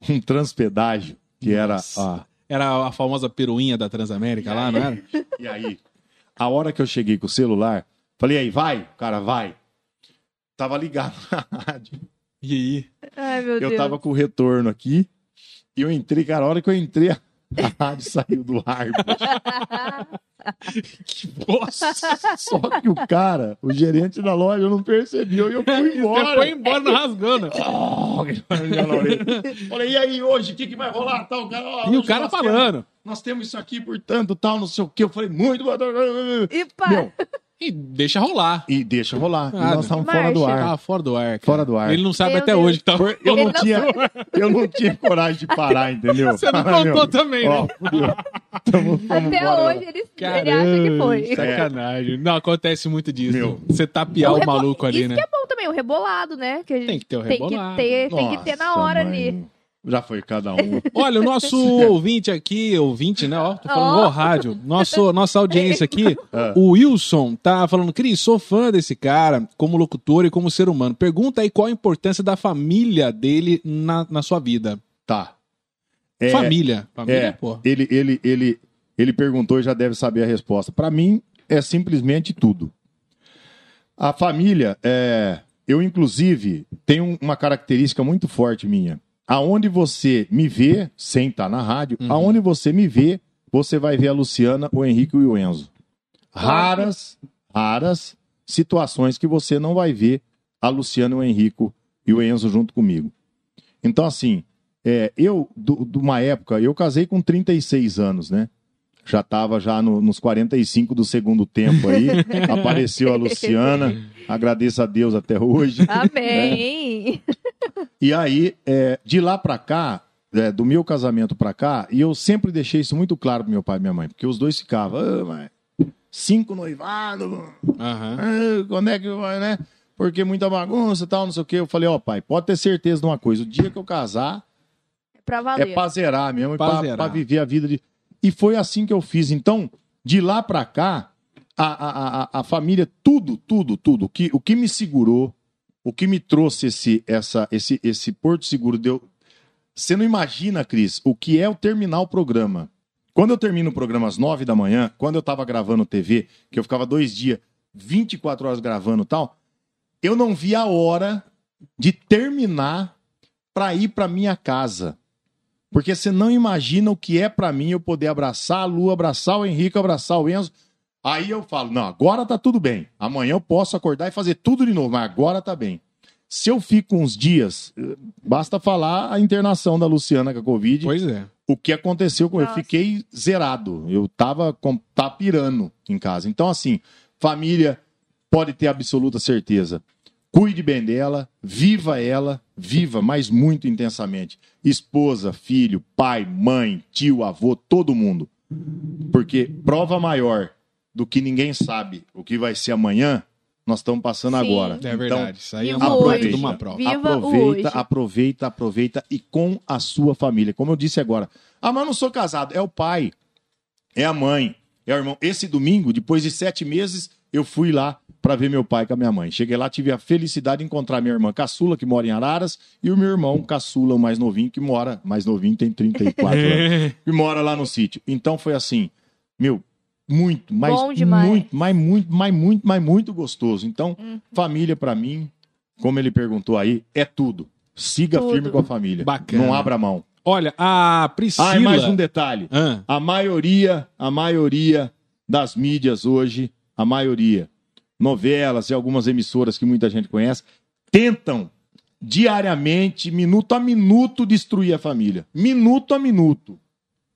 S3: um transpedágio, que era
S1: Nossa.
S3: a.
S1: Era a famosa peruinha da Transamérica lá, não era?
S3: E aí, A hora que eu cheguei com o celular, falei aí, vai, cara, vai. Tava ligado na rádio.
S1: E aí?
S2: Ai, meu Deus.
S3: Eu tava com o retorno aqui. E eu entrei, cara, a hora que eu entrei, a a rádio saiu do ar. bicho.
S1: Que bosta!
S3: Só que o cara, o gerente da loja, eu não percebeu e eu fui
S1: Você foi
S3: embora.
S1: embora rasgando.
S3: Oh, que barulho na orelha. Falei, e aí, hoje, o que, que vai rolar? Tal, cara, ó,
S1: E o
S3: hoje
S1: cara
S3: nós temos-
S1: falando.
S3: nós temos isso aqui, portanto, tal, não sei o quê. Eu falei, muito... boa-
S2: E pá,
S3: Meu,
S1: E deixa rolar.
S3: e deixa rolar. E
S1: Ah,
S3: nós estávamos fora do
S2: marcha.
S3: ar.
S1: Tava fora do ar. cara.
S3: Fora do ar.
S1: Ele não sabe
S2: Meu
S1: até
S2: Deus.
S1: hoje que tava.
S3: Por- Eu
S2: Ele
S3: não,
S2: não
S3: tinha, eu não tinha coragem de parar, entendeu?
S1: Você não
S3: Fala, meu,
S1: contou também, né?
S3: ó, fudeu. Tamo- tamo
S2: até
S3: fora do ar.
S2: hoje ele, ele acha que foi.
S3: é
S1: Tá Sacanagem. Não, acontece muito disso.
S3: Meu.
S1: Você tapear
S2: O
S1: o
S2: rebo-
S1: maluco ali,
S2: Isso
S1: né?
S2: que é bom também, o rebolado, né? Que a gente
S1: Tem que ter o
S2: tem
S1: rebolado.
S2: Que ter, tem que ter na
S3: Nossa,
S2: hora
S3: mãe.
S2: ali.
S3: Já foi cada um.
S1: Olha, o nosso ouvinte aqui, ouvinte, né? Ó, tô falando
S2: Ó.
S1: igual rádio. Nosso, nossa audiência aqui,
S3: Ah.
S1: o Wilson, tá falando, Cris, sou fã desse cara como locutor e como ser humano. Pergunta aí qual a importância da família dele na, na sua vida.
S3: Tá. É,
S1: família. Família,
S3: é,
S1: pô.
S3: Ele, ele, ele, ele perguntou e já deve saber a resposta. Pra mim, é simplesmente tudo. A família, é, eu inclusive tenho um- uma característica muito forte minha. Aonde você me vê, sem estar na rádio,
S1: Uhum.
S3: aonde você me vê, você vai ver a Luciana, o Henrique e o Enzo. Raras, raras situações que você não vai ver a Luciana, o Henrico e o Enzo junto comigo. Então, assim, é, eu, do- de uma época, eu casei com 36 anos, né? Já estava já no- nos 45 do segundo tempo aí. apareceu a Luciana, agradeço a Deus até hoje.
S2: Amém.
S3: E aí, é, de lá pra cá, é, do meu casamento pra cá, e eu sempre deixei isso muito claro pro meu pai e minha mãe, porque os dois ficavam, "Ah, mas cinco noivados,
S1: Aham.
S3: ah, quando é que vai, né? Porque muita bagunça e tal, não sei o quê. Eu falei, ó, pai, pode ter certeza de uma coisa, o dia que eu casar
S2: pra valer.
S3: é pra zerar mesmo, e
S1: Pra
S3: pra,
S1: zerar.
S3: pra viver a vida de... E foi assim que eu fiz. Então, de lá pra cá, a, a, a, a família, tudo, tudo, tudo, o que, o que me segurou, o que me trouxe esse, essa, esse, esse porto seguro deu... Você não imagina, Cris, o que é eu terminar o programa. Quando eu termino o programa às nove da manhã, quando eu tava gravando TV, que eu ficava dois dias, 24 horas gravando e tal, eu não vi a hora de terminar pra ir pra minha casa. Porque você não imagina o que é pra mim eu poder abraçar a Lu, abraçar o Henrique, abraçar o Enzo. Aí eu falo, não, agora tá tudo bem. Amanhã eu posso acordar e fazer tudo de novo, mas agora tá bem. Se eu fico uns dias, eh, basta falar a internação da Luciana com a Covid
S1: Pois é.
S3: o que aconteceu com eu
S2: Nossa.
S3: fiquei zerado. Eu tava com tá pirando em casa. Então assim, família pode ter absoluta certeza. Cuide bem dela, viva ela, viva, mas muito intensamente. Esposa, filho, pai, mãe, tio, avô, todo mundo. Porque prova maior do que ninguém sabe o que vai ser amanhã, nós estamos passando
S2: Sim.
S3: agora.
S1: É verdade. Isso aí é
S2: viva
S1: uma
S3: hoje.
S1: prova de uma prova.
S2: Viva o hoje.
S3: aproveita, aproveita, aproveita e com a sua família. Como eu disse agora. Ah, mas eu não sou casado. É o pai, é a mãe, é o irmão. Esse domingo, depois de sete meses, eu fui lá pra ver meu pai com a minha mãe. Cheguei lá, tive a felicidade de encontrar minha irmã caçula, que mora em Araras, e o meu irmão caçula, o mais novinho, que mora, mais novinho, tem 34 anos, que mora lá no sítio. Então foi assim, meu, muito, mas
S2: Bom demais.
S3: muito, mas muito, mas muito, mas muito gostoso. Então,
S2: Uhum.
S3: família pra mim, como ele perguntou aí, é tudo. Siga
S2: Tudo.
S3: firme com a família.
S1: Bacana.
S3: Não abra mão.
S1: Olha, a Priscila.
S3: Ah, e mais um detalhe.
S1: Ah,
S3: A maioria, a maioria das mídias hoje, a maioria, novelas e algumas emissoras que muita gente conhece, tentam diariamente, minuto a minuto, destruir a família. Minuto a minuto.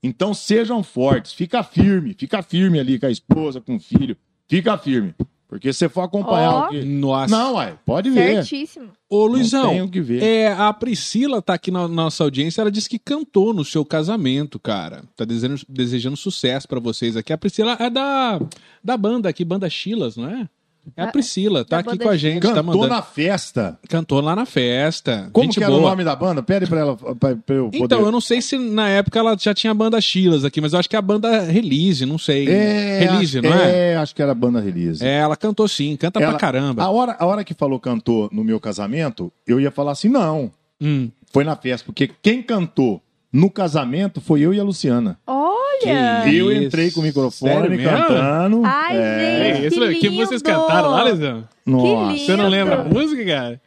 S3: Então sejam fortes, fica firme, fica firme ali com a esposa, com o filho, fica firme. Porque se for acompanhar
S2: Ó.
S3: o que.
S1: nossa.
S3: Ah. Não, ué, pode ver.
S2: Certíssimo.
S1: Ô,
S3: Não
S1: Luizão,
S3: tem o que ver.
S1: É, a Priscila tá aqui na nossa audiência, ela disse que cantou no seu casamento, cara. Tá desejando, desejando sucesso pra vocês aqui. A Priscila é da, da banda aqui, Banda Chilas, não é? É a
S3: Ah,
S2: Da-
S1: Priscila, tá
S2: da
S1: aqui
S2: banda
S1: com a
S2: Chilas.
S1: gente, tá
S3: Cantou
S1: mandando.
S3: na festa.
S1: Cantou lá na festa.
S3: Como
S1: gente
S3: que era
S1: boa.
S3: o nome da banda? Pede pra ela pra, pra eu poder.
S1: Então, eu não sei se na época ela já tinha a banda Chilas aqui, mas eu acho que é a banda Release, não sei. Release,
S3: acho,
S1: não é?
S3: acho que era a banda Release.
S1: É, ela cantou sim, canta pra
S3: Ela-
S1: caramba.
S3: A, hora, a hora que falou cantou no meu casamento, eu ia falar assim, não,
S1: Hum.
S3: foi na festa, porque quem cantou no casamento foi eu e a Luciana.
S2: Olha Olha!
S3: Eu
S1: É Isso.
S3: entrei com o microfone
S1: Sério mesmo?
S3: cantando.
S2: Ai,
S3: É.
S2: gente,
S1: É, isso
S2: que
S1: aí, que
S2: lindo!
S1: vocês cantaram lá, Lisão?
S3: Nossa,
S2: lindo.
S1: Você não lembra a
S2: Lindo.
S1: música, cara?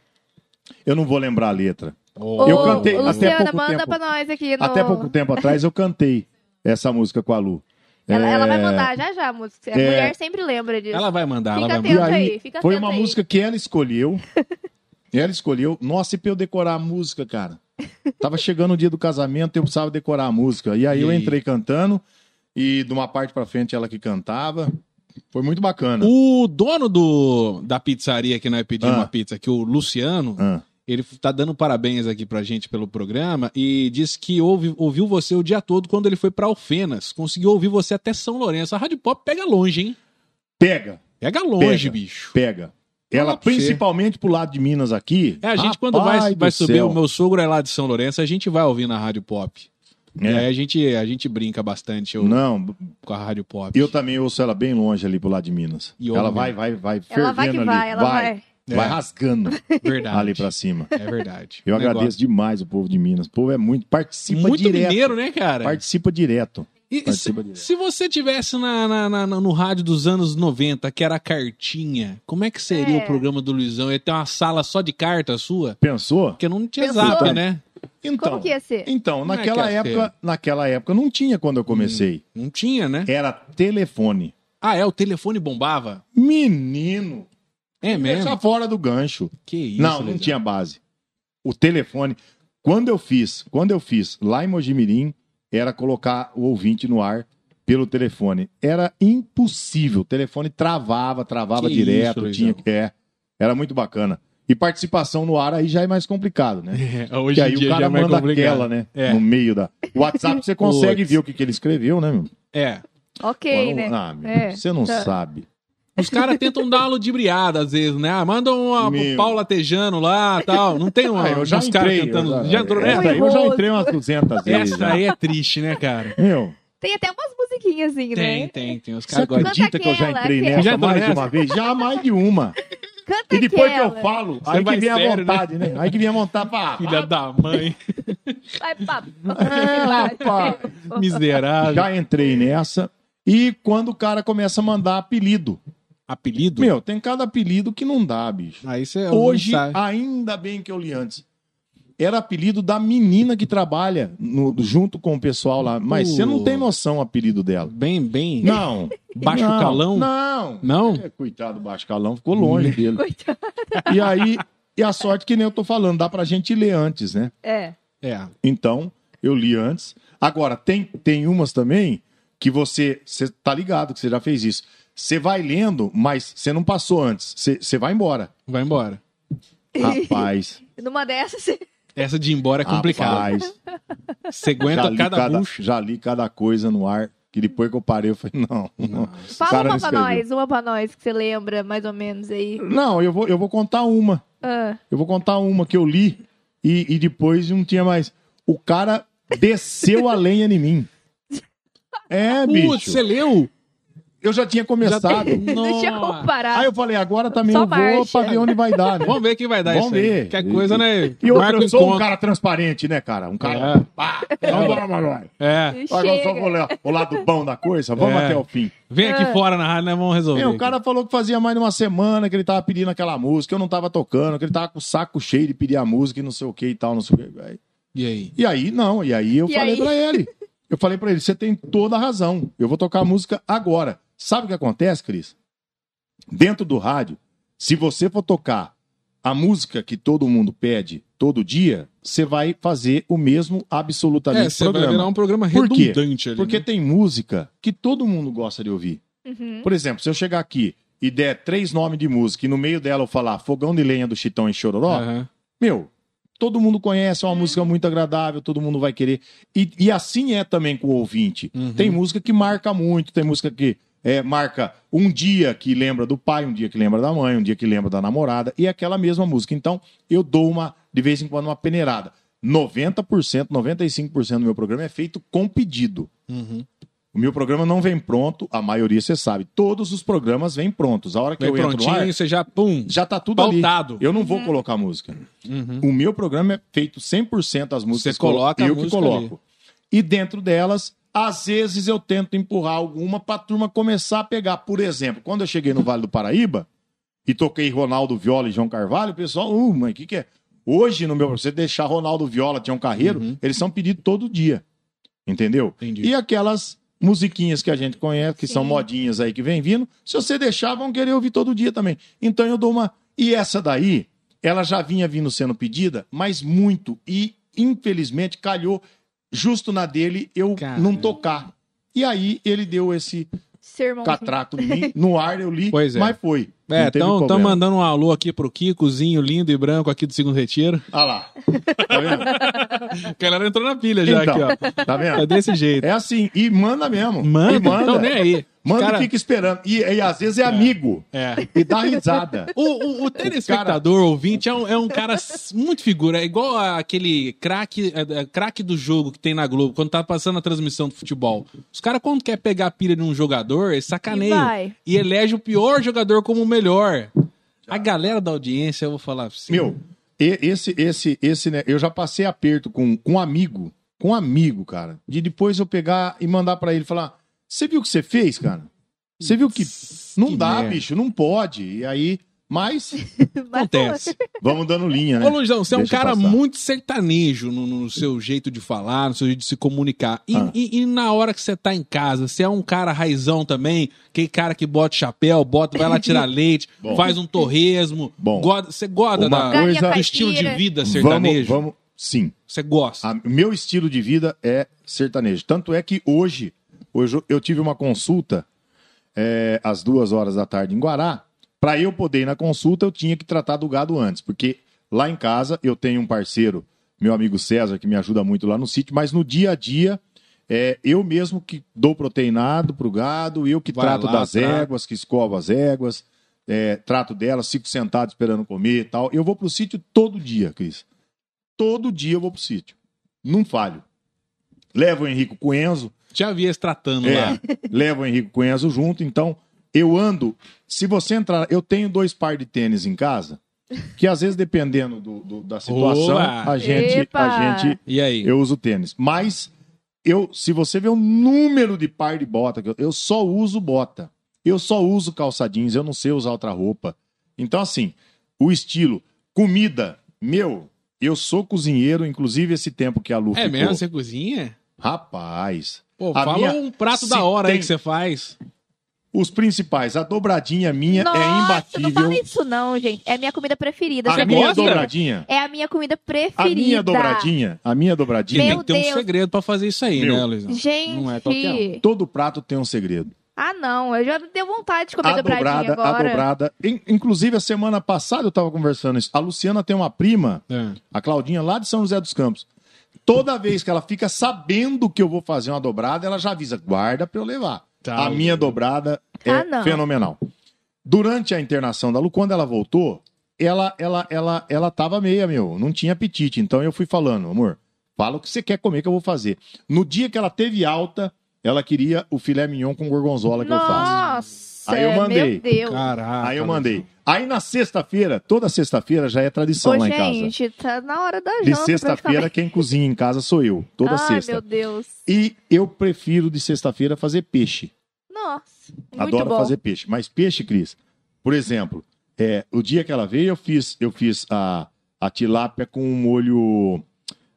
S3: Eu não vou lembrar a letra.
S2: Ô,
S3: Eu cantei
S2: ô,
S3: até
S2: Luciana,
S3: pouco
S2: manda
S3: tempo.
S2: pra nós aqui. No...
S3: Até pouco tempo atrás eu cantei essa música com a Lu.
S2: Ela,
S3: É,
S2: ela vai mandar já já a música. A
S3: É.
S2: mulher sempre lembra disso.
S1: Ela vai mandar,
S2: Fica
S1: ela vai
S2: atento.
S1: mandar.
S2: Tenta aí, fica
S3: foi
S2: atento
S3: uma
S2: aí.
S3: música que ela escolheu. ela escolheu. Nossa, e pra eu decorar a música, cara. Tava chegando o dia do casamento, eu precisava decorar a música. E aí
S1: E
S3: eu
S1: aí?
S3: entrei cantando e de uma parte pra frente ela que cantava. Foi muito bacana.
S1: O dono do, da pizzaria que nós pedimos
S3: Ah.
S1: uma pizza, que o Luciano,
S3: Ah,
S1: ele tá dando parabéns aqui pra gente pelo programa e disse que ouve- ouviu você o dia todo quando ele foi pra Alfenas. Conseguiu ouvir você até São Lourenço. A Rádio Pop pega longe, hein?
S3: Pega,
S1: Pega longe,
S3: Pega.
S1: bicho.
S3: pega. Ela,
S1: Fala pra você.
S3: principalmente pro lado de Minas aqui.
S1: É, a gente
S3: Rapaz
S1: quando vai,
S3: do
S1: vai subir,
S3: céu.
S1: o meu sogro é lá de São Lourenço, a gente vai ouvir na Rádio Pop. E
S3: É.
S1: aí a gente, a gente brinca bastante eu-
S3: Não,
S1: com a Rádio Pop.
S3: eu também ouço ela bem longe ali pro lado de Minas.
S1: E
S3: ela
S1: ouve.
S3: vai, vai, vai fervendo
S2: Ela vai que
S3: ali.
S2: vai, ela vai.
S3: Vai
S1: É.
S3: rasgando
S1: Verdade.
S3: ali pra cima.
S1: É verdade.
S3: Eu
S1: O negócio-
S3: agradeço demais o povo de Minas. O povo é muito. Participa
S1: Muito
S3: direto.
S1: mineiro, né, cara?
S3: Participa direto.
S1: E se,
S3: participa direto.
S1: se você tivesse na, na- na- na- no rádio dos anos 90, que era a cartinha, como é que seria
S2: É.
S1: o programa do Luizão? Ia ter uma sala só de carta sua?
S3: Pensou?
S1: Porque não tinha
S2: Pensou?
S1: zap, né?
S3: Então,
S2: Como que ia ser?
S3: então
S1: Como é
S3: naquela,
S1: que ia
S3: época, naquela época não tinha quando eu comecei.
S1: Não tinha, né?
S3: Era telefone.
S1: Ah, é, o telefone bombava?
S3: Menino,
S1: É
S3: deixa
S1: mesmo?
S3: fora do gancho.
S1: Que isso,
S3: não, não
S1: Luizão.
S3: tinha base. O telefone. Quando eu fiz, quando eu fiz lá em Mojimirim, era colocar o ouvinte no ar pelo telefone. Era impossível. O telefone travava, travava
S1: Que
S3: direto,
S1: isso,
S3: tinha
S1: Luizão.
S3: é, era muito bacana. E participação no ar aí já é mais complicado, né?
S1: É,
S3: Porque
S1: hoje
S3: aí
S1: em dia
S3: o
S1: já é
S3: cara
S1: mais
S3: manda
S1: complicado.
S3: aquela, né?
S1: É.
S3: No meio da. O WhatsApp você consegue
S1: Puts.
S3: ver o que, que ele escreveu, né, meu?
S1: É.
S2: Ok,
S3: Pô,
S2: né?
S3: não- Ah, meu,
S2: É.
S3: Você não
S2: Tá.
S3: sabe.
S1: Os caras tentam dar uma ludibriada às vezes, né? Ah, manda uma
S3: Meu.
S1: pro Paula Tejano lá tal. Não tem uma,
S3: Ah, eu já
S1: uns caras
S3: entrei.
S1: cantando.
S3: eu
S1: Já,
S3: já,
S1: entrou
S3: essa
S1: nessa?
S3: aí eu já entrei umas 200 vezes.
S1: Essa
S3: já.
S1: aí é triste, né, cara?
S3: Meu.
S2: Tem até umas musiquinhas assim,
S1: Tem,
S2: né?
S1: tem, tem. Os
S3: Você
S1: caras gostam.
S3: acredita que eu já
S2: aquela,
S3: entrei
S2: aquela.
S3: nessa
S1: Já entrou
S3: mais de
S1: nessa?
S3: uma vez? Já mais de uma.
S2: Canta
S3: E depois que
S2: aquela.
S3: eu falo,
S1: Você
S3: aí que
S1: vai
S3: vem a
S1: sério, né?
S3: vontade, né? Aí que vem a vontade pra...
S1: Filha da mãe,
S2: Vai, papo. Ah,
S3: É, rapaz.
S1: miserável.
S3: Já entrei nessa. E quando o cara começa a mandar apelido.
S1: Apelido?
S3: Meu, tem cada apelido que não dá, bicho.
S1: Aí você um
S3: Hoje,
S1: É, sabe.
S3: ainda bem que eu li antes. Era apelido da menina que trabalha no- junto com o pessoal lá. Mas você não tem noção o apelido dela.
S1: Bem, bem.
S3: Não.
S1: Baixo
S3: não,
S1: calão?
S3: Não.
S1: Não?
S3: É, coitado do baixo calão, ficou longe dele.
S2: Coitado.
S3: E aí, e a sorte que nem eu tô falando, dá pra gente ler antes, né?
S2: É.
S1: É.
S3: Então, eu li antes. Agora, tem, tem umas também que você, você tá ligado que você já fez isso. Você vai lendo, mas você não passou antes. Você, você vai embora.
S1: Vai embora.
S3: Rapaz,
S2: Numa dessas, você-
S1: Essa de ir embora é complicada.
S3: rapaz.
S1: Você
S3: Ah, Já
S1: aguenta
S3: li,
S1: cada,
S3: cada,
S1: bucha.
S3: já li cada coisa no ar, que depois que eu parei, eu falei, não. Não, O
S2: fala
S3: cara
S2: uma
S3: não
S2: pra
S3: escreveu.
S2: nós, uma pra nós que você lembra mais ou menos aí.
S3: não eu, vou, eu vou contar uma.
S2: Ah,
S3: Eu vou contar uma que eu li e, e depois não tinha mais. O cara desceu a lenha em mim. É,
S1: Putz,
S3: bicho.
S1: você leu?
S3: Eu já tinha
S1: Já tá-
S3: começado.
S2: não tinha
S1: Nossa.
S2: como parar.
S3: Aí eu falei, agora também
S2: Só
S3: eu vou
S2: marcha.
S3: pra ver onde vai dar, né?
S1: Vamos ver quem vai dar
S3: Vamos
S1: isso aí.
S3: ver.
S1: Que coisa, né?
S3: E outra,
S1: Marca o
S3: eu sou um
S1: encontro.
S3: cara transparente, né, cara? Um cara...
S1: É.
S3: Pá, então vamos, vamos, vamos.
S1: É.
S3: Agora eu
S2: Chega.
S3: só vou olhar o lado bom da coisa, vamos
S1: É.
S3: até o fim.
S1: Vem aqui
S2: É.
S1: fora na rádio, nós vamos resolver.
S3: Meu, o
S1: aqui.
S3: cara falou que fazia mais de uma semana que ele tava pedindo aquela música, eu não tava tocando, que ele tava com o saco cheio de pedir a música e não sei o que e tal, não sei o que. Aí-
S1: E aí?
S3: E aí, não, e aí eu
S2: E
S3: falei
S2: aí?
S3: pra ele. Eu falei pra ele, você tem toda a razão. Eu vou tocar a música agora. Sabe o que acontece, Cris? Dentro do rádio, se você for tocar a música que todo mundo pede todo dia, você vai fazer o mesmo absolutamente
S1: É, você vai
S3: Tá programa.
S1: virar um programa
S3: Por quê?
S1: redundante ali.
S3: Porque
S1: né?
S3: tem música que todo mundo gosta de ouvir.
S2: Uhum.
S3: Por exemplo, se eu chegar aqui e der três nomes de música e no meio dela eu falar Fogão de Lenha do Chitão e Chororó,
S1: Aham.
S3: meu, todo mundo conhece, é uma música muito agradável, todo mundo vai querer. E, e assim é também com o ouvinte.
S1: Uhum.
S3: Tem música que marca muito, tem música que é, marca um dia que lembra do pai, um dia que lembra da mãe, um dia que lembra da namorada, e é aquela mesma música. Então, eu dou uma, de vez em quando, uma peneirada. 90%, 95% do meu programa é feito com pedido.
S1: Uhum.
S3: O meu programa não vem pronto, a maioria você sabe. Todos os programas vêm prontos. A hora que
S1: Vem
S3: eu entro no ar,
S1: é prontinho, você já, pum,
S3: já tá tudo
S1: pautado.
S3: ali. Eu não vou colocar música.
S1: Uhum.
S3: O meu programa é feito 100% as músicas.
S1: Você coloca
S3: que eu
S1: a
S3: que
S1: música
S3: coloco. E dentro delas, Às vezes eu tento empurrar alguma pra turma começar a pegar. Por exemplo, quando eu cheguei no Vale do Paraíba e toquei Ronaldo Viola e João Carvalho, o pessoal, uh, mãe, o que, que é? Hoje, no meu, você deixar Ronaldo Viola, Tião Carreiro,
S1: Uhum.
S3: eles são pedidos todo dia. Entendeu?
S1: Entendi.
S3: E aquelas musiquinhas que a gente conhece, que são
S2: Sim.
S3: modinhas aí que vem vindo, se você deixar, vão querer ouvir todo dia também. Então eu dou uma. E essa daí, ela já vinha vindo sendo pedida, mas muito. E, infelizmente, calhou justo na dele eu
S1: Cara.
S3: não tocar. E aí ele deu esse
S2: Seu irmão.
S3: catraco em mim. No ar eu li,
S1: Pois é.
S3: mas foi.
S1: É,
S3: Não teve
S1: estão
S3: problema.
S1: mandando um alô aqui pro Kikozinho, lindo e branco aqui do segundo retiro.
S3: Ah lá. Tá vendo?
S1: A galera entrou na pilha já
S3: Então.
S1: aqui, ó.
S3: Tá vendo?
S1: É desse jeito.
S3: É assim, e manda mesmo.
S1: Manda,
S3: E manda.
S1: então nem aí.
S3: Manda
S1: Cara-
S3: e fica esperando. E, e às vezes é amigo.
S1: É.
S3: E dá risada.
S1: O, o, o telespectador, é ouvinte, é um, é um cara s- muito figura. É igual aquele craque é, é, craque do jogo que tem na Globo, quando tá passando a transmissão do futebol. Os caras, quando quer pegar a pilha de um jogador, eles
S2: E
S1: sacaneiam.
S2: vai.
S1: E, elege o pior jogador como o melhor. A galera da audiência, eu vou falar pra você.
S3: Meu, e- esse, esse, esse, né? Eu já passei aperto com, com um amigo, com um amigo, cara. De depois eu pegar e mandar pra ele falar: Você viu o que você fez, cara? Você viu que. Não
S1: que
S3: dá,
S1: merda."
S3: bicho, não pode. E aí, mas
S1: Acontece.
S3: vamos dando linha,
S1: Ô,
S3: né?
S1: Lunjão, você é um
S3: Deixa
S1: cara
S3: passar.
S1: muito sertanejo no, no seu jeito de falar, no seu jeito de se comunicar. E,
S3: Ah.
S1: e- e na hora que você tá em casa, você é um cara raizão também, aquele cara que bota chapéu, bota, vai lá tirar leite,
S3: Bom.
S1: faz um torresmo.
S3: Bom.
S1: goda- você gosta
S3: Uma
S1: da-
S3: coisa-
S2: Galinha
S3: do
S1: do
S2: caipira.
S1: estilo de vida
S3: Vamos,
S1: sertanejo?
S3: vamos. Ah. Sim.
S1: Você gosta.
S3: A- meu estilo de vida é sertanejo. Tanto é que hoje, hoje eu- eu tive uma consulta é, às duas horas da tarde em Guará. Para eu poder ir na consulta, eu tinha que tratar do gado antes, porque lá em casa eu tenho um parceiro, meu amigo César, que me ajuda muito lá no sítio, mas no dia a dia. é, eu mesmo que dou proteinado pro gado, eu que
S1: Vai
S3: trato
S1: lá,
S3: das
S1: trata.
S3: éguas, que escovo as éguas, é, trato delas, fico sentado esperando comer e tal. Eu vou pro sítio todo dia, Cris. Todo dia eu vou pro sítio. Não falho. Levo o Henrico com o Enzo.
S1: Já vi eles tratando lá.
S3: É, levo o Henrico com o Enzo junto. Então, eu ando. Se você entrar. Eu tenho dois par de tênis em casa. Que às vezes, dependendo do- do- da situação,
S1: Boa!
S3: a gente, a
S2: Epa!
S3: gente
S1: E aí?
S3: eu uso tênis. Mas eu, se você vê o número de par de bota, que eu, eu só uso bota. Eu só uso calça jeans, eu não sei usar outra roupa. Então, assim, o estilo, comida, meu, eu sou cozinheiro, inclusive esse tempo que a Lu
S1: é
S3: ficou.
S1: mesmo? Você cozinha?
S3: Rapaz,
S1: Pô,
S3: A
S1: fala
S3: minha-
S1: um prato
S3: se
S1: da hora aí
S3: tem-
S1: que você faz.
S3: os principais, a dobradinha minha
S2: Nossa,
S3: é
S2: não
S3: imbatível.
S2: fala isso não, gente. É a minha comida preferida.
S3: A
S2: sabia?
S3: minha
S1: gosta?
S3: dobradinha,
S2: É a minha comida
S3: a
S2: preferida.
S3: minha dobradinha, a minha
S1: E
S3: dobradinha,
S1: tem
S2: Meu
S1: que ter um
S2: Deus.
S1: segredo pra fazer isso aí,
S3: Meu.
S1: né, Luizão?
S2: Gente.
S1: Não é qualquer
S3: todo prato tem um segredo.
S2: Ah, não. Eu já deu vontade de comer
S3: a
S2: dobradinha
S3: dobrada, a
S2: agora.
S3: dobrada. In- inclusive, a semana passada eu tava conversando isso. A Luciana tem uma prima,
S1: É.
S3: a Claudinha, lá de São José dos Campos. Toda vez que ela fica sabendo que eu vou fazer uma dobrada, ela já avisa, guarda pra eu levar.
S1: Tá.
S3: a minha dobrada é
S2: Ah, não.
S3: fenomenal. Durante a internação da Lu, quando ela voltou, ela, ela, ela, ela tava meia, meu, não tinha apetite. Então eu fui falando, amor, fala o que você quer comer que eu vou fazer. No dia que ela teve alta, ela queria o filé mignon com gorgonzola que eu faço.
S2: Nossa,
S3: Aí eu mandei.
S2: meu Deus.
S1: Caraca.
S3: Aí eu
S1: Luizão.
S3: mandei. Aí na sexta-feira, toda sexta-feira já é tradição
S2: Ô,
S3: lá em casa.
S2: gente, tá na hora da
S3: De
S2: janta
S3: sexta-feira, quem cozinha em casa sou eu, toda
S2: Ai,
S3: sexta.
S2: meu Deus.
S3: E eu prefiro de sexta-feira fazer peixe.
S2: Nossa, muito
S3: Adoro
S2: bom.
S3: fazer peixe. Mas peixe, Cris, por exemplo, é, o dia que ela veio, eu fiz, eu fiz a, a tilápia com um molho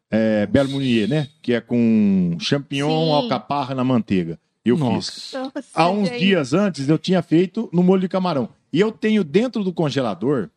S3: é, Belo Munier, né? Que é com champignon,
S2: Sim.
S3: alcaparra na manteiga. Eu fiz.
S1: Nossa.
S2: Nossa,
S3: Há uns
S2: gente.
S3: dias antes eu tinha feito no molho de camarão. E eu tenho dentro do congelador,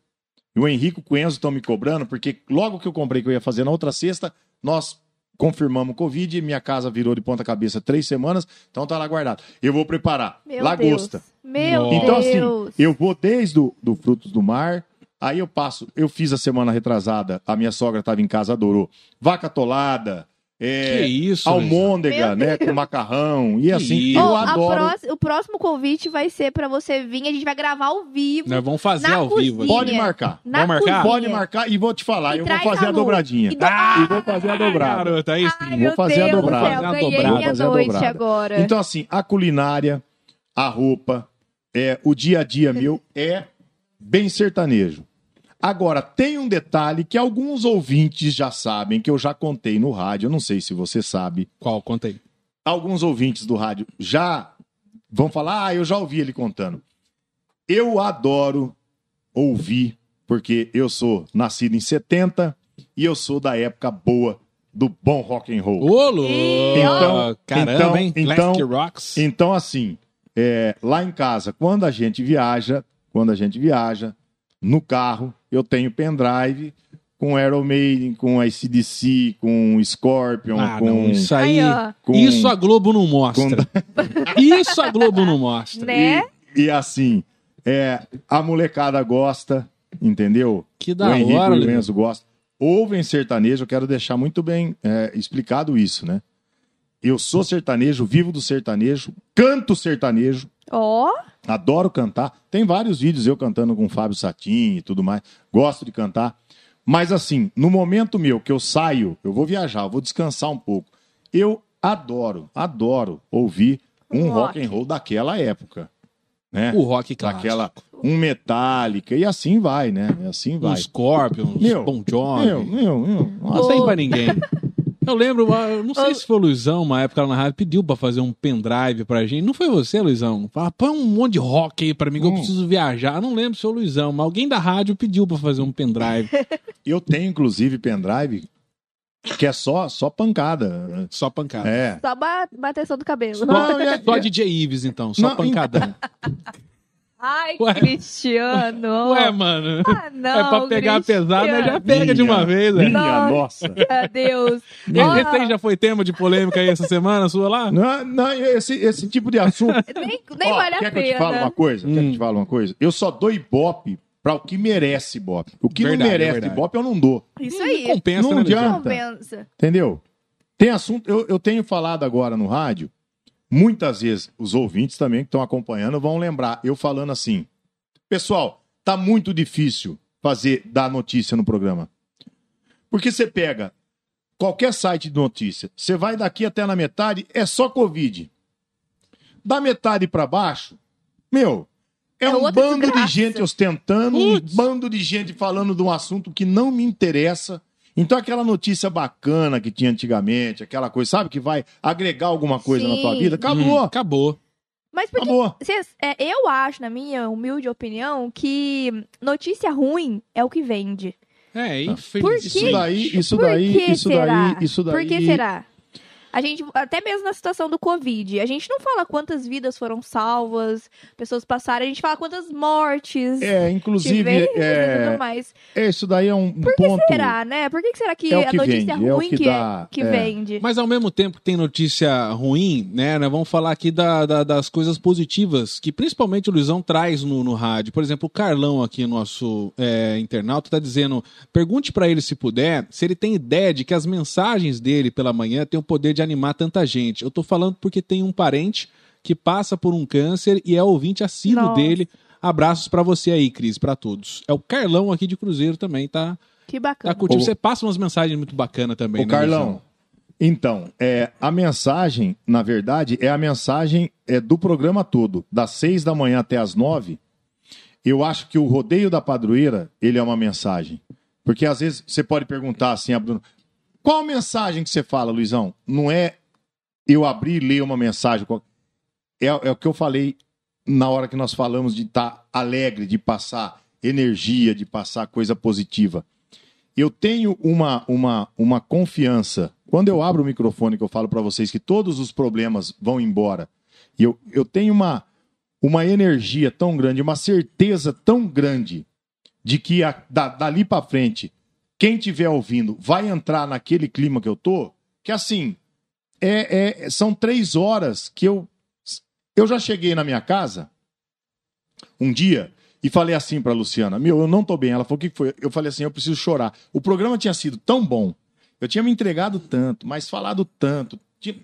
S3: e o Henrico e o Enzo estão me cobrando, porque logo que eu comprei que eu ia fazer na outra sexta, nós confirmamos o Covid, minha casa virou de ponta cabeça três semanas, então tá lá guardado. Eu vou preparar
S2: Meu
S3: lagosta.
S2: Deus. Meu
S1: Nossa.
S3: Então, assim,
S2: Deus.
S3: Eu vou desde o do frutos do mar, aí eu passo, eu fiz a semana retrasada, a minha sogra estava em casa, adorou. Vaca tolada, é,
S1: Que isso, Luizão?
S3: almôndega,
S2: Meu
S3: né, com macarrão, e assim,
S1: isso.
S3: eu
S2: Ó, a
S3: adoro.
S2: pró- O próximo convite vai ser pra você vir. A gente vai gravar ao vivo.
S1: Nós né, vamos fazer
S2: Na
S1: ao vivo. aqui.
S3: Pode
S2: cozinha.
S3: marcar.
S2: Na
S1: Vamos marcar?
S2: cozinha.
S3: Pode marcar e vou te falar,
S2: Ah, é. E
S3: eu vou
S2: traz
S3: fazer a,
S2: a Lu.
S3: dobradinha.
S2: E dobra-
S3: E vou fazer a dobrada.
S1: Garoto, aí sim.
S2: Ah, Ai,
S3: Vou
S2: meu
S3: fazer a
S2: Deus do
S3: dobrada.
S2: céu,
S1: Vou fazer a
S2: ganhei
S1: dobrada.
S2: minha
S3: Fazer a
S2: noite
S3: dobrada.
S2: agora.
S3: Então, assim, a culinária, a roupa, é, o dia a dia meu é bem sertanejo. Agora, tem um detalhe que alguns ouvintes já sabem, que eu já contei no rádio, eu não sei se você sabe.
S1: Qual? Conta aí.
S3: alguns ouvintes do rádio já vão falar, ah, eu já ouvi ele contando. Eu adoro ouvir, porque eu sou nascido em 70 e eu sou da época boa do bom rock and roll.
S1: Ô, louco!
S3: Então,
S1: Caramba, hein?
S3: então,
S1: Classic Rocks.
S3: Então, assim, é, lá em casa, quando a gente viaja, quando a gente viaja, no carro, eu tenho pendrive com Aero Maiden, com ACDC, com Scorpion,
S1: Ah,
S3: então, com...
S1: não, isso aí...
S2: Aí, ó.
S3: com-
S1: Isso a Globo não mostra. Isso a Globo não mostra.
S2: Né?
S3: E assim, é, a molecada gosta, entendeu?
S1: Que da
S3: o Henrique
S1: hora,
S3: e o
S1: Leo.
S3: Enzo gostam. Ouvem sertanejo, eu quero deixar muito bem é, explicado isso, né? Eu sou sertanejo, vivo do sertanejo, canto sertanejo,
S2: Ó,
S3: Adoro cantar. Tem vários vídeos eu cantando com o Fábio Satin e tudo mais. Gosto de cantar. Mas assim, no momento meu que eu saio, eu vou viajar, eu vou descansar um pouco. Eu adoro, adoro ouvir um
S2: Um
S3: rock,
S2: rock.
S3: and roll daquela época, né?
S1: O rock clássico.
S3: daquela um Metallica e assim vai, né? E assim
S1: Um
S3: vai.
S1: Scorpion, um
S3: Meu,
S1: Bon Jovi.
S3: Meu, meu, meu. Nossa,
S1: Não
S2: Ô.
S1: tem pra ninguém. Eu lembro, eu não sei
S2: Ô.
S1: se foi o Luizão, uma época lá na rádio, pediu pra fazer um pendrive pra gente. Não foi você, Luizão? Fala, põe um monte de rock aí pra mim que eu
S3: Hum.
S1: preciso viajar. Eu não lembro se foi o Luizão, mas alguém da rádio pediu pra fazer um pendrive.
S3: Eu tenho inclusive pendrive que é só só pancada.
S1: Só pancada. é
S3: É.
S2: só ba bateção do cabelo.
S3: Não, e-
S1: Só DJ Ives, então, só
S3: Não,
S1: pancadão.
S2: Ai,
S1: Ué.
S2: Cristiano.
S1: Ué, mano.
S2: ah, não,
S1: é pra pegar
S2: Cristiano.
S1: pesado, né? Já pega de uma
S3: Minha-
S1: vez, né?
S3: Minha
S2: Nossa.
S3: nossa.
S2: Meu Deus. Ó,
S1: Esse aí já foi tema de polêmica aí essa semana, sua lá?
S3: Não, não, esse, esse tipo de assunto
S2: Nem, nem
S3: Ó,
S2: vale a
S3: quer
S2: pena.
S3: que eu te fale uma coisa? Quer que eu te fale uma coisa? Eu só dou ibope pra o que merece ibope. O que
S1: Verdade,
S3: não merece
S1: verdade.
S3: ibope eu não dou.
S2: Isso
S1: Não
S2: aí.
S1: Compensa,
S3: Não
S1: né, Luizão?
S3: adianta.
S2: Compensa.
S3: Entendeu? Tem assunto. Eu, eu tenho falado agora no rádio. Muitas vezes os ouvintes também que estão acompanhando vão lembrar. Eu falando assim: Pessoal, tá muito difícil fazer dar notícia no programa. Porque você pega qualquer site de notícia, você vai daqui até na metade, é só Covid. Da metade pra baixo, meu, é,
S2: É
S3: um
S2: outra
S3: bando de
S2: desgraça.
S3: gente ostentando,
S1: Putz.
S3: um bando de gente falando de um assunto que não me interessa. Então aquela notícia bacana que tinha antigamente, aquela coisa, sabe, que vai agregar alguma coisa na
S2: Sim. Uhum.
S3: tua vida, acabou,
S1: Hum, acabou.
S2: Mas por que
S3: acabou.
S2: Cês- é, eu acho, na minha humilde opinião, que notícia ruim é o que vende.
S1: É,
S3: Tá.
S1: infelizmente.
S3: Isso daí, isso
S2: Por
S3: daí,
S2: que
S3: isso
S2: será?
S3: daí, isso daí.
S2: Por que será? A gente, até mesmo na situação do Covid, a gente não fala quantas vidas foram salvas, pessoas passaram, a gente fala quantas mortes
S3: É, inclusive,
S2: tivemos e
S3: é,
S2: tudo mais.
S3: é, isso daí é um um ponto.
S2: né? Será, né? Por que, que será que,
S3: É o
S2: a
S3: que
S2: notícia
S3: vende, é o
S2: ruim
S3: que
S2: que,
S3: dá,
S2: é, que
S3: é.
S2: vende?
S1: Mas ao mesmo tempo que tem notícia ruim, né? Nós vamos falar aqui da- da- das coisas positivas que principalmente o Luizão traz no, no rádio. Por exemplo, o Carlão aqui, nosso é, internauta, tá dizendo: pergunte pra ele se puder, se ele tem ideia de que as mensagens dele pela manhã têm o poder de animar tanta gente. Eu tô falando porque tem um parente que passa por um câncer e é ouvinte assíduo
S2: Nossa.
S1: dele. Abraços pra você aí, Cris, pra todos. É o Carlão aqui de Cruzeiro também, tá?
S2: Que
S1: Tá
S2: bacana.
S1: curtindo.
S3: Ô.
S1: Você passa umas mensagens muito bacanas também,
S3: Ô,
S1: né,
S3: Carlão,
S1: Luizão?
S3: então, é, a mensagem, na verdade, é a mensagem é, do programa todo, das seis da manhã até as nove. Eu acho que o rodeio da padroeira, ele é uma mensagem. Porque às vezes você pode perguntar assim a Bruno, qual mensagem que você fala, Luizão? Não é eu abrir e ler uma mensagem. qual- É, é o que eu falei na hora que nós falamos de estar alegre, de passar energia, de passar coisa positiva. Eu tenho uma, uma, uma confiança. Quando eu abro o microfone que eu falo para vocês que todos os problemas vão embora, e eu, eu tenho uma, uma energia tão grande, uma certeza tão grande de que a- da- dali para frente, quem estiver ouvindo vai entrar naquele clima que eu tô, que assim, é- é- são três horas que eu. Eu já cheguei na minha casa um dia e falei assim pra Luciana: Meu, eu não tô bem. Ela falou: O que que foi? Eu falei assim: Eu preciso chorar. O programa tinha sido tão bom, eu tinha me entregado tanto, mas falado tanto. tinha-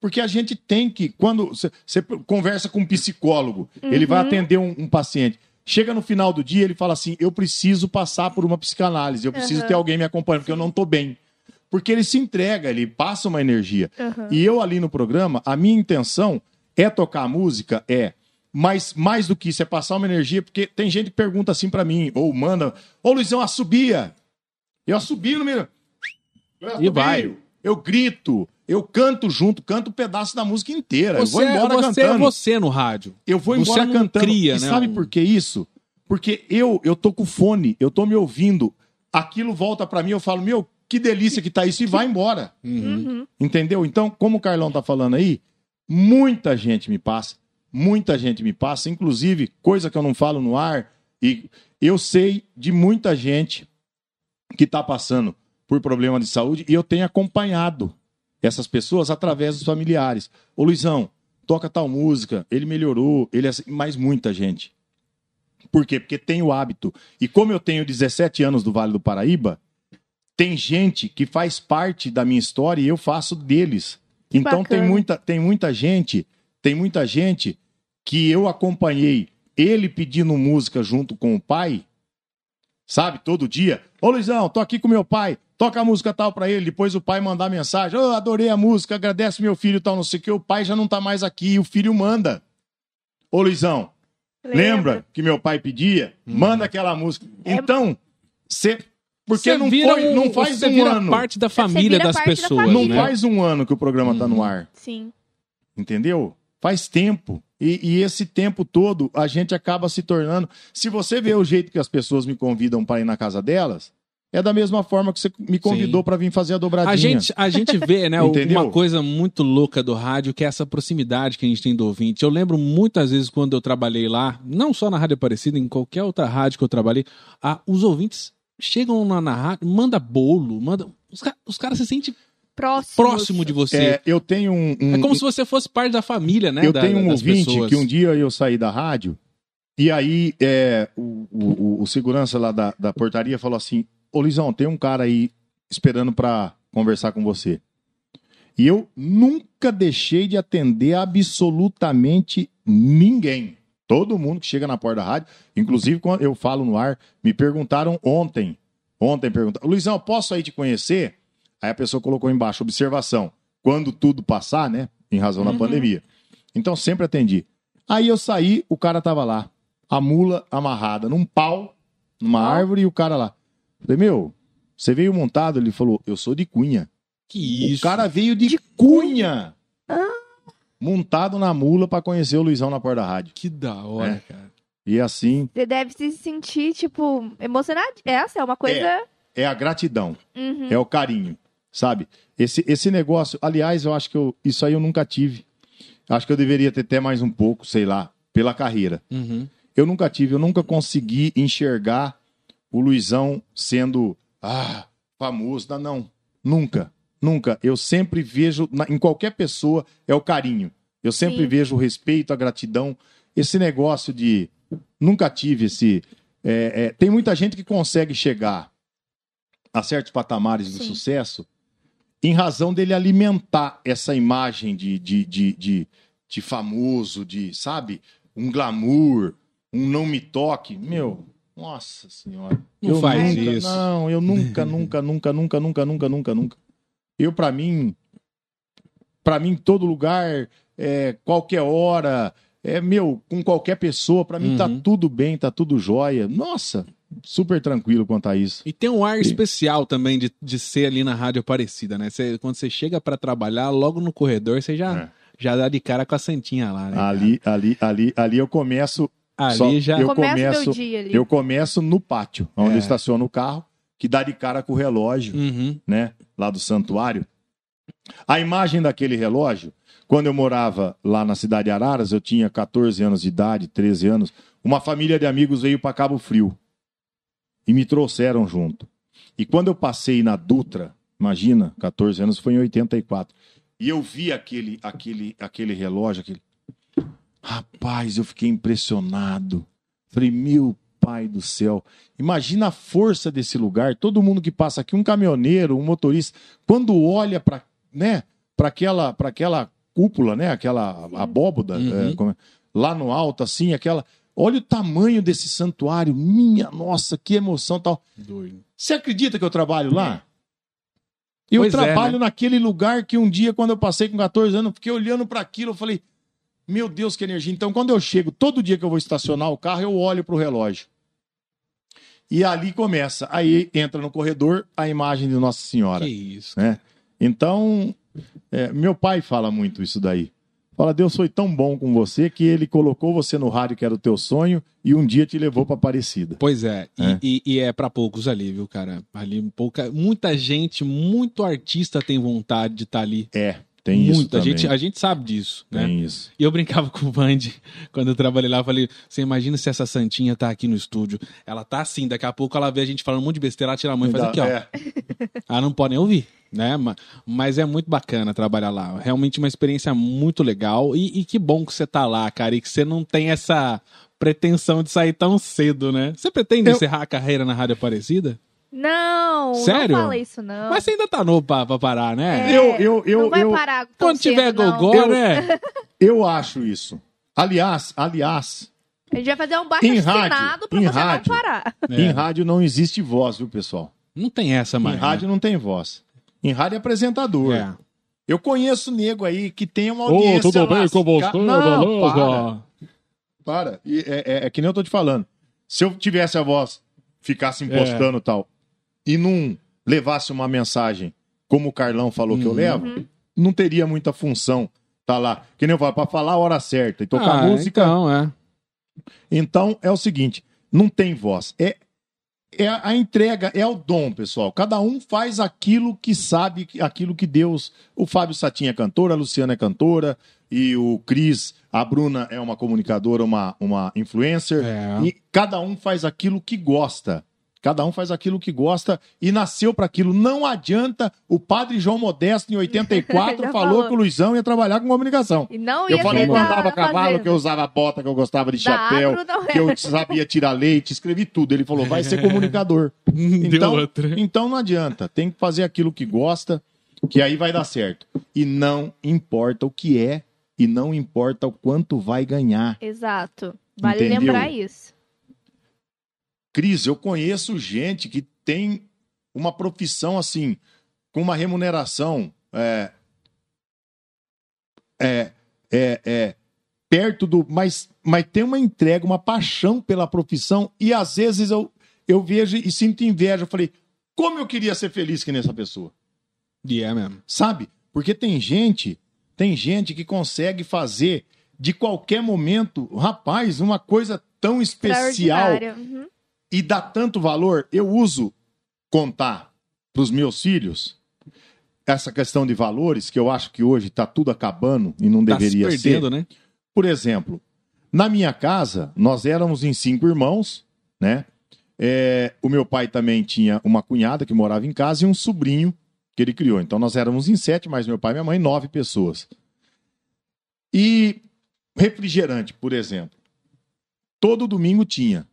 S3: Porque a gente tem que, quando você conversa com um psicólogo, ele vai atender um, um paciente. Chega no final do dia, ele fala assim: Eu preciso passar por uma psicanálise, eu preciso
S2: Aham.
S3: ter alguém me acompanhando, porque eu não tô bem. Porque ele se entrega, ele passa uma energia.
S2: Aham.
S3: E eu ali no programa, a minha intenção é tocar a música, é. Mas mais do que isso, é passar uma energia, porque tem gente que pergunta assim pra mim, ou manda, ô Luizão, assobia. Eu assobio no meio. Eu
S1: E vai.
S3: assobio. eu grito, eu canto junto, canto um pedaço da música inteira. eu vou
S1: é-
S3: embora
S1: você
S3: cantando.
S1: é você no rádio.
S3: Eu vou
S1: Você
S3: embora
S1: não
S3: cantando.
S1: cria,
S3: e
S1: né,
S3: sabe
S1: um-
S3: por que isso? Porque eu eu tô com fone, eu tô me ouvindo, aquilo volta pra mim, eu falo, meu, que delícia que tá isso e vai embora.
S2: Uhum.
S3: Entendeu? Então, como o Carlão tá falando aí, muita gente me passa, muita gente me passa, inclusive coisa que eu não falo no ar e eu sei de muita gente que tá passando por problema de saúde e eu tenho acompanhado essas pessoas através dos familiares. Ô Luizão, toca tal música, ele melhorou, ele é assim, mais muita gente. Por quê? Porque tem o hábito. E como eu tenho 17 anos do Vale do Paraíba, tem gente que faz parte da minha história e eu faço deles. então tem
S2: bacana.
S3: muita, tem muita gente, tem muita gente que eu acompanhei ele pedindo música junto com o pai, sabe, todo dia. Ô Luizão, tô aqui com meu pai, toca a música tal pra ele, depois o pai mandar mensagem, ô, adorei a música, agradece meu filho tal, não sei o que, o pai já não tá mais aqui, o filho manda. Ô Luizão, lembra, que meu pai pedia? Manda aquela música.
S2: É-
S3: Então, você... Porque
S1: Você
S3: não,
S1: vira
S3: foi,
S1: um-
S3: não faz
S1: você
S3: um
S1: vira
S3: ano,
S1: parte da família
S2: vira
S1: das
S2: parte da
S1: pessoas,
S3: não
S1: né?
S3: faz um ano que o programa tá no ar
S2: Sim.
S3: entendeu? Faz tempo. E, e esse tempo todo a gente acaba se tornando. Se você vê o jeito que as pessoas me convidam para ir na casa delas, é da mesma forma que você me convidou para vir fazer a dobradinha.
S1: A gente, a gente vê, né,
S3: Entendeu?
S1: uma coisa muito louca do rádio, que é essa proximidade que a gente tem do ouvinte. Eu lembro muitas vezes quando eu trabalhei lá, não só na Rádio Aparecida, em qualquer outra rádio que eu trabalhei, ah, os ouvintes chegam na, na rádio, manda bolo, manda. Os, ca- os caras se sentem
S2: Próximo.
S1: próximo de você. É,
S3: É, eu tenho um. um-
S1: como se você fosse parte da família, né?
S3: eu
S1: da-
S3: tenho um
S1: das
S3: ouvinte
S1: pessoas.
S3: que um dia eu saí da rádio e aí é, o, o- o segurança lá da, da portaria falou assim: Ô Lisão, tem um cara aí esperando para conversar com você. E eu nunca deixei de atender absolutamente ninguém. Todo mundo que chega na porta da rádio, inclusive quando eu falo no ar, me perguntaram ontem. Ontem perguntaram: Luizão, posso aí te conhecer? Aí a pessoa colocou embaixo, observação. Quando tudo passar, né? Em razão da
S2: Uhum.
S3: pandemia. Então sempre atendi. Aí eu saí, o cara tava lá. A mula amarrada num pau, numa
S2: Ó.
S3: árvore, e o cara lá. Falei, meu, você veio montado? Ele falou, eu sou de cunha.
S1: Que isso.
S3: O cara veio de, cunha. Ah. Montado na mula pra conhecer o Luizão na porta da rádio.
S1: Que da hora,
S3: É.
S1: cara.
S3: E assim
S2: Você deve se sentir, tipo, emocionado. Essa é uma coisa.
S3: é a gratidão,
S2: Uhum.
S3: é o carinho, sabe? Esse, esse negócio, aliás, eu acho que eu, isso aí eu nunca tive. Acho que eu deveria ter até mais um pouco, sei lá, pela carreira.
S1: Uhum.
S3: Eu nunca tive, eu nunca consegui enxergar o Luizão sendo ah, famoso. Não, não. Nunca, nunca. Eu sempre vejo, na- em qualquer pessoa, é o carinho. Eu sempre
S2: Sim.
S3: vejo o respeito, a gratidão. Esse negócio de. Nunca tive esse. é, é, tem muita gente que consegue chegar a certos patamares do
S2: Sim.
S3: sucesso em razão dele alimentar essa imagem de, de, de, de, de famoso, de, sabe? Um glamour, um não me toque. Meu, nossa senhora.
S1: Não faz
S3: nunca-
S1: isso.
S3: Não, eu nunca, nunca, nunca, nunca, nunca, nunca, nunca, nunca. Eu, pra mim, pra mim, todo lugar, é, qualquer hora, é meu, com qualquer pessoa, pra mim tá
S1: Uhum.
S3: tudo bem, tá tudo jóia. Nossa, super tranquilo quanto a isso.
S1: E tem um ar
S3: E-
S1: especial também de, de ser ali na Rádio Aparecida, né? Você- quando você chega pra trabalhar, logo no corredor, você já,
S3: É.
S1: já dá de cara com a Santinha lá, né? cara?
S3: Ali, ali, ali, ali eu começo,
S1: ali
S3: só-
S1: já.
S3: eu
S2: Começa o
S3: começo-
S2: meu dia ali.
S3: eu começo no pátio, onde
S1: É.
S3: eu estaciono o carro, que dá de cara com o relógio.
S1: Uhum.
S3: né, lá do santuário. A imagem daquele relógio, quando eu morava lá na cidade de Araras, eu tinha 14 anos de idade, 13 anos, uma família de amigos veio para Cabo Frio e me trouxeram junto. E quando eu passei na Dutra, imagina, 14 anos foi em 84, e eu vi aquele aquele aquele relógio, aquele Rapaz, eu fiquei impressionado. Falei, meu pai do céu, imagina a força desse lugar. Todo mundo que passa aqui, um caminhoneiro, um motorista, quando olha para né, para aquela, para aquela cúpula, né, aquela abóboda,
S1: Uhum.
S3: é, como é, lá no alto, assim, aquela. Olha o tamanho desse santuário, minha nossa, que emoção tal.
S1: Doido.
S3: Você acredita que eu trabalho lá? Eu
S1: Pois é,
S3: trabalho naquele lugar que um dia, quando eu passei com 14 anos, eu fiquei olhando para aquilo, eu falei, meu Deus, que energia. Então, quando eu chego, todo dia que eu vou estacionar o carro, eu olho pro relógio. E ali começa. Aí entra no corredor a imagem de Nossa Senhora.
S1: Que isso.
S3: né? Então, é, meu pai fala muito isso daí. Fala, Deus foi tão bom com você que ele colocou você no rádio que era o teu sonho e um dia te levou para Aparecida.
S1: Pois é, e
S3: É.
S1: é, e, e é para poucos ali, viu, cara? Ali pouca, muita gente, muito artista tem vontade de estar ali.
S3: É, tem isso
S1: Muita
S3: também.
S1: gente, a gente sabe disso, né?
S3: Tem isso.
S1: E eu brincava com o Band quando eu trabalhei lá. Eu falei: você imagina se essa Santinha tá aqui no estúdio? Ela tá assim, daqui a pouco ela vê a gente falando um monte de besteira, ela tira a mão e faz
S3: Dá-
S1: aqui, ó.
S3: é,
S1: Ela não pode nem ouvir, né? Ma- Mas é muito bacana trabalhar lá. Realmente uma experiência muito legal. E, e que bom que você tá lá, cara. E que você não tem essa pretensão de sair tão cedo, né? Você pretende
S3: Eu-
S1: encerrar a carreira na Rádio Aparecida?
S2: Não,
S1: Sério?
S2: não fala isso, não.
S1: Mas você ainda tá novo pra, pra parar, né?
S2: É,
S3: Eu, eu, eu,
S2: não vai
S3: eu,
S2: parar tão
S1: Quando
S2: cedo,
S1: tiver
S2: não.
S1: gogó,
S3: Eu-
S1: né?
S3: eu acho isso. Aliás, aliás,
S2: A gente vai fazer um baixo
S3: Em
S2: assinado
S3: rádio,
S2: pra
S3: em
S2: você
S3: rádio.
S2: não parar.
S1: É.
S3: em rádio não existe voz, viu, pessoal?
S1: Não tem essa mais.
S3: em rádio não tem voz. Em rádio é apresentador.
S1: né? É.
S3: Eu conheço nego aí que tem uma
S1: Ô,
S3: audiência
S1: tudo bem
S3: lasca-
S1: com você,
S3: Não, para,
S1: beleza?
S3: para. E é, é- é que nem eu tô te falando. Se eu tivesse a voz,
S1: É.
S3: ficasse impostando e tal, e não levasse uma mensagem como o Carlão falou que eu
S1: Uhum.
S3: levo, não teria muita função tá lá. Que nem eu falo, pra falar a hora certa e tocar
S1: Ah,
S3: música.
S1: Então, é.
S3: Então é o seguinte, não tem voz. É, é a a entrega, é o dom, pessoal. Cada um faz aquilo que sabe, que- aquilo que Deus. O Fábio Satinha é cantor, a Luciana é cantora, e o Cris, a Bruna é uma comunicadora, uma, uma influencer.
S1: É.
S3: E cada um faz aquilo que gosta. Cada um faz aquilo que gosta e nasceu para aquilo. Não adianta o padre João Modesto, em 84,
S2: Já
S3: falou,
S2: falou.
S3: que o Luizão ia trabalhar com comunicação.
S2: E não ia
S3: Eu falei que eu
S2: tentar
S3: andava cavalo,
S2: fazer.
S3: que eu usava bota, que eu gostava
S2: Da
S3: de chapéu,
S2: agro não é.
S3: que eu sabia tirar leite, escrevi tudo. Ele falou, vai ser comunicador. Então,
S1: Deu outra.
S3: então não adianta, tem que fazer aquilo que gosta, que aí vai dar certo. E não importa o que é, e não importa o quanto vai ganhar.
S2: é." Exato. Vale
S3: Entendeu?
S2: lembrar isso.
S3: Cris, eu conheço gente que tem uma profissão assim, com uma remuneração é, é, é, é, perto do. Mas, mas tem uma entrega, uma paixão pela profissão, e às vezes eu, eu vejo e sinto inveja. Eu falei, como eu queria ser feliz que nessa pessoa,
S1: E é mesmo.
S3: sabe? Porque tem gente, tem gente que consegue fazer de qualquer momento, rapaz, uma coisa tão especial
S2: Extraordinária. Uhum.
S3: e dá tanto valor, eu uso contar para os meus filhos essa questão de valores, que eu acho que hoje está tudo acabando e não
S1: Tá
S3: deveria
S1: se
S3: ser.
S1: perdendo, né?
S3: Por exemplo, na minha casa, nós éramos em cinco irmãos, né? É, o meu pai também tinha uma cunhada que morava em casa e um sobrinho que ele criou. Então nós éramos em sete, mais meu pai e minha mãe, nove pessoas. E refrigerante, por exemplo. Todo domingo tinha.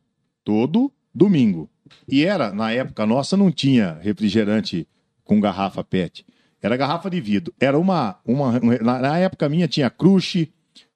S3: Todo domingo. E era, na época nossa, não tinha refrigerante com garrafa PET. Era garrafa de vidro. Era uma. uma na, na época minha tinha crush,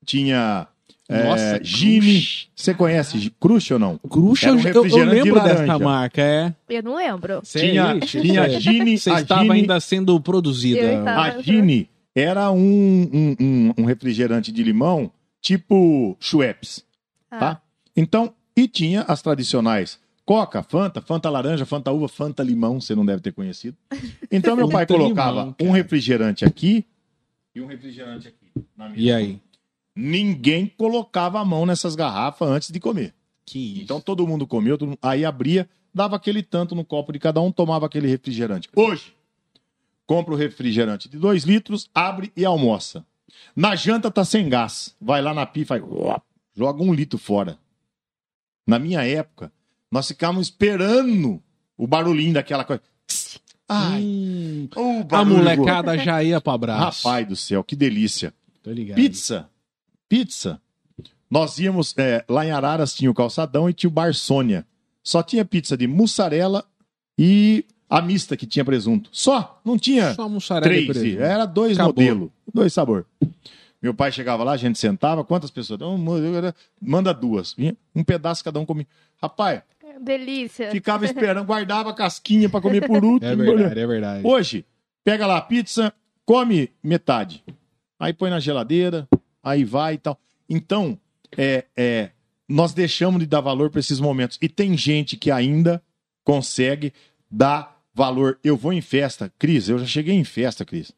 S3: tinha. É,
S1: Nossa,
S3: Jimmy.
S1: Crush.
S3: Você conhece crush ou não?
S1: Crush,
S3: Era um
S1: eu- eu, eu
S3: refrigerante de
S1: lembro dessa
S3: laranja.
S1: marca, é.
S2: Eu não lembro.
S3: Tinha, tinha Gine.
S1: Você
S3: a
S1: estava
S3: Gine-
S1: ainda sendo produzida.
S2: Eu estava.
S3: A Gine era um, um, um- um refrigerante de limão tipo Schweppes,
S2: Ah,
S3: tá? Então, e tinha as tradicionais Coca, Fanta, Fanta laranja, Fanta uva, Fanta limão, você não deve ter conhecido. Então meu pai
S1: Fanta limão,
S3: colocava um
S1: cara.
S3: refrigerante aqui e um refrigerante aqui. na mesa.
S1: E aí?
S3: Ninguém colocava a mão nessas garrafas antes de comer.
S1: Que
S3: Então todo mundo comeu, todo mundo- aí abria, dava aquele tanto no copo de cada um, tomava aquele refrigerante. Hoje, compra o refrigerante de 2 litros, abre e almoça. Na janta tá sem gás. Vai lá na pifa e joga um litro fora. Na minha época, nós ficávamos esperando o barulhinho daquela coisa. Ai,
S1: Hum,
S3: o
S1: a
S3: barulho.
S1: molecada já ia pro abraço.
S3: Rapaz do céu, que delícia.
S1: Tô ligado.
S3: Pizza. Pizza. Nós íamos, é, lá em Araras tinha o calçadão e tinha o bar Sônia. Só tinha pizza de mussarela e a mista que tinha presunto. Só, não tinha
S1: Só mussarela e
S3: três. é.
S1: presunto.
S3: Era dois
S1: Acabou.
S3: modelos, dois sabor. Meu pai chegava lá, a gente sentava, quantas pessoas? Então, Manda duas. Vinha Um pedaço cada um comia. Rapaz,
S2: delícia.
S3: ficava esperando, guardava a casquinha pra comer por último.
S1: É verdade, é verdade.
S3: Hoje, pega lá a pizza, come metade. Aí põe na geladeira, aí vai e tal. Então, é, é, nós deixamos de dar valor para esses momentos. E tem gente que ainda consegue dar valor. Eu vou em festa, Cris, eu já cheguei em festa, Cris.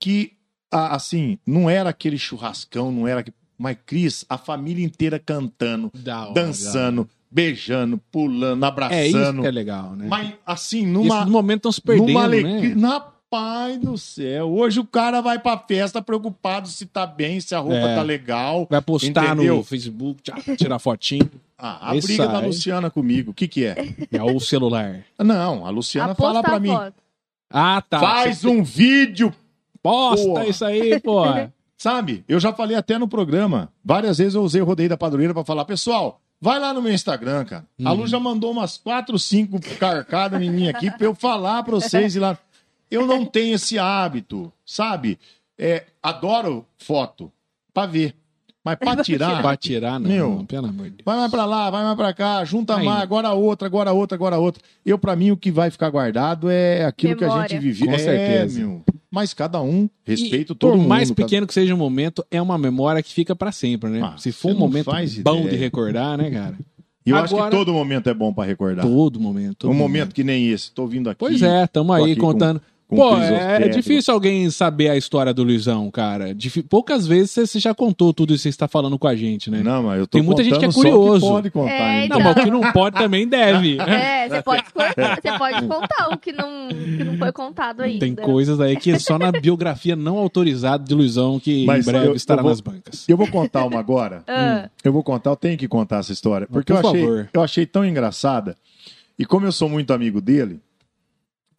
S3: Que, a- assim, não era aquele churrascão, não era. que- Mas, Cris, a família inteira cantando,
S1: Da hora,
S3: dançando, beijando, pulando,
S1: É isso
S3: abraçando.
S1: que é legal, né?
S3: Mas, assim,
S1: Isso,
S3: numa.
S1: no momento estão se perdendo,
S3: numa alegria.
S1: né?
S3: Na paz do céu. Hoje o cara vai pra festa preocupado se tá bem, se a roupa
S1: É.
S3: tá legal.
S1: Vai postar no
S3: Entendeu?
S1: Facebook, tchá, tirar fotinho,
S3: Ah, a
S1: Aí
S3: briga da
S1: sai.
S3: Luciana comigo, o que que é?
S1: é o celular.
S3: Não, a Luciana fala pra mim,
S1: Ah, tá.
S3: faz um vídeo,
S1: Posta
S3: Porra.
S1: isso aí, pô. Ah,
S3: sabe? Eu já falei até no programa, várias vezes eu usei o Rodeio da Padroeira pra falar, pessoal, vai lá no meu Instagram, cara. A
S1: Uhum.
S3: Lu já mandou umas quatro, cinco carcadas em mim aqui pra eu falar pra vocês e lá. Eu não tenho esse hábito, sabe? É, adoro foto pra ver, mas pra tirar...
S1: Pra tirar, não.
S3: Meu.
S1: não, pelo amor de Deus.
S3: Vai mais pra lá, vai mais pra cá, junta
S1: Aí.
S3: mais, agora outra, agora outra, agora outra. Eu, pra mim, o que vai ficar guardado é aquilo que a
S2: Memória.
S3: gente vivia.
S1: Com
S3: é,
S1: certeza.
S3: meu. Mas cada um, respeito
S1: E
S3: todo
S1: por
S3: mundo.
S1: mais
S3: cada- um.
S1: pequeno que seja o momento, é uma memória que fica pra sempre, né?
S3: Ah,
S1: Se for
S3: você
S1: um
S3: não
S1: momento
S3: faz
S1: bom
S3: ideia.
S1: de recordar, né, cara?
S3: E eu acho
S1: Agora-
S3: que todo momento é bom pra recordar.
S1: Todo momento. todo
S3: um momento que nem esse. Tô vindo aqui.
S1: Pois é, tamo
S3: tô
S1: aí
S3: aqui com-
S1: contando.
S3: com
S1: Pô,
S3: Cris
S1: é,
S3: Ostétrico.
S1: difícil alguém saber a história do Luizão, cara. Difí- Poucas vezes você- você já contou tudo isso que você está falando com a gente, né?
S3: Não, mas eu tô
S1: Tem muita gente
S3: contando
S1: que é
S3: só o
S1: curioso.
S3: pode contar, então.
S2: É,
S3: ainda.
S1: Não, mas o que não pode também deve.
S2: É, você pode, contar- você pode contar o que não, que não foi contado ainda.
S1: Tem coisas aí que é só na biografia não autorizada de Luizão que
S3: Mas
S1: em breve
S3: eu- eu
S1: estará
S3: vou-
S1: nas bancas.
S3: Eu vou contar uma agora.
S2: então. Ah.
S3: Eu vou contar, eu tenho que contar essa história.
S1: Mas,
S3: Porque
S1: por
S3: eu, achei,
S1: favor.
S3: eu achei tão engraçada. E como eu sou muito amigo dele,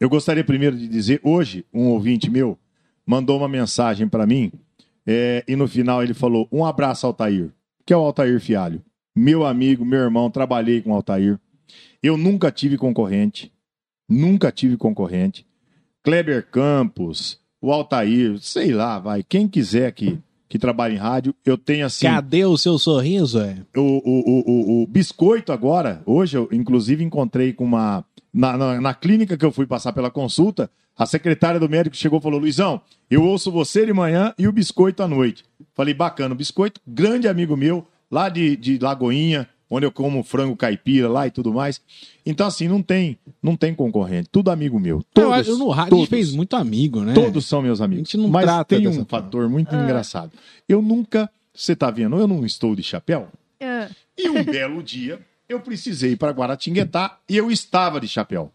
S3: eu gostaria primeiro de dizer: hoje, um ouvinte meu mandou uma mensagem pra mim. é, e no final ele falou: Um abraço, Altair. Que é o Altair Fialho. Meu amigo, meu irmão, trabalhei com o Altair. Eu nunca tive concorrente. Nunca tive concorrente. Kleber Campos, o Altair, sei lá, vai. Quem quiser que, que trabalhe em rádio, eu tenho assim.
S1: Cadê o seu sorriso? É?
S3: O, o, o, o, o biscoito agora, hoje eu inclusive encontrei com uma. Na, na, na clínica que eu fui passar pela consulta, a secretária do médico chegou e falou: Luizão, eu ouço você de manhã e o biscoito à noite. Falei, bacana, o biscoito, grande amigo meu, lá de, de Lagoinha, onde eu como frango caipira lá e tudo mais. Então, assim, não tem, não tem concorrente, tudo amigo meu. Todos,
S1: eu, eu no rádio
S3: todos,
S1: a gente fez muito amigo, né?
S3: Todos são meus amigos.
S1: A gente não
S3: Mas
S1: trata
S3: tem um
S1: dessa forma.
S3: fator muito engraçado. Eu nunca. Você tá vendo, eu não estou de chapéu?
S2: Ah.
S3: E um belo dia, eu precisei ir para Guaratinguetá e eu estava de chapéu.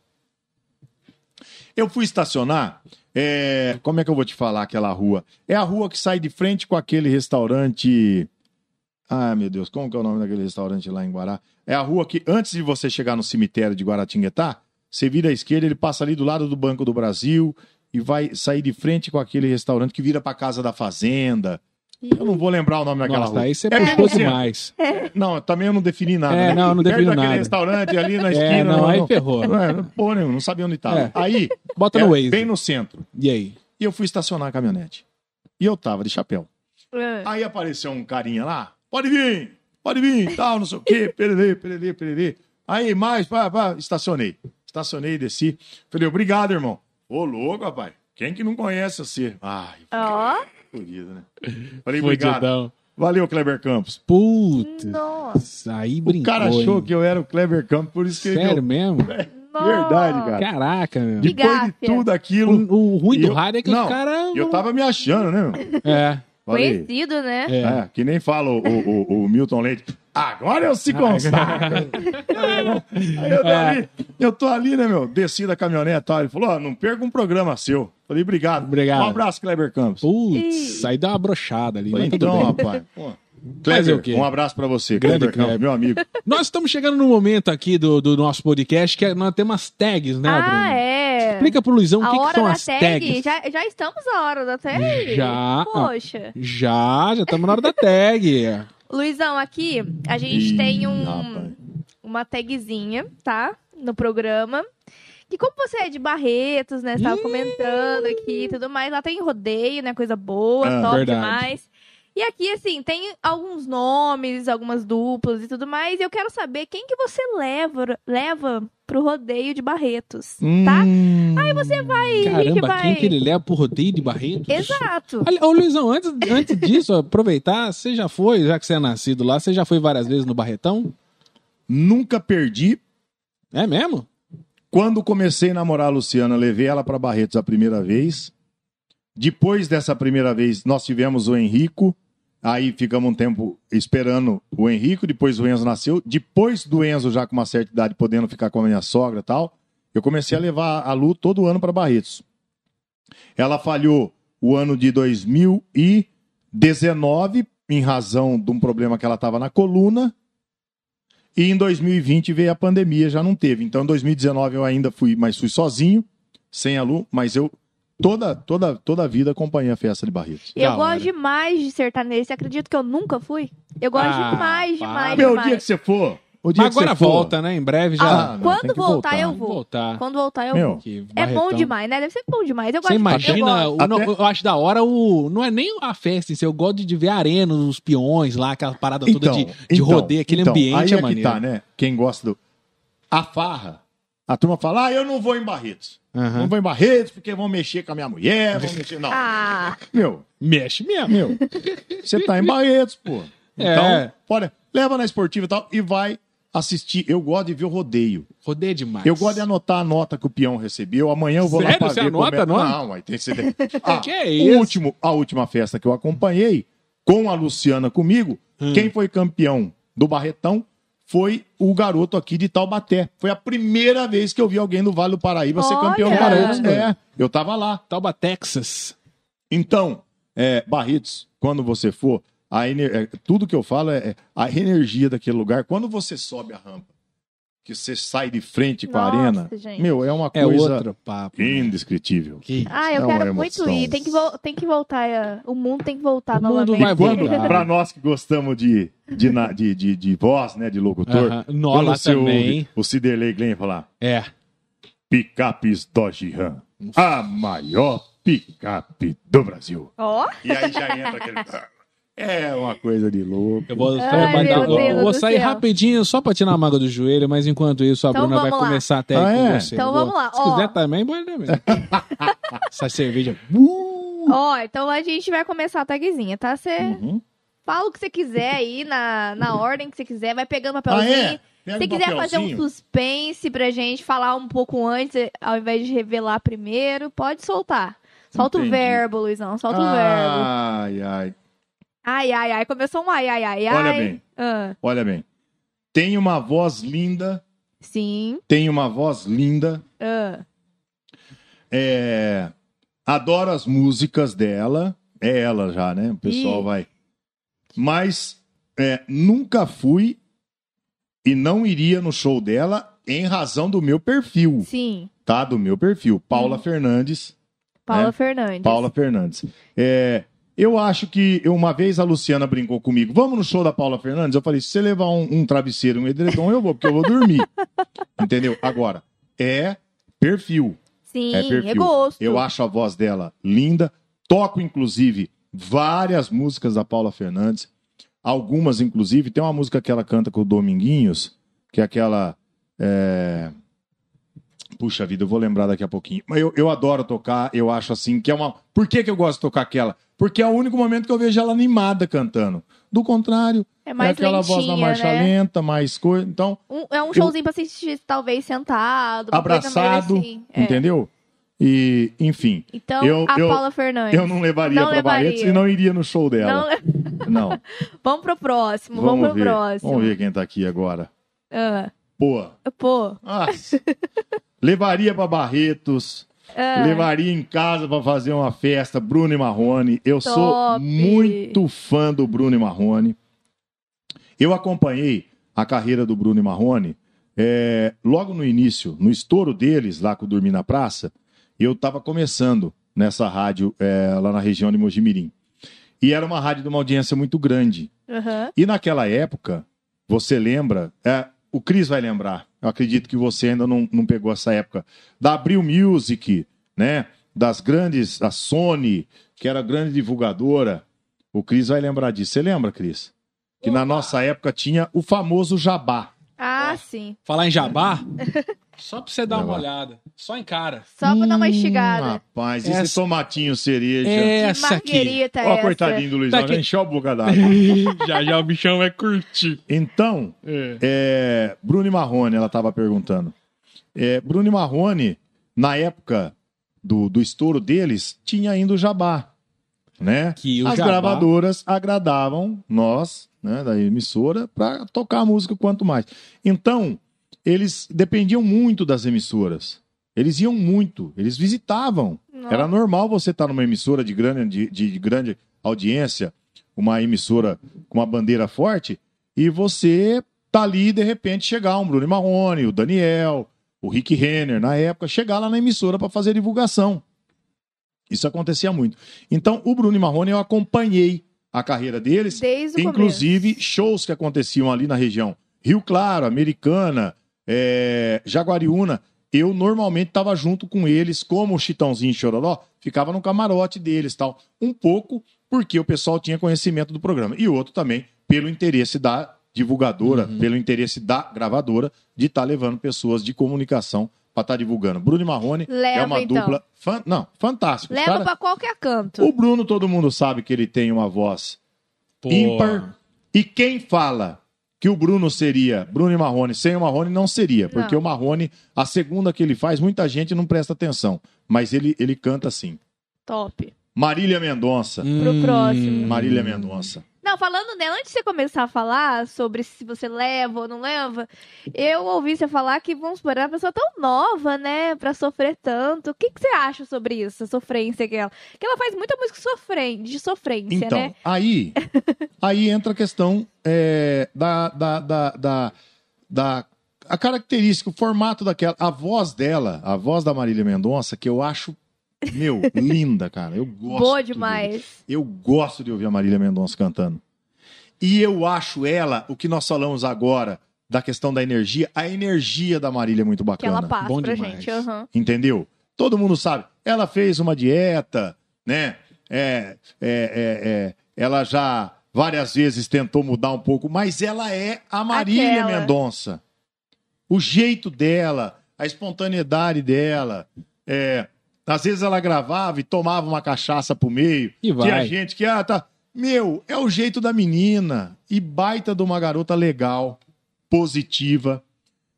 S3: Eu fui estacionar. é, como é que eu vou te falar aquela rua? É a rua que sai de frente com aquele restaurante. Ah, meu Deus, como que é o nome daquele restaurante lá em Guará? É a rua que, antes de você chegar no cemitério de Guaratinguetá, você vira à esquerda, ele passa ali do lado do Banco do Brasil e vai sair de frente com aquele restaurante que vira para casa da Fazenda. Eu não vou lembrar o nome daquela
S1: Nossa,
S3: rua.
S1: aí você
S3: É
S1: puxou
S3: perto.
S1: demais.
S3: Não, também eu não defini nada.
S1: É,
S3: né?
S1: não, eu não
S3: Perto
S1: defino
S3: daquele
S1: nada.
S3: restaurante ali na esquina.
S1: É, não, aí ferrou.
S3: Não, é, pô, nenhum, não sabia onde estava.
S1: É.
S3: Aí,
S1: Bota
S3: era
S1: no Waze.
S3: bem no centro.
S1: E aí?
S3: E eu fui estacionar a caminhonete. E eu tava de chapéu.
S2: Ah.
S3: Aí apareceu um carinha lá. Pode vir, pode vir, tal, não sei o quê. Pererê, pererê, pererê. Aí, mais, pá, pá. Estacionei. Estacionei, desci. Falei, obrigado, irmão. Ô, louco, rapaz. Quem que não conhece você? Ai,
S2: ah, Ó,
S3: fodido, né? Falei, obrigado.
S1: Fudidão.
S3: Valeu, Kleber Campos.
S1: Putz.
S2: nossa.
S1: Aí
S3: O
S1: brincou.
S3: cara achou
S1: hein?
S3: que eu era o Kleber Campos, por isso que ele
S1: Sério mesmo?
S3: Verdade, cara.
S1: Caraca, meu.
S2: Que
S3: Depois de
S2: Gáfia.
S3: tudo aquilo.
S1: O, o ruim
S3: E
S1: do
S3: eu-
S1: rádio é que
S3: não,
S1: os caras.
S3: E eu tava me achando, né? meu?
S1: É.
S3: Falei.
S2: Conhecido, né?
S1: É.
S3: É, que nem fala o, o- o- o Milton Leite. Agora eu se
S1: Ah,
S3: consagro. Aí eu, tô ali, eu tô ali, né, meu? Desci da caminhonete e tal. Ele falou: ó, não perca um programa seu. Falei, obrigado.
S1: Obrigado.
S3: Um abraço, Kleber Campos.
S1: Putz, aí dá uma brochada ali.
S3: Falei,
S1: mas tudo
S3: então,
S1: bem.
S3: rapaz. pô,
S1: Fazer o
S3: Kleber,
S1: quê?
S3: um abraço pra você,
S1: Grande
S3: Kleber Campos,
S1: Kleber.
S3: meu amigo.
S1: Nós estamos chegando no momento aqui do, do nosso podcast que é- nós temos as tags, né,
S2: Ah,
S1: Bruno?
S2: é.
S1: Explica pro Luizão Então, o
S2: a
S1: que, que
S2: hora
S1: são
S2: da
S1: as
S2: tag.
S1: tags.
S2: Já, já estamos na hora da tag?
S1: Já.
S2: Poxa.
S1: Já, já estamos na hora da tag.
S2: Luizão, aqui a gente
S3: Ih,
S2: tem um,
S3: rapaz.
S2: uma tagzinha, tá? No programa. Que como você é de Barretos, né? Você tava comentando aqui e tudo mais. Lá tem rodeio, né? Coisa boa,
S3: Ah,
S2: top
S1: verdade.
S2: demais. E aqui, assim, tem alguns nomes, algumas duplas e tudo mais. E eu quero saber quem que você leva, leva pro rodeio de Barretos, tá?
S1: Hum.
S3: Aí você vai.
S2: Aí, que
S1: Caramba,
S2: vai...
S1: quem que ele leva pro rodeio de Barretos?
S2: Exato.
S1: Ali- Ô, Luizão, antes, antes disso, aproveitar, você já foi, já que você é nascido lá, você já foi várias vezes no Barretão?
S3: Nunca perdi
S1: É mesmo?
S3: Quando comecei a namorar a Luciana, levei ela para Barretos a primeira vez. Depois dessa primeira vez, nós tivemos o Henrico. Aí ficamos um tempo esperando o Henrico, depois o Enzo nasceu. Depois do Enzo, já com uma certa idade, podendo ficar com a minha sogra e tal, eu comecei a levar a Lu todo ano para Barretos. Ela falhou o ano de 2019, em razão de um problema que ela estava na coluna. E em 2020 veio a pandemia, já não teve. Então, em 2019 eu ainda fui, mas fui sozinho, sem a Lu, mas eu toda, toda, toda a vida acompanhei a festa de Barretos.
S2: Eu
S1: Da
S2: gosto
S1: hora.
S2: demais de sertanejo. Você acredita que eu nunca fui? Eu gosto
S1: Ah,
S2: demais,
S1: para.
S2: demais,
S3: Meu, o
S2: demais.
S3: dia que você for, o dia
S1: Mas
S3: que você
S1: agora
S3: for,
S1: volta, né? Em breve já.
S3: Ah, não, tem
S2: quando
S3: que
S2: voltar,
S3: voltar.
S2: eu
S1: Vamos
S2: vou.
S1: voltar.
S2: Quando voltar, eu
S3: Meu,
S2: vou.
S1: Que
S2: É bom
S1: barretão.
S2: demais, né? Deve ser bom demais. Eu gosto
S1: Você
S2: de-
S1: imagina?
S2: Eu gosto.
S1: o- não,
S3: Até-
S1: eu acho da hora o. Não é nem a festa em si, eu gosto de ver a arena, os peões lá, aquela parada toda de, de
S3: então,
S1: rodeio, aquele
S3: então,
S1: ambiente
S3: aí
S1: é
S3: é que
S1: maneiro.
S3: tá, né? Quem gosta do... A farra. A turma fala, ah, eu não vou em Barretos.
S1: Aham.
S3: Não vou em Barretos porque vão mexer com a minha mulher, vão mexer... Não,
S2: Ah,
S3: meu,
S1: Mexe mesmo.
S3: Meu, você tá em Barretos, pô. Então,
S1: É.
S3: olha, leva na esportiva e tal e vai assistir. Eu gosto de ver o rodeio.
S1: Rodeio é demais.
S3: Eu gosto de anotar a nota que o peão recebeu. Amanhã eu vou lá
S1: Sério?
S3: pra
S1: Você
S3: ver.
S1: anota a
S3: como é...
S1: nota?
S3: Não, aí tem que ser... Ah,
S1: Que é isso?
S3: O último, a última festa que eu acompanhei com a Luciana comigo,
S1: Hum.
S3: quem foi campeão do Barretão foi o garoto aqui de Taubaté. Foi a primeira vez que eu vi alguém do Vale do Paraíba ser
S2: Olha!
S3: campeão do Barretos. É, eu tava lá.
S1: Tauba, Texas.
S3: Então, é, Barretos, quando você for, a ener- é, tudo que eu falo é, é a energia daquele lugar. Quando você sobe a rampa, que você sai de frente com
S2: Nossa,
S3: a arena,
S2: gente.
S3: meu, é uma
S1: É
S3: coisa
S1: outro papo. né?
S3: indescritível.
S1: Que isso.
S2: ah, eu
S3: Dá uma
S2: quero muito
S3: é emoção.
S2: ir. Tem que, vol- tem que voltar. é. O mundo tem que voltar
S1: O mundo
S2: novamente.
S1: vai
S3: E quando,
S1: voltar.
S3: pra nós que gostamos de, de, na- de, de, de voz, né, de locutor,
S1: Aham.
S3: quando
S1: Nó, lá
S3: você
S1: também.
S3: ouve o Ciderley Glenn falar,
S1: É.
S3: picapes Dodge Ram, a maior picape do Brasil.
S2: Ó,
S3: E aí já entra aquele... É uma coisa de louco.
S1: Eu vou,
S2: Ai,
S1: mandar-
S2: meu
S1: eu- eu
S2: Deus
S1: vou
S2: do
S1: sair
S2: céu.
S1: rapidinho só pra tirar a maga do joelho, mas enquanto isso a
S2: Então
S1: Bruna vai
S2: vamos lá.
S1: começar até aí
S3: Ah,
S1: com
S3: é?
S1: você.
S2: Então
S1: Boa.
S2: vamos lá,
S1: Se
S2: ó.
S1: quiser também, pode também. Essa cerveja.
S3: Uh,
S2: ó, então a gente vai começar a tagzinha, tá? Você
S3: Uhum.
S2: fala o que você quiser aí, na, na ordem que você quiser, vai pegando
S3: Ah,
S2: papelzinho.
S3: é? Pega
S2: Se
S3: um
S2: quiser fazer um
S3: papelzinho.
S2: suspense pra gente, falar um pouco antes, ao invés de revelar primeiro, pode soltar. Solta
S3: Entendi. Ah.
S2: o verbo, Luizão, solta o verbo.
S3: Ai, ai.
S2: Ai, ai, ai, começou um ai, ai, ai, ai.
S3: Olha bem,
S2: Ah,
S3: olha bem. Tem uma voz linda,
S2: sim.
S3: tem uma voz linda.
S2: Ah,
S3: É... Adoro as músicas dela. É ela já, né? O pessoal
S2: Ih.
S3: vai. Mas é, nunca fui e não iria no show dela em razão do meu perfil,
S2: sim.
S3: tá? Do meu perfil. Paula Fernandes.
S2: Paula
S3: É.
S2: Fernandes.
S3: Paula Fernandes. É, eu acho que eu- uma vez a Luciana brincou comigo, vamos no show da Paula Fernandes? Eu falei, se você levar um, um travesseiro, um edredom, eu vou, porque eu vou dormir. Entendeu? Agora, é perfil.
S2: Sim,
S3: É perfil.
S2: é, gosto.
S3: Eu acho a voz dela linda. Toco, inclusive, várias músicas da Paula Fernandes. Algumas, inclusive, tem uma música que ela canta com o Dominguinhos, que é aquela. é, Puxa vida, eu vou lembrar daqui a pouquinho. Mas eu, eu adoro tocar, eu acho assim, que é uma. Por que, que eu gosto de tocar aquela? Porque é o único momento que eu vejo ela animada cantando. Do contrário,
S2: é mais
S3: é aquela
S2: lentinha,
S3: voz da marcha
S2: né?
S3: lenta, mais coisa. Então,
S2: Um- é um showzinho pra assistir, talvez, sentado. uma coisa meio
S3: Abraçado,
S2: assim. É.
S3: entendeu? E, enfim.
S2: Então,
S3: Eu-
S2: a
S3: eu-
S2: Paula Fernandes.
S3: Eu não levaria
S2: Não
S3: pra
S2: levaria.
S3: Barretos e não iria no show dela.
S2: Não-
S3: Não,
S2: Vamos pro próximo, vamos,
S3: vamos
S2: pro
S3: ver.
S2: próximo.
S3: Vamos ver quem tá aqui agora.
S2: Ah,
S3: Pô,
S2: pô,
S3: nossa. levaria pra Barretos, levaria em casa pra fazer uma festa, Bruno e Marrone. Eu sou
S2: Top.
S3: muito fã do Bruno e Marrone. Eu acompanhei a carreira do Bruno e Marrone é, logo no início, no estouro deles, lá com o Dormir na Praça, eu estava começando nessa rádio é, lá na região de Mojimirim. E era uma rádio de uma audiência muito grande.
S2: aham.
S3: E naquela época, você lembra, é, o Cris vai lembrar, eu acredito que você ainda não, não pegou essa época, da Abril Music, né? Das grandes, a Sony, que era grande divulgadora. O Cris vai lembrar disso. Você lembra, Cris? Que na nossa época tinha o famoso jabá.
S2: Ah, sim.
S1: Falar em jabá? Só pra você dar uma
S3: Jabá.
S1: olhada. Só encara.
S2: Só pra dar uma
S3: Hum,
S2: instigada.
S3: Rapaz,
S1: Essa-
S3: esse tomatinho cereja.
S1: É
S2: Que
S1: essa aqui.
S2: marguerita é
S3: Ó,
S2: essa?
S3: coitadinho do Luizão,
S1: Tá aqui.
S3: já encheu a boca d'água.
S1: já já o bichão vai curtir.
S3: Então,
S1: É.
S3: é, Bruno e Marrone, ela estava perguntando. É, Bruno e Marrone, na época do, do estouro deles, tinha ainda o Jabá, né?
S1: Que o
S3: As
S1: Jabá-
S3: gravadoras agradavam nós, né, da emissora, para tocar a música quanto mais. Então, eles dependiam muito das emissoras. Eles iam muito, eles visitavam. Era normal você estar numa emissora de grande, de, de grande audiência, uma emissora com uma bandeira forte, e você tá ali e de repente chegar um Bruno Marrone, o Daniel, o Rick Renner, na época, chegar lá na emissora para fazer divulgação. Isso acontecia muito. Então, o Bruno Marrone, eu acompanhei a carreira deles,
S2: Desde o
S3: inclusive shows que aconteciam ali na região. Rio Claro, Americana, é, Jaguariúna. Eu normalmente estava junto com eles, como o Chitãozinho e Chororó, ficava no camarote deles tal. Um pouco porque o pessoal tinha conhecimento do programa. E outro também pelo interesse da divulgadora,
S2: Uhum.
S3: pelo interesse da gravadora, de estar levando pessoas de comunicação para estar divulgando. Bruno e Marrone
S2: Leva,
S3: é uma
S2: então.
S3: dupla... Uh. fan- Não, fantástica. Os
S2: Leva
S3: cara-
S2: pra qualquer canto.
S3: O Bruno, todo mundo sabe que ele tem uma voz
S1: Pô.
S3: ímpar. E quem fala que o Bruno seria Bruno e Marrone sem o Marrone não seria, porque
S2: Não.
S3: o Marrone, a segunda que ele faz, muita gente não presta atenção, mas ele, ele canta assim.
S2: Top.
S3: Marília Mendonça.
S1: Hum.
S2: próximo.
S3: Marília Mendonça.
S2: Não, falando nela, antes de você começar a falar sobre se você leva ou não leva, eu ouvi você falar que, vamos supor, era uma pessoa tão nova, né, pra sofrer tanto. O que, que você acha sobre isso, a sofrência que ela... Que ela faz muita música sofren... de sofrência,
S3: Então,
S2: né?
S3: aí, aí entra a questão é, da, da, da, da, da- a característica, o formato daquela, a voz dela, a voz da Marília Mendonça, que eu acho, meu, linda, cara. Eu gosto.
S2: Boa
S3: de-
S2: demais.
S3: Eu gosto de ouvir a Marília Mendonça cantando. E eu acho ela, o que nós falamos agora da questão da energia, a energia da Marília é muito
S2: Que
S3: bacana.
S2: ela passa
S1: Bom
S2: pra
S1: demais.
S2: gente. aham.
S3: Entendeu? Todo mundo sabe. Ela fez uma dieta, né? É, é, é, é. Ela já várias vezes tentou mudar um pouco, mas ela é a Marília
S2: Aquela.
S3: Mendonça. O jeito dela, a espontaneidade dela. é, às vezes ela gravava e tomava uma cachaça pro meio.
S1: E vai.
S3: Tinha gente que, ah, tá. Meu, é o jeito da menina. E baita de uma garota legal, positiva,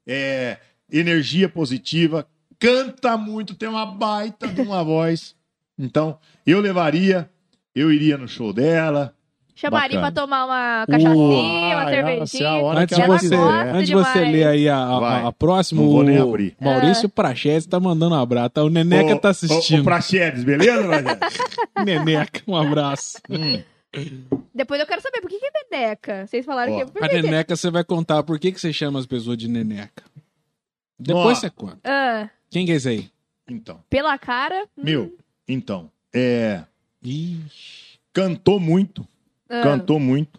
S3: é, energia positiva, canta muito, tem uma baita de uma voz. Então, eu levaria, eu iria no show dela.
S2: Chamaria
S3: Bacana. Uh,
S2: pra tomar uma cachaçinha,
S3: Ai,
S2: uma
S3: nossa, é a
S2: cervejinha.
S3: hora
S1: Antes de
S3: que ela
S1: você,
S3: quiser.
S1: antes de você
S2: demais.
S1: ler aí a, a-
S3: Vai.
S1: a próxima,
S3: Não vou nem
S1: o
S3: abrir.
S1: Maurício Praxedes tá mandando um abraço. tá? O Neneca
S3: Ô,
S1: tá
S3: Ô, ô,
S1: assistindo.
S3: Praxedes, beleza, Rogério?
S1: Neneca, um abraço.
S2: Depois eu quero saber, por que que é Dedeca? Vocês falaram
S3: Ó,
S2: que... é Por
S1: A
S2: que que...
S1: Neneca você vai contar por que, que você chama as pessoas de Neneca. Depois
S3: Ó.
S1: você conta.
S2: Ah,
S1: Quem que é esse aí?
S3: Então,
S2: pela cara... hum,
S3: meu, então, é,
S1: Ixi.
S3: cantou muito,
S2: ah,
S3: cantou muito.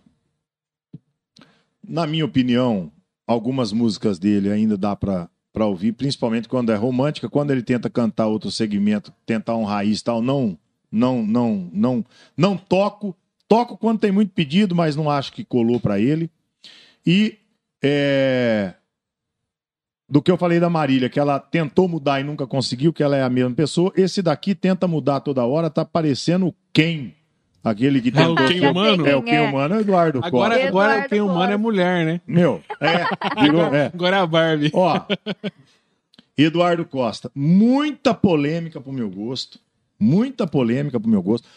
S3: Na minha opinião, algumas músicas dele ainda dá pra, pra ouvir, principalmente quando é romântica, quando ele tenta cantar outro segmento, tentar um raiz e tal, não, não, não, não, não toco. Toco quando tem muito pedido, mas não acho que colou pra ele. E é, do que eu falei da Marília, que ela tentou mudar e nunca conseguiu, que ela é a mesma pessoa. Esse daqui tenta mudar toda hora, tá parecendo quem? Aquele que
S1: É o
S3: tentou
S1: Ken
S2: tá, já sei
S1: humano?
S2: quem
S3: é, o que humano é Eduardo
S1: Agora,
S3: Costa.
S1: agora
S2: Eduardo
S1: quem humano
S2: Costa.
S1: é mulher, né?
S3: Meu, é, virou, é.
S1: Agora é a Barbie.
S3: Ó, Eduardo Costa, muita polêmica pro meu gosto. Muita polêmica pro meu gosto.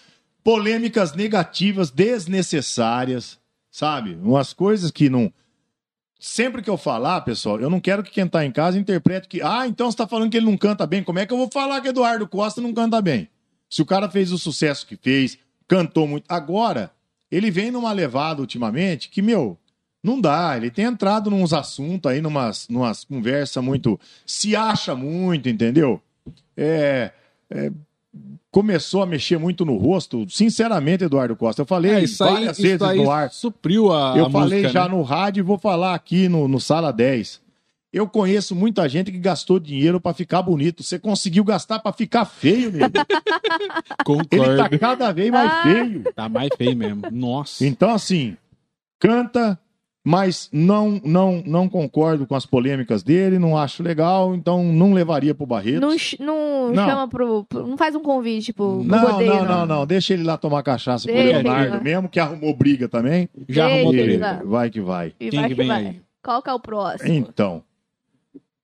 S3: Polêmicas negativas, desnecessárias, sabe? Umas coisas que não. Sempre que eu falar, pessoal, eu não quero que quem tá em casa interprete que. Ah, então você tá falando que ele não canta bem. Como é que eu vou falar que Eduardo Costa não canta bem? Se o cara fez o sucesso que fez, cantou muito. Agora, ele vem numa levada ultimamente que, meu, não dá. Ele tem entrado nos assuntos aí, numas, numas conversas muito. Se acha muito, entendeu? É, é, começou a mexer muito no rosto. Sinceramente, Eduardo Costa, eu falei
S1: É,
S3: várias vezes no ar.
S1: supriu a
S3: Eu
S1: a
S3: falei
S1: música,
S3: já
S1: né?
S3: no rádio e vou falar aqui no, no Sala 10. Eu conheço muita gente que gastou dinheiro pra ficar bonito. Você conseguiu gastar pra ficar feio, meu. Ele
S1: Concordo.
S3: tá cada vez mais
S2: Ah.
S3: feio.
S1: Tá mais feio mesmo. Nossa.
S3: Então, assim, canta, mas não não não concordo com as polêmicas dele, não acho legal, então não levaria pro Barreto.
S2: Não, ch- não
S3: Não.
S2: chama pro, pro- Não faz um convite pro, pro
S3: Não,
S2: rodeio,
S3: não, não, não. Deixa ele lá tomar cachaça com o
S2: Deixa ele
S3: Leonardo
S2: lá.
S3: mesmo, que arrumou briga também.
S1: Já arrumou
S2: Ei,
S3: E
S1: treta.
S2: lá.
S3: vai que vai.
S2: E
S1: Quem
S2: vai
S1: que
S2: que,
S1: vem
S2: vai.
S1: aí?
S2: Qual que é o próximo?
S3: Então.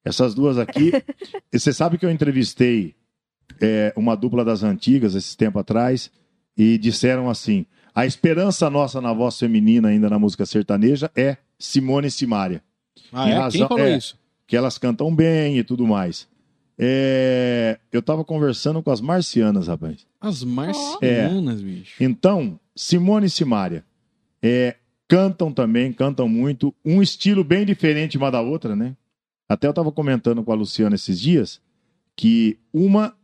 S3: Essas duas aqui. E você sabe que eu entrevistei é, uma dupla das antigas, esses tempo atrás, e disseram assim: a esperança nossa na voz feminina, ainda na música sertaneja, é Simone e Simária.
S1: Ah, é? Quem
S3: razão-
S1: falou
S3: é.
S1: isso?
S3: Que elas cantam bem e tudo mais. É, eu tava conversando com as marcianas, rapaz.
S1: As
S3: É.
S1: marcianas, bicho.
S3: Então, Simone e Simária é, cantam também, cantam muito, um estilo bem diferente uma da outra, né? Até eu estava comentando com a Luciana esses dias que uma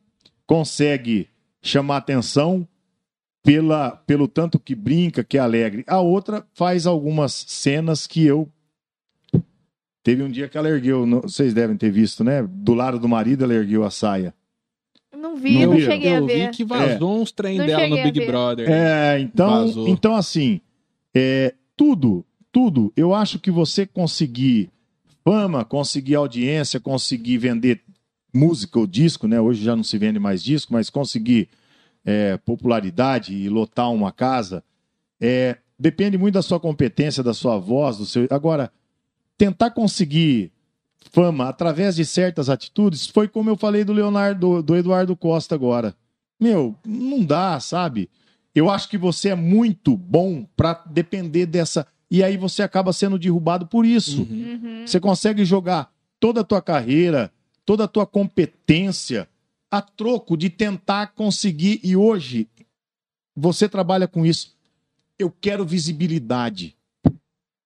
S3: consegue chamar atenção pela, pelo tanto que brinca, que é alegre. A outra faz algumas cenas que eu. Teve um dia que ela ergueu, não- vocês devem ter visto, né? Do lado do marido ela ergueu a saia.
S2: Não vi, não,
S3: Não vi,
S2: cheguei a
S1: eu
S2: ver.
S1: vi que vazou uns trem
S2: Não
S1: dela no
S2: cheguei a
S1: Big
S2: ver.
S1: Brother.
S3: É, então,
S1: Vazou.
S3: então assim, é, tudo, tudo, eu acho que você conseguir fama, conseguir audiência, conseguir vender música ou disco, né? Hoje já não se vende mais disco, mas conseguir é, popularidade e lotar uma casa, é, depende muito da sua competência, da sua voz, do seu. Agora, tentar conseguir fama através de certas atitudes foi como eu falei do Leonardo, do Eduardo Costa agora. Meu, não dá, sabe? Eu acho que você é muito bom pra depender dessa. E aí você acaba sendo derrubado por isso.
S1: Uhum.
S2: Uhum.
S3: Você consegue jogar toda a tua carreira, toda a tua competência a troco de tentar conseguir. E hoje você trabalha com isso. Eu quero visibilidade.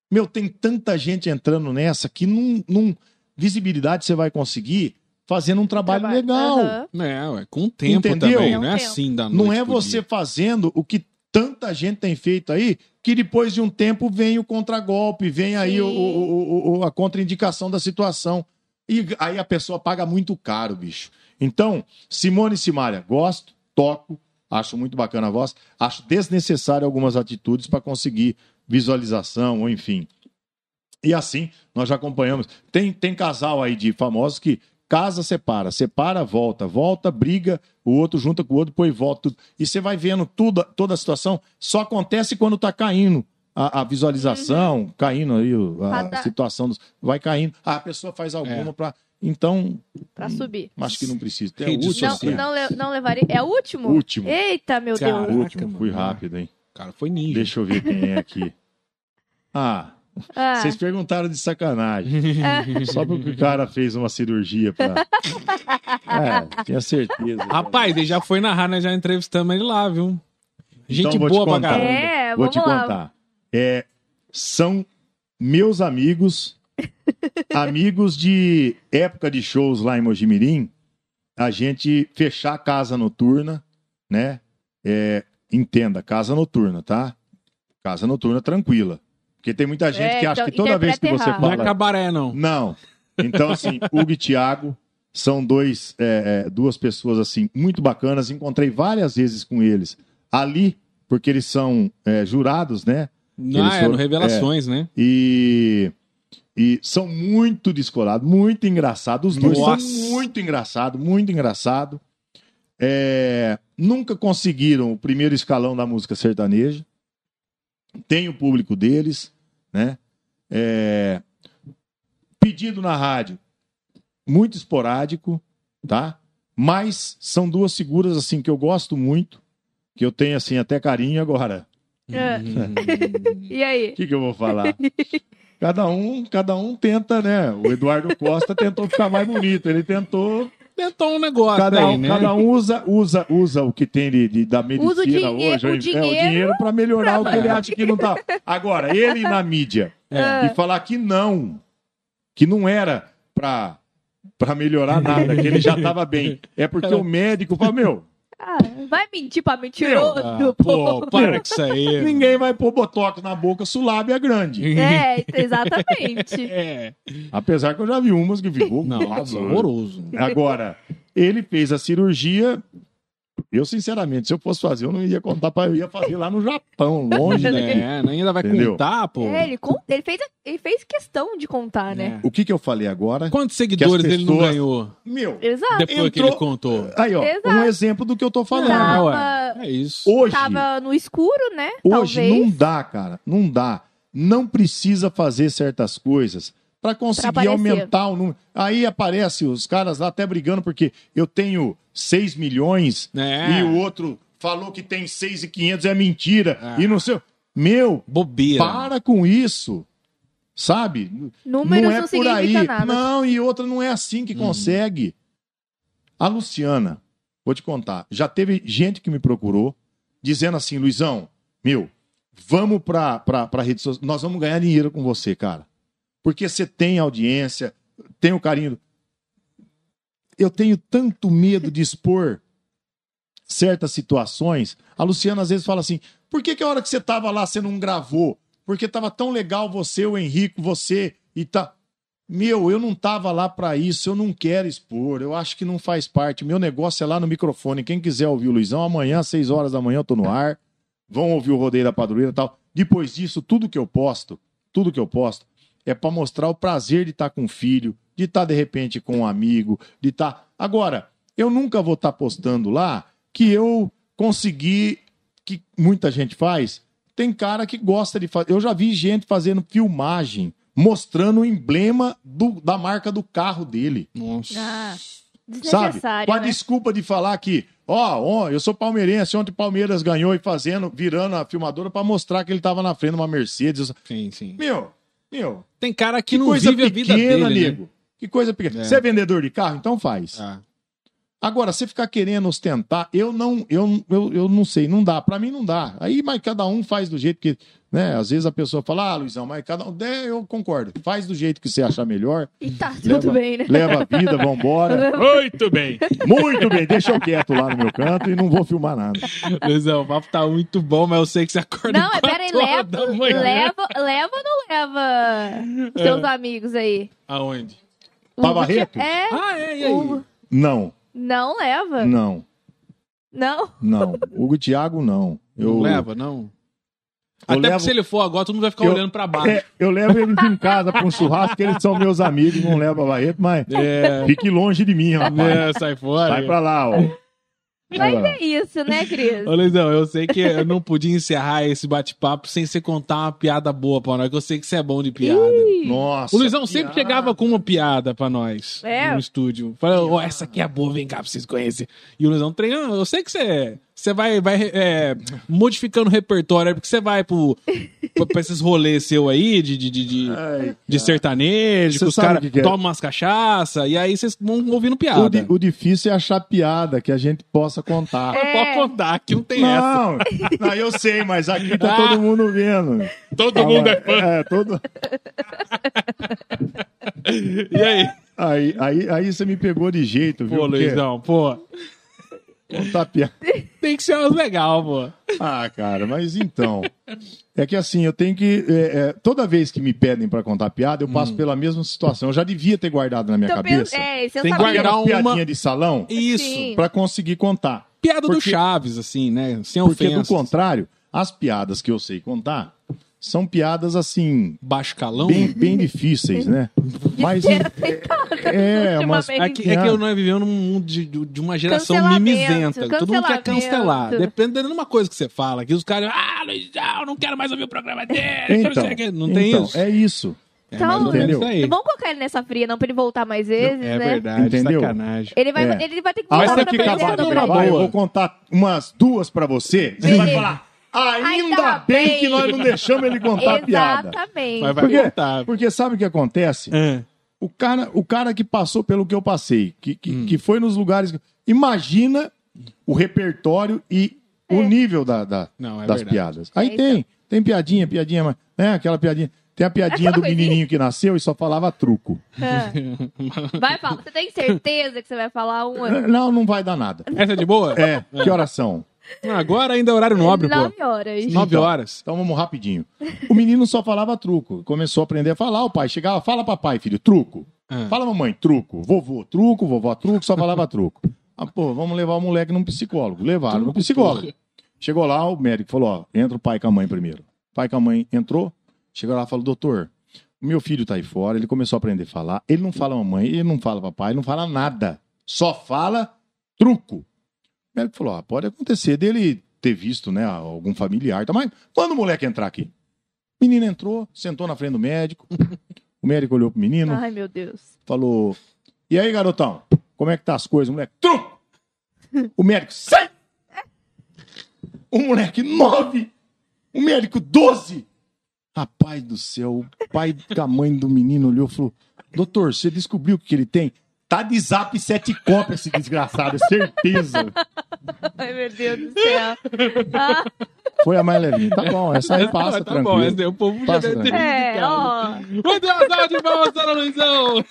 S3: Meu, tem tanta gente entrando nessa que não. não- visibilidade você vai conseguir fazendo um trabalho,
S2: Trabalho.
S3: legal.
S2: Aham.
S1: É, ué, com o tempo
S3: Entendeu?
S1: também. Não
S2: Com o
S1: é
S2: um tempo.
S1: assim da noite.
S3: Não é
S1: pro
S3: você
S1: dia.
S3: fazendo o que tanta gente tem feito aí, que depois de um tempo vem o contragolpe, vem aí
S2: Sim.
S3: o- o- o- o- a contraindicação da situação. E g- aí a pessoa paga muito caro, bicho. Então, Simone e Simária, gosto, toco, acho muito bacana a voz, acho desnecessário algumas atitudes para conseguir visualização, ou enfim. E assim, nós já acompanhamos. Tem, tem casal aí de famosos que casa, separa, separa, volta, volta, briga, o outro junta com o outro, depois volta. Tudo. E você vai vendo tudo, toda a situação. Só acontece quando tá caindo a, a visualização, caindo aí o- a,
S2: Uhum. Cada-
S3: situação. Dos, vai caindo. Ah, A pessoa faz alguma
S1: É.
S3: pra. Então,
S2: Pra subir.
S3: acho que não precisa. É o
S1: Rede
S3: último.
S2: Não,
S1: social.
S3: né?
S2: não, le- não levaria. É o último?
S3: Último.
S2: Eita, meu
S1: Cara.
S2: Deus.
S1: Caraca,
S3: último. Fui
S1: mano.
S3: rápido, hein?
S1: Cara, foi ninja.
S3: Deixa eu ver quem é aqui. Ah,
S2: Ah,
S3: vocês perguntaram de sacanagem. Só porque o cara fez uma cirurgia pra. É, tinha certeza.
S2: Ah,
S1: Rapaz, ele já foi narrar, nós já entrevistamos ele lá, viu? Gente
S3: Então, vou te
S1: boa pra
S3: contar.
S1: caramba.
S2: É,
S3: vou
S2: vamos
S3: te
S2: lá.
S3: contar. É, são meus amigos, amigos de época de shows lá em Mojimirim, a gente fechar a casa noturna, né? É, entenda, casa noturna, tá? Casa noturna tranquila. Porque tem muita gente
S2: É,
S3: que acha
S2: então,
S3: que toda vez que
S2: interpreta
S3: você
S2: errado.
S1: Não é
S3: fala.
S1: cabaré, não.
S3: Não. Então, assim, Hugo e Thiago são dois, é, é, duas pessoas, assim, muito bacanas. Encontrei várias vezes com eles ali, porque eles são é, jurados, né?
S1: Não,
S3: Eles
S1: é,
S3: foram-
S1: no Revelações, né?
S3: E, e são muito descolados, muito engraçados. Os dois
S1: Nossa.
S3: são muito engraçados, muito engraçado. É, nunca conseguiram o primeiro escalão da música sertaneja. Tem o público deles, né? É, pedido na rádio, muito esporádico, tá? Mas são duas figuras assim que eu gosto muito, que eu tenho assim até carinho agora.
S2: É.
S1: Hum.
S2: E aí?
S3: O que, que eu vou falar? Cada um, cada um tenta, né? O Eduardo Costa tentou ficar mais bonito. Ele tentou.
S1: Tentou um negócio
S3: Cada
S1: aí,
S3: um,
S1: né?
S3: cada um usa, usa, usa o que tem de, de- da medicina
S2: Usa o dinhe-
S3: hoje.
S2: o
S3: é,
S2: dinheiro
S3: dinheiro para melhorar o que ele
S1: pra-
S3: acha que não tá. Agora, ele na mídia
S1: É.
S3: e falar que não, que não era pra, pra melhorar nada, que ele já tava bem. É porque o médico fala, meu,
S2: Ah, vai mentir pra mentiroso,
S1: Ah,
S2: pô.
S1: pô, para com isso aí.
S3: ninguém vai pôr botox na boca, sulábia grande.
S2: É, exatamente.
S1: É.
S3: Apesar que eu já vi umas que ficou.
S1: Não, tá
S3: nossa,
S1: é horroroso.
S3: Agora, ele fez a cirurgia. Eu, sinceramente, se eu fosse fazer, eu não ia contar para eu ia fazer lá no Japão, longe daqui.
S1: É, né? ainda vai
S3: Entendeu?
S1: contar, pô.
S2: É, ele, con- ele fez, ele fez questão de contar, né? É.
S1: É.
S3: O que, que eu falei agora?
S1: Quantos seguidores ele não
S3: pessoas-
S1: ganhou
S3: Meu,
S2: Exato.
S1: depois que
S3: entrou-
S1: ele contou?
S3: aí, ó,
S2: Exato.
S3: um exemplo do que eu tô falando.
S1: Ah,
S2: Tava-
S1: ué. É isso.
S3: Hoje,
S2: Tava no escuro, né?
S3: hoje
S2: Talvez.
S3: não dá, cara. Não dá. Não precisa fazer certas coisas para conseguir
S2: aparecer.
S3: aumentar o número. Aí aparece os caras lá até brigando, porque eu tenho 6 milhões
S1: É.
S3: e o outro falou que tem 6,500, é mentira.
S1: É.
S3: E não sei. Meu,
S1: Bobeira.
S3: para com isso. Sabe?
S2: Números não,
S3: é por
S2: significa
S3: aí.
S2: nada.
S3: Não, e outra não é assim que consegue. A Luciana, vou te contar, já teve gente que me procurou dizendo assim, Luizão, meu, vamos pra, pra, pra rede social, nós vamos ganhar dinheiro com você, cara. Porque você tem audiência, tem o carinho. Eu tenho tanto medo de expor certas situações. A Luciana às vezes fala assim, por que, que a hora que você tava lá, você não gravou? Porque tava tão legal você, o Henrico, você e tá. Meu, eu não tava lá pra isso, eu não quero expor, eu acho que não faz parte. Meu negócio é lá no microfone. Quem quiser ouvir o Luizão, amanhã, às 6 horas da manhã, eu tô no ar. Vão ouvir o Rodeio da Padroeira e tal. Depois disso, tudo que eu posto, tudo que eu posto, é pra mostrar o prazer de estar com o filho, de estar, de repente, com um amigo, de estar. Agora, eu nunca vou estar postando lá que eu consegui que muita gente faz, tem cara que gosta de fazer. Eu já vi gente fazendo filmagem mostrando o emblema do- da marca do carro dele.
S1: Nossa.
S2: Ah,
S3: Sabe?
S2: desnecessário,
S3: Com a
S2: né?
S3: desculpa de falar que, ó, ó, eu sou palmeirense, ontem o Palmeiras ganhou e fazendo, virando a filmadora pra mostrar que ele tava na frente de uma Mercedes.
S1: Sim, sim.
S3: Meu, meu,
S1: Tem cara que,
S3: que
S1: não
S3: coisa
S1: vive a vida dele,
S3: pequena,
S1: né?
S3: nego. Que coisa pequena.
S1: É.
S3: Você é vendedor de carro? Então faz.
S1: Ah.
S3: Agora, você ficar querendo ostentar, eu não, eu, eu, eu não sei, não dá. Pra mim não dá. Aí, mas cada um faz do jeito que, né? Às vezes a pessoa fala, ah, Luizão, mas cada um. É, eu concordo. Faz do jeito que você achar melhor.
S2: E tá
S3: Leva-
S2: tudo bem, né?
S3: Leva a vida, vambora.
S1: Muito bem.
S3: Muito bem, deixa eu quieto lá no meu canto e não vou filmar nada.
S1: Luizão, o papo tá muito bom, mas eu sei que você acorda
S2: Não,
S1: em
S2: é
S1: quatro
S2: peraí,
S1: horas
S2: leva,
S1: da manhã.
S2: leva, leva ou não leva os seus amigos aí?
S1: Aonde?
S2: O
S3: Pra Barreto?
S2: É,
S1: Tá Ah, é, e aí?
S2: o-
S3: Não,
S2: não leva.
S3: não,
S2: Não.
S3: não. Hugo e Thiago, não. Eu,
S1: Não leva, não?
S3: Eu
S1: Até
S3: levo-
S1: porque se ele for agora, todo mundo vai ficar
S3: Eu-
S1: olhando pra baixo.
S3: É, eu levo eles em casa pra um churrasco, que eles são meus amigos, não levo a Barreto, mas
S1: É,
S3: fique longe de mim, rapaz.
S1: é, sai fora.
S3: Vai pra lá, ó. Vai
S2: Mas
S3: lá.
S2: é isso, né, Cris?
S1: Ô, Luizão, eu sei que eu não podia encerrar esse bate-papo sem você contar uma piada boa pra nós, que eu sei que você é bom de piada.
S2: Ih,
S3: Nossa.
S1: O Luizão sempre
S3: piada.
S1: chegava com uma piada pra nós
S2: É.
S1: no estúdio. Falava, ó, essa aqui é boa, vem cá pra vocês conhecerem. E o Luizão treinando, eu sei que você você vai, vai é, modificando o repertório, aí, porque você vai pro, pro- pra esses rolês seu aí, de, de, de, de,
S3: Ai,
S1: de sertanejo,
S3: É. Você
S1: que os
S3: sabe o
S1: caras
S3: que que é.
S1: tomam umas cachaça, e aí vocês vão ouvindo piada.
S3: O, di- o difícil é achar piada que a gente possa contar.
S1: Não
S2: É.
S1: Pode contar, que não tem essa.
S3: Não, não, eu sei, mas aqui tá todo mundo vendo.
S1: Todo mundo é fã.
S3: É, todo...
S1: é- E aí?
S3: aí, aí, aí você me pegou de jeito, viu?
S1: Pô,
S3: Porque
S1: Luizão, pô.
S3: Contar piada.
S1: Tem que ser umas legal, pô.
S3: Ah, cara, mas então. É que assim, eu tenho que. é, é, toda vez que me pedem pra contar piada, eu passo pela mesma situação. Eu já devia ter guardado na minha
S2: tô pens-
S3: cabeça.
S2: É, isso eu
S1: Tem que
S2: sabia.
S1: guardar
S3: Aquelas
S1: uma-
S3: piadinha de salão
S1: Isso.
S2: Sim.
S3: pra conseguir contar.
S1: Piada do
S3: Porque-
S1: Chaves, assim, né? Sem
S3: Porque,
S1: ofensa.
S3: do contrário, as piadas que eu sei contar são piadas assim.
S1: Baixo calão.
S3: bem, bem difíceis, né? Mas é,
S2: né,
S3: é, mas
S1: É que, é que eu não vivendo num mundo de, de- de uma geração
S2: Cancelamento,
S1: mimizenta. Todo mundo quer
S2: cancelamento.
S1: cancelar. Dependendo de uma coisa que você fala. Que os caras. Ah, Luizão, não quero mais ouvir o programa dele.
S3: então,
S1: não tem
S3: então,
S1: isso.
S3: é isso.
S1: É mais ou menos
S3: Entendeu?
S1: isso aí.
S2: Vamos colocar ele nessa fria, não, pra ele voltar mais Então, vezes,
S1: É
S2: né?
S1: verdade,
S3: Entendeu?
S1: sacanagem.
S2: Ele vai,
S3: É.
S2: ele vai ter que
S3: A
S1: Mas
S2: voltar
S1: tá
S3: hora
S2: pra
S3: que acabar
S1: pensando
S3: de
S2: perder
S1: numa
S3: gravar, eu
S1: boa.
S3: vou contar umas duas pra você. Você vai falar, ainda,
S2: Ainda
S3: bem,
S2: bem."
S3: que nós não deixamos ele contar a piada.
S2: Exatamente.
S1: Mas vai
S3: Porque,
S1: contar.
S3: porque sabe o que acontece?
S1: Ah,
S3: O cara, o cara que passou pelo que eu passei, que, que,
S1: Hum.
S3: que foi nos lugares... Imagina o repertório e o nível da, da-
S1: Não, é
S3: das
S1: verdade.
S3: piadas. Aí
S2: É isso.
S3: tem, tem piadinha, piadinha, mas, né, aquela piadinha... Tem a piadinha
S2: Aquela
S3: do
S2: coisinha.
S3: menininho que nasceu e só falava truco.
S2: Ah. Vai falar. Você tem certeza que você vai falar uma?
S3: Não, não vai dar nada.
S1: Essa é de boa?
S3: É, que horas são?
S1: Agora ainda é horário nobre, pô.
S2: Nove horas.
S1: Nove horas.
S3: Então vamos rapidinho. O menino só falava truco. Começou a aprender a falar, o pai chegava, fala papai, filho, truco.
S1: Ah.
S3: Fala mamãe, truco. Vovô, truco, vovó, truco, só falava truco. Ah, pô, vamos levar o moleque num psicólogo. Levaram no psicólogo. Chegou lá, o médico falou, ó, entra o pai com a mãe primeiro. O pai com a mãe entrou, chegou lá e falou, doutor, meu filho tá aí fora, ele começou a aprender a falar, ele não fala mamãe, ele não fala papai, ele não fala nada. Só fala truco. O médico falou: ah, pode acontecer dele ter visto, né, algum familiar, tá? mas manda o moleque entrar aqui. O menino entrou, sentou na frente do médico. O O médico olhou pro menino,
S2: Ai, meu Deus.
S3: falou: E aí, garotão? Como é que tá as coisas, moleque? Trum! O médico, sai! O moleque, nove! O médico, doze! Rapaz do céu, o pai com a mãe do menino olhou e falou: Doutor, você descobriu o que que ele tem? Tá de zap sete copas esse desgraçado, certeza.
S2: Ai, meu Deus do céu.
S3: Foi a mais levinha. Tá bom, essa aí passa,
S1: tá
S3: tranquilo.
S1: bom, essa daí o povo já
S3: Passa
S1: deve ter
S2: É,
S1: ido, cara.
S2: ó.
S1: Muito boa tarde, vamos, dona Luizão!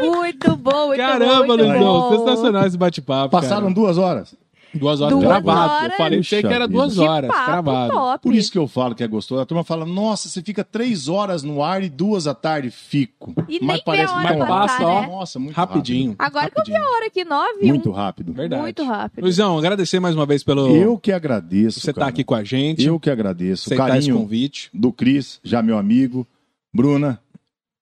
S2: Muito bom, muito bom.
S1: Caramba,
S2: muito
S1: Luizão,
S2: bom.
S1: sensacional esse bate-papo.
S3: Passaram
S1: cara.
S3: duas horas.
S1: duas horas
S2: duas
S1: gravado. Eu
S2: horas.
S1: falei, achei que era
S3: Puxa
S1: duas
S2: Que
S1: horas
S2: papo
S1: gravado.
S2: top.
S3: Por isso que eu falo que é gostoso. A turma fala, nossa, você fica três horas no ar e duas à tarde fico.
S2: E nem vê
S3: mas
S2: a
S3: parece
S2: hora
S3: tão
S1: Mas
S3: rápido.
S1: passa, ó,
S2: né?
S3: Nossa, muito
S1: Rapidinho.
S2: Agora que eu vi a hora aqui,
S3: rápido.
S2: 9
S3: Muito rápido.
S1: Verdade.
S2: Muito rápido.
S1: Luizão, agradecer mais uma vez pelo
S3: Eu que agradeço.
S1: você estar
S3: cara.
S1: aqui com a gente, tá
S3: Eu que agradeço. O
S1: aceitar esse
S3: carinho
S1: convite.
S3: do Cris, já meu amigo. Bruna,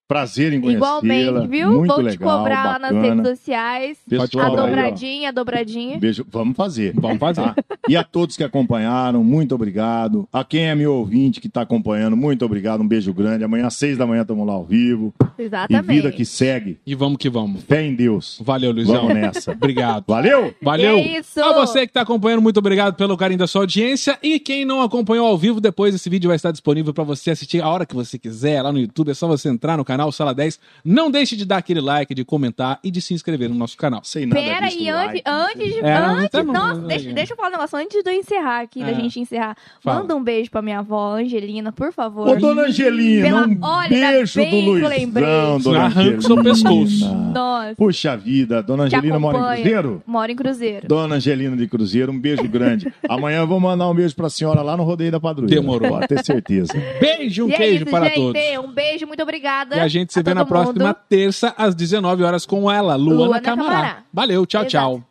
S3: prazer em conhecê-la.
S2: Igualmente, viu?
S3: Muito
S2: Vou
S3: legal,
S2: te cobrar lá nas redes
S3: bacana.
S2: sociais.
S1: Olha
S2: A
S3: Pessoal,
S1: aí, ó.
S2: dobradinha, a dobradinha.
S3: Beijo. Vamos fazer.
S1: Vamos fazer.
S3: Tá? E a todos que acompanharam, muito obrigado. A quem é meu ouvinte que está acompanhando, muito obrigado. Um beijo grande. Amanhã às seis da manhã estamos lá ao vivo.
S2: Ah,
S3: E vida
S2: Exatamente.
S3: que segue.
S1: E vamos que vamos.
S3: Fé em Deus.
S1: Valeu, Luizão.
S3: Vamos nessa.
S1: Obrigado.
S3: Valeu!
S1: Valeu!
S2: Que É isso!
S1: A você que está acompanhando, muito obrigado pelo carinho da sua audiência. E quem não acompanhou ao vivo, depois esse vídeo vai estar disponível para você assistir a hora que você quiser lá no YouTube. É só você entrar no canal Sala 10. Não deixe de dar aquele like, de comentar e de se inscrever no nosso canal.
S3: Sem nada
S2: Pera
S3: disso,
S2: aí, antes,
S3: like, não sei.
S2: antes de.
S1: É, não,
S2: antes,
S1: tá bom,
S2: nossa,
S1: não,
S2: deixa,
S1: é.
S2: deixa eu falar um negócio antes de eu encerrar aqui,
S1: É.
S2: da gente encerrar.
S1: Fala.
S2: Manda um beijo pra minha avó, Angelina, por favor.
S3: Ô, dona Angelina,
S2: Pela-
S3: um
S2: Olha, ainda
S3: beijo
S2: bem
S3: do
S2: que eu
S3: Luizão,
S2: lembrei.
S3: dona
S1: Arranca o seu
S3: Angelina.
S1: pescoço.
S2: Nossa,
S3: Puxa vida, dona
S2: Te
S3: Angelina mora em
S2: acompanha.
S3: Cruzeiro?
S2: mora em Cruzeiro.
S3: Dona Angelina de Cruzeiro, um beijo grande. Amanhã eu vou mandar um beijo pra senhora lá no Rodeio da Padroeira.
S1: Demorou.
S3: Pode ter certeza.
S1: Beijo, um
S2: E é
S1: queijo
S2: isso,
S1: para
S2: gente.
S1: todos.
S2: Um beijo, muito obrigada.
S1: E a gente se vê na
S2: todo mundo.
S1: próxima terça, às 19 horas, com ela, Luana,
S2: Luana
S1: Camará.
S2: Camará.
S1: Valeu, tchau,
S2: Exato.
S1: tchau.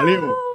S3: Valeu!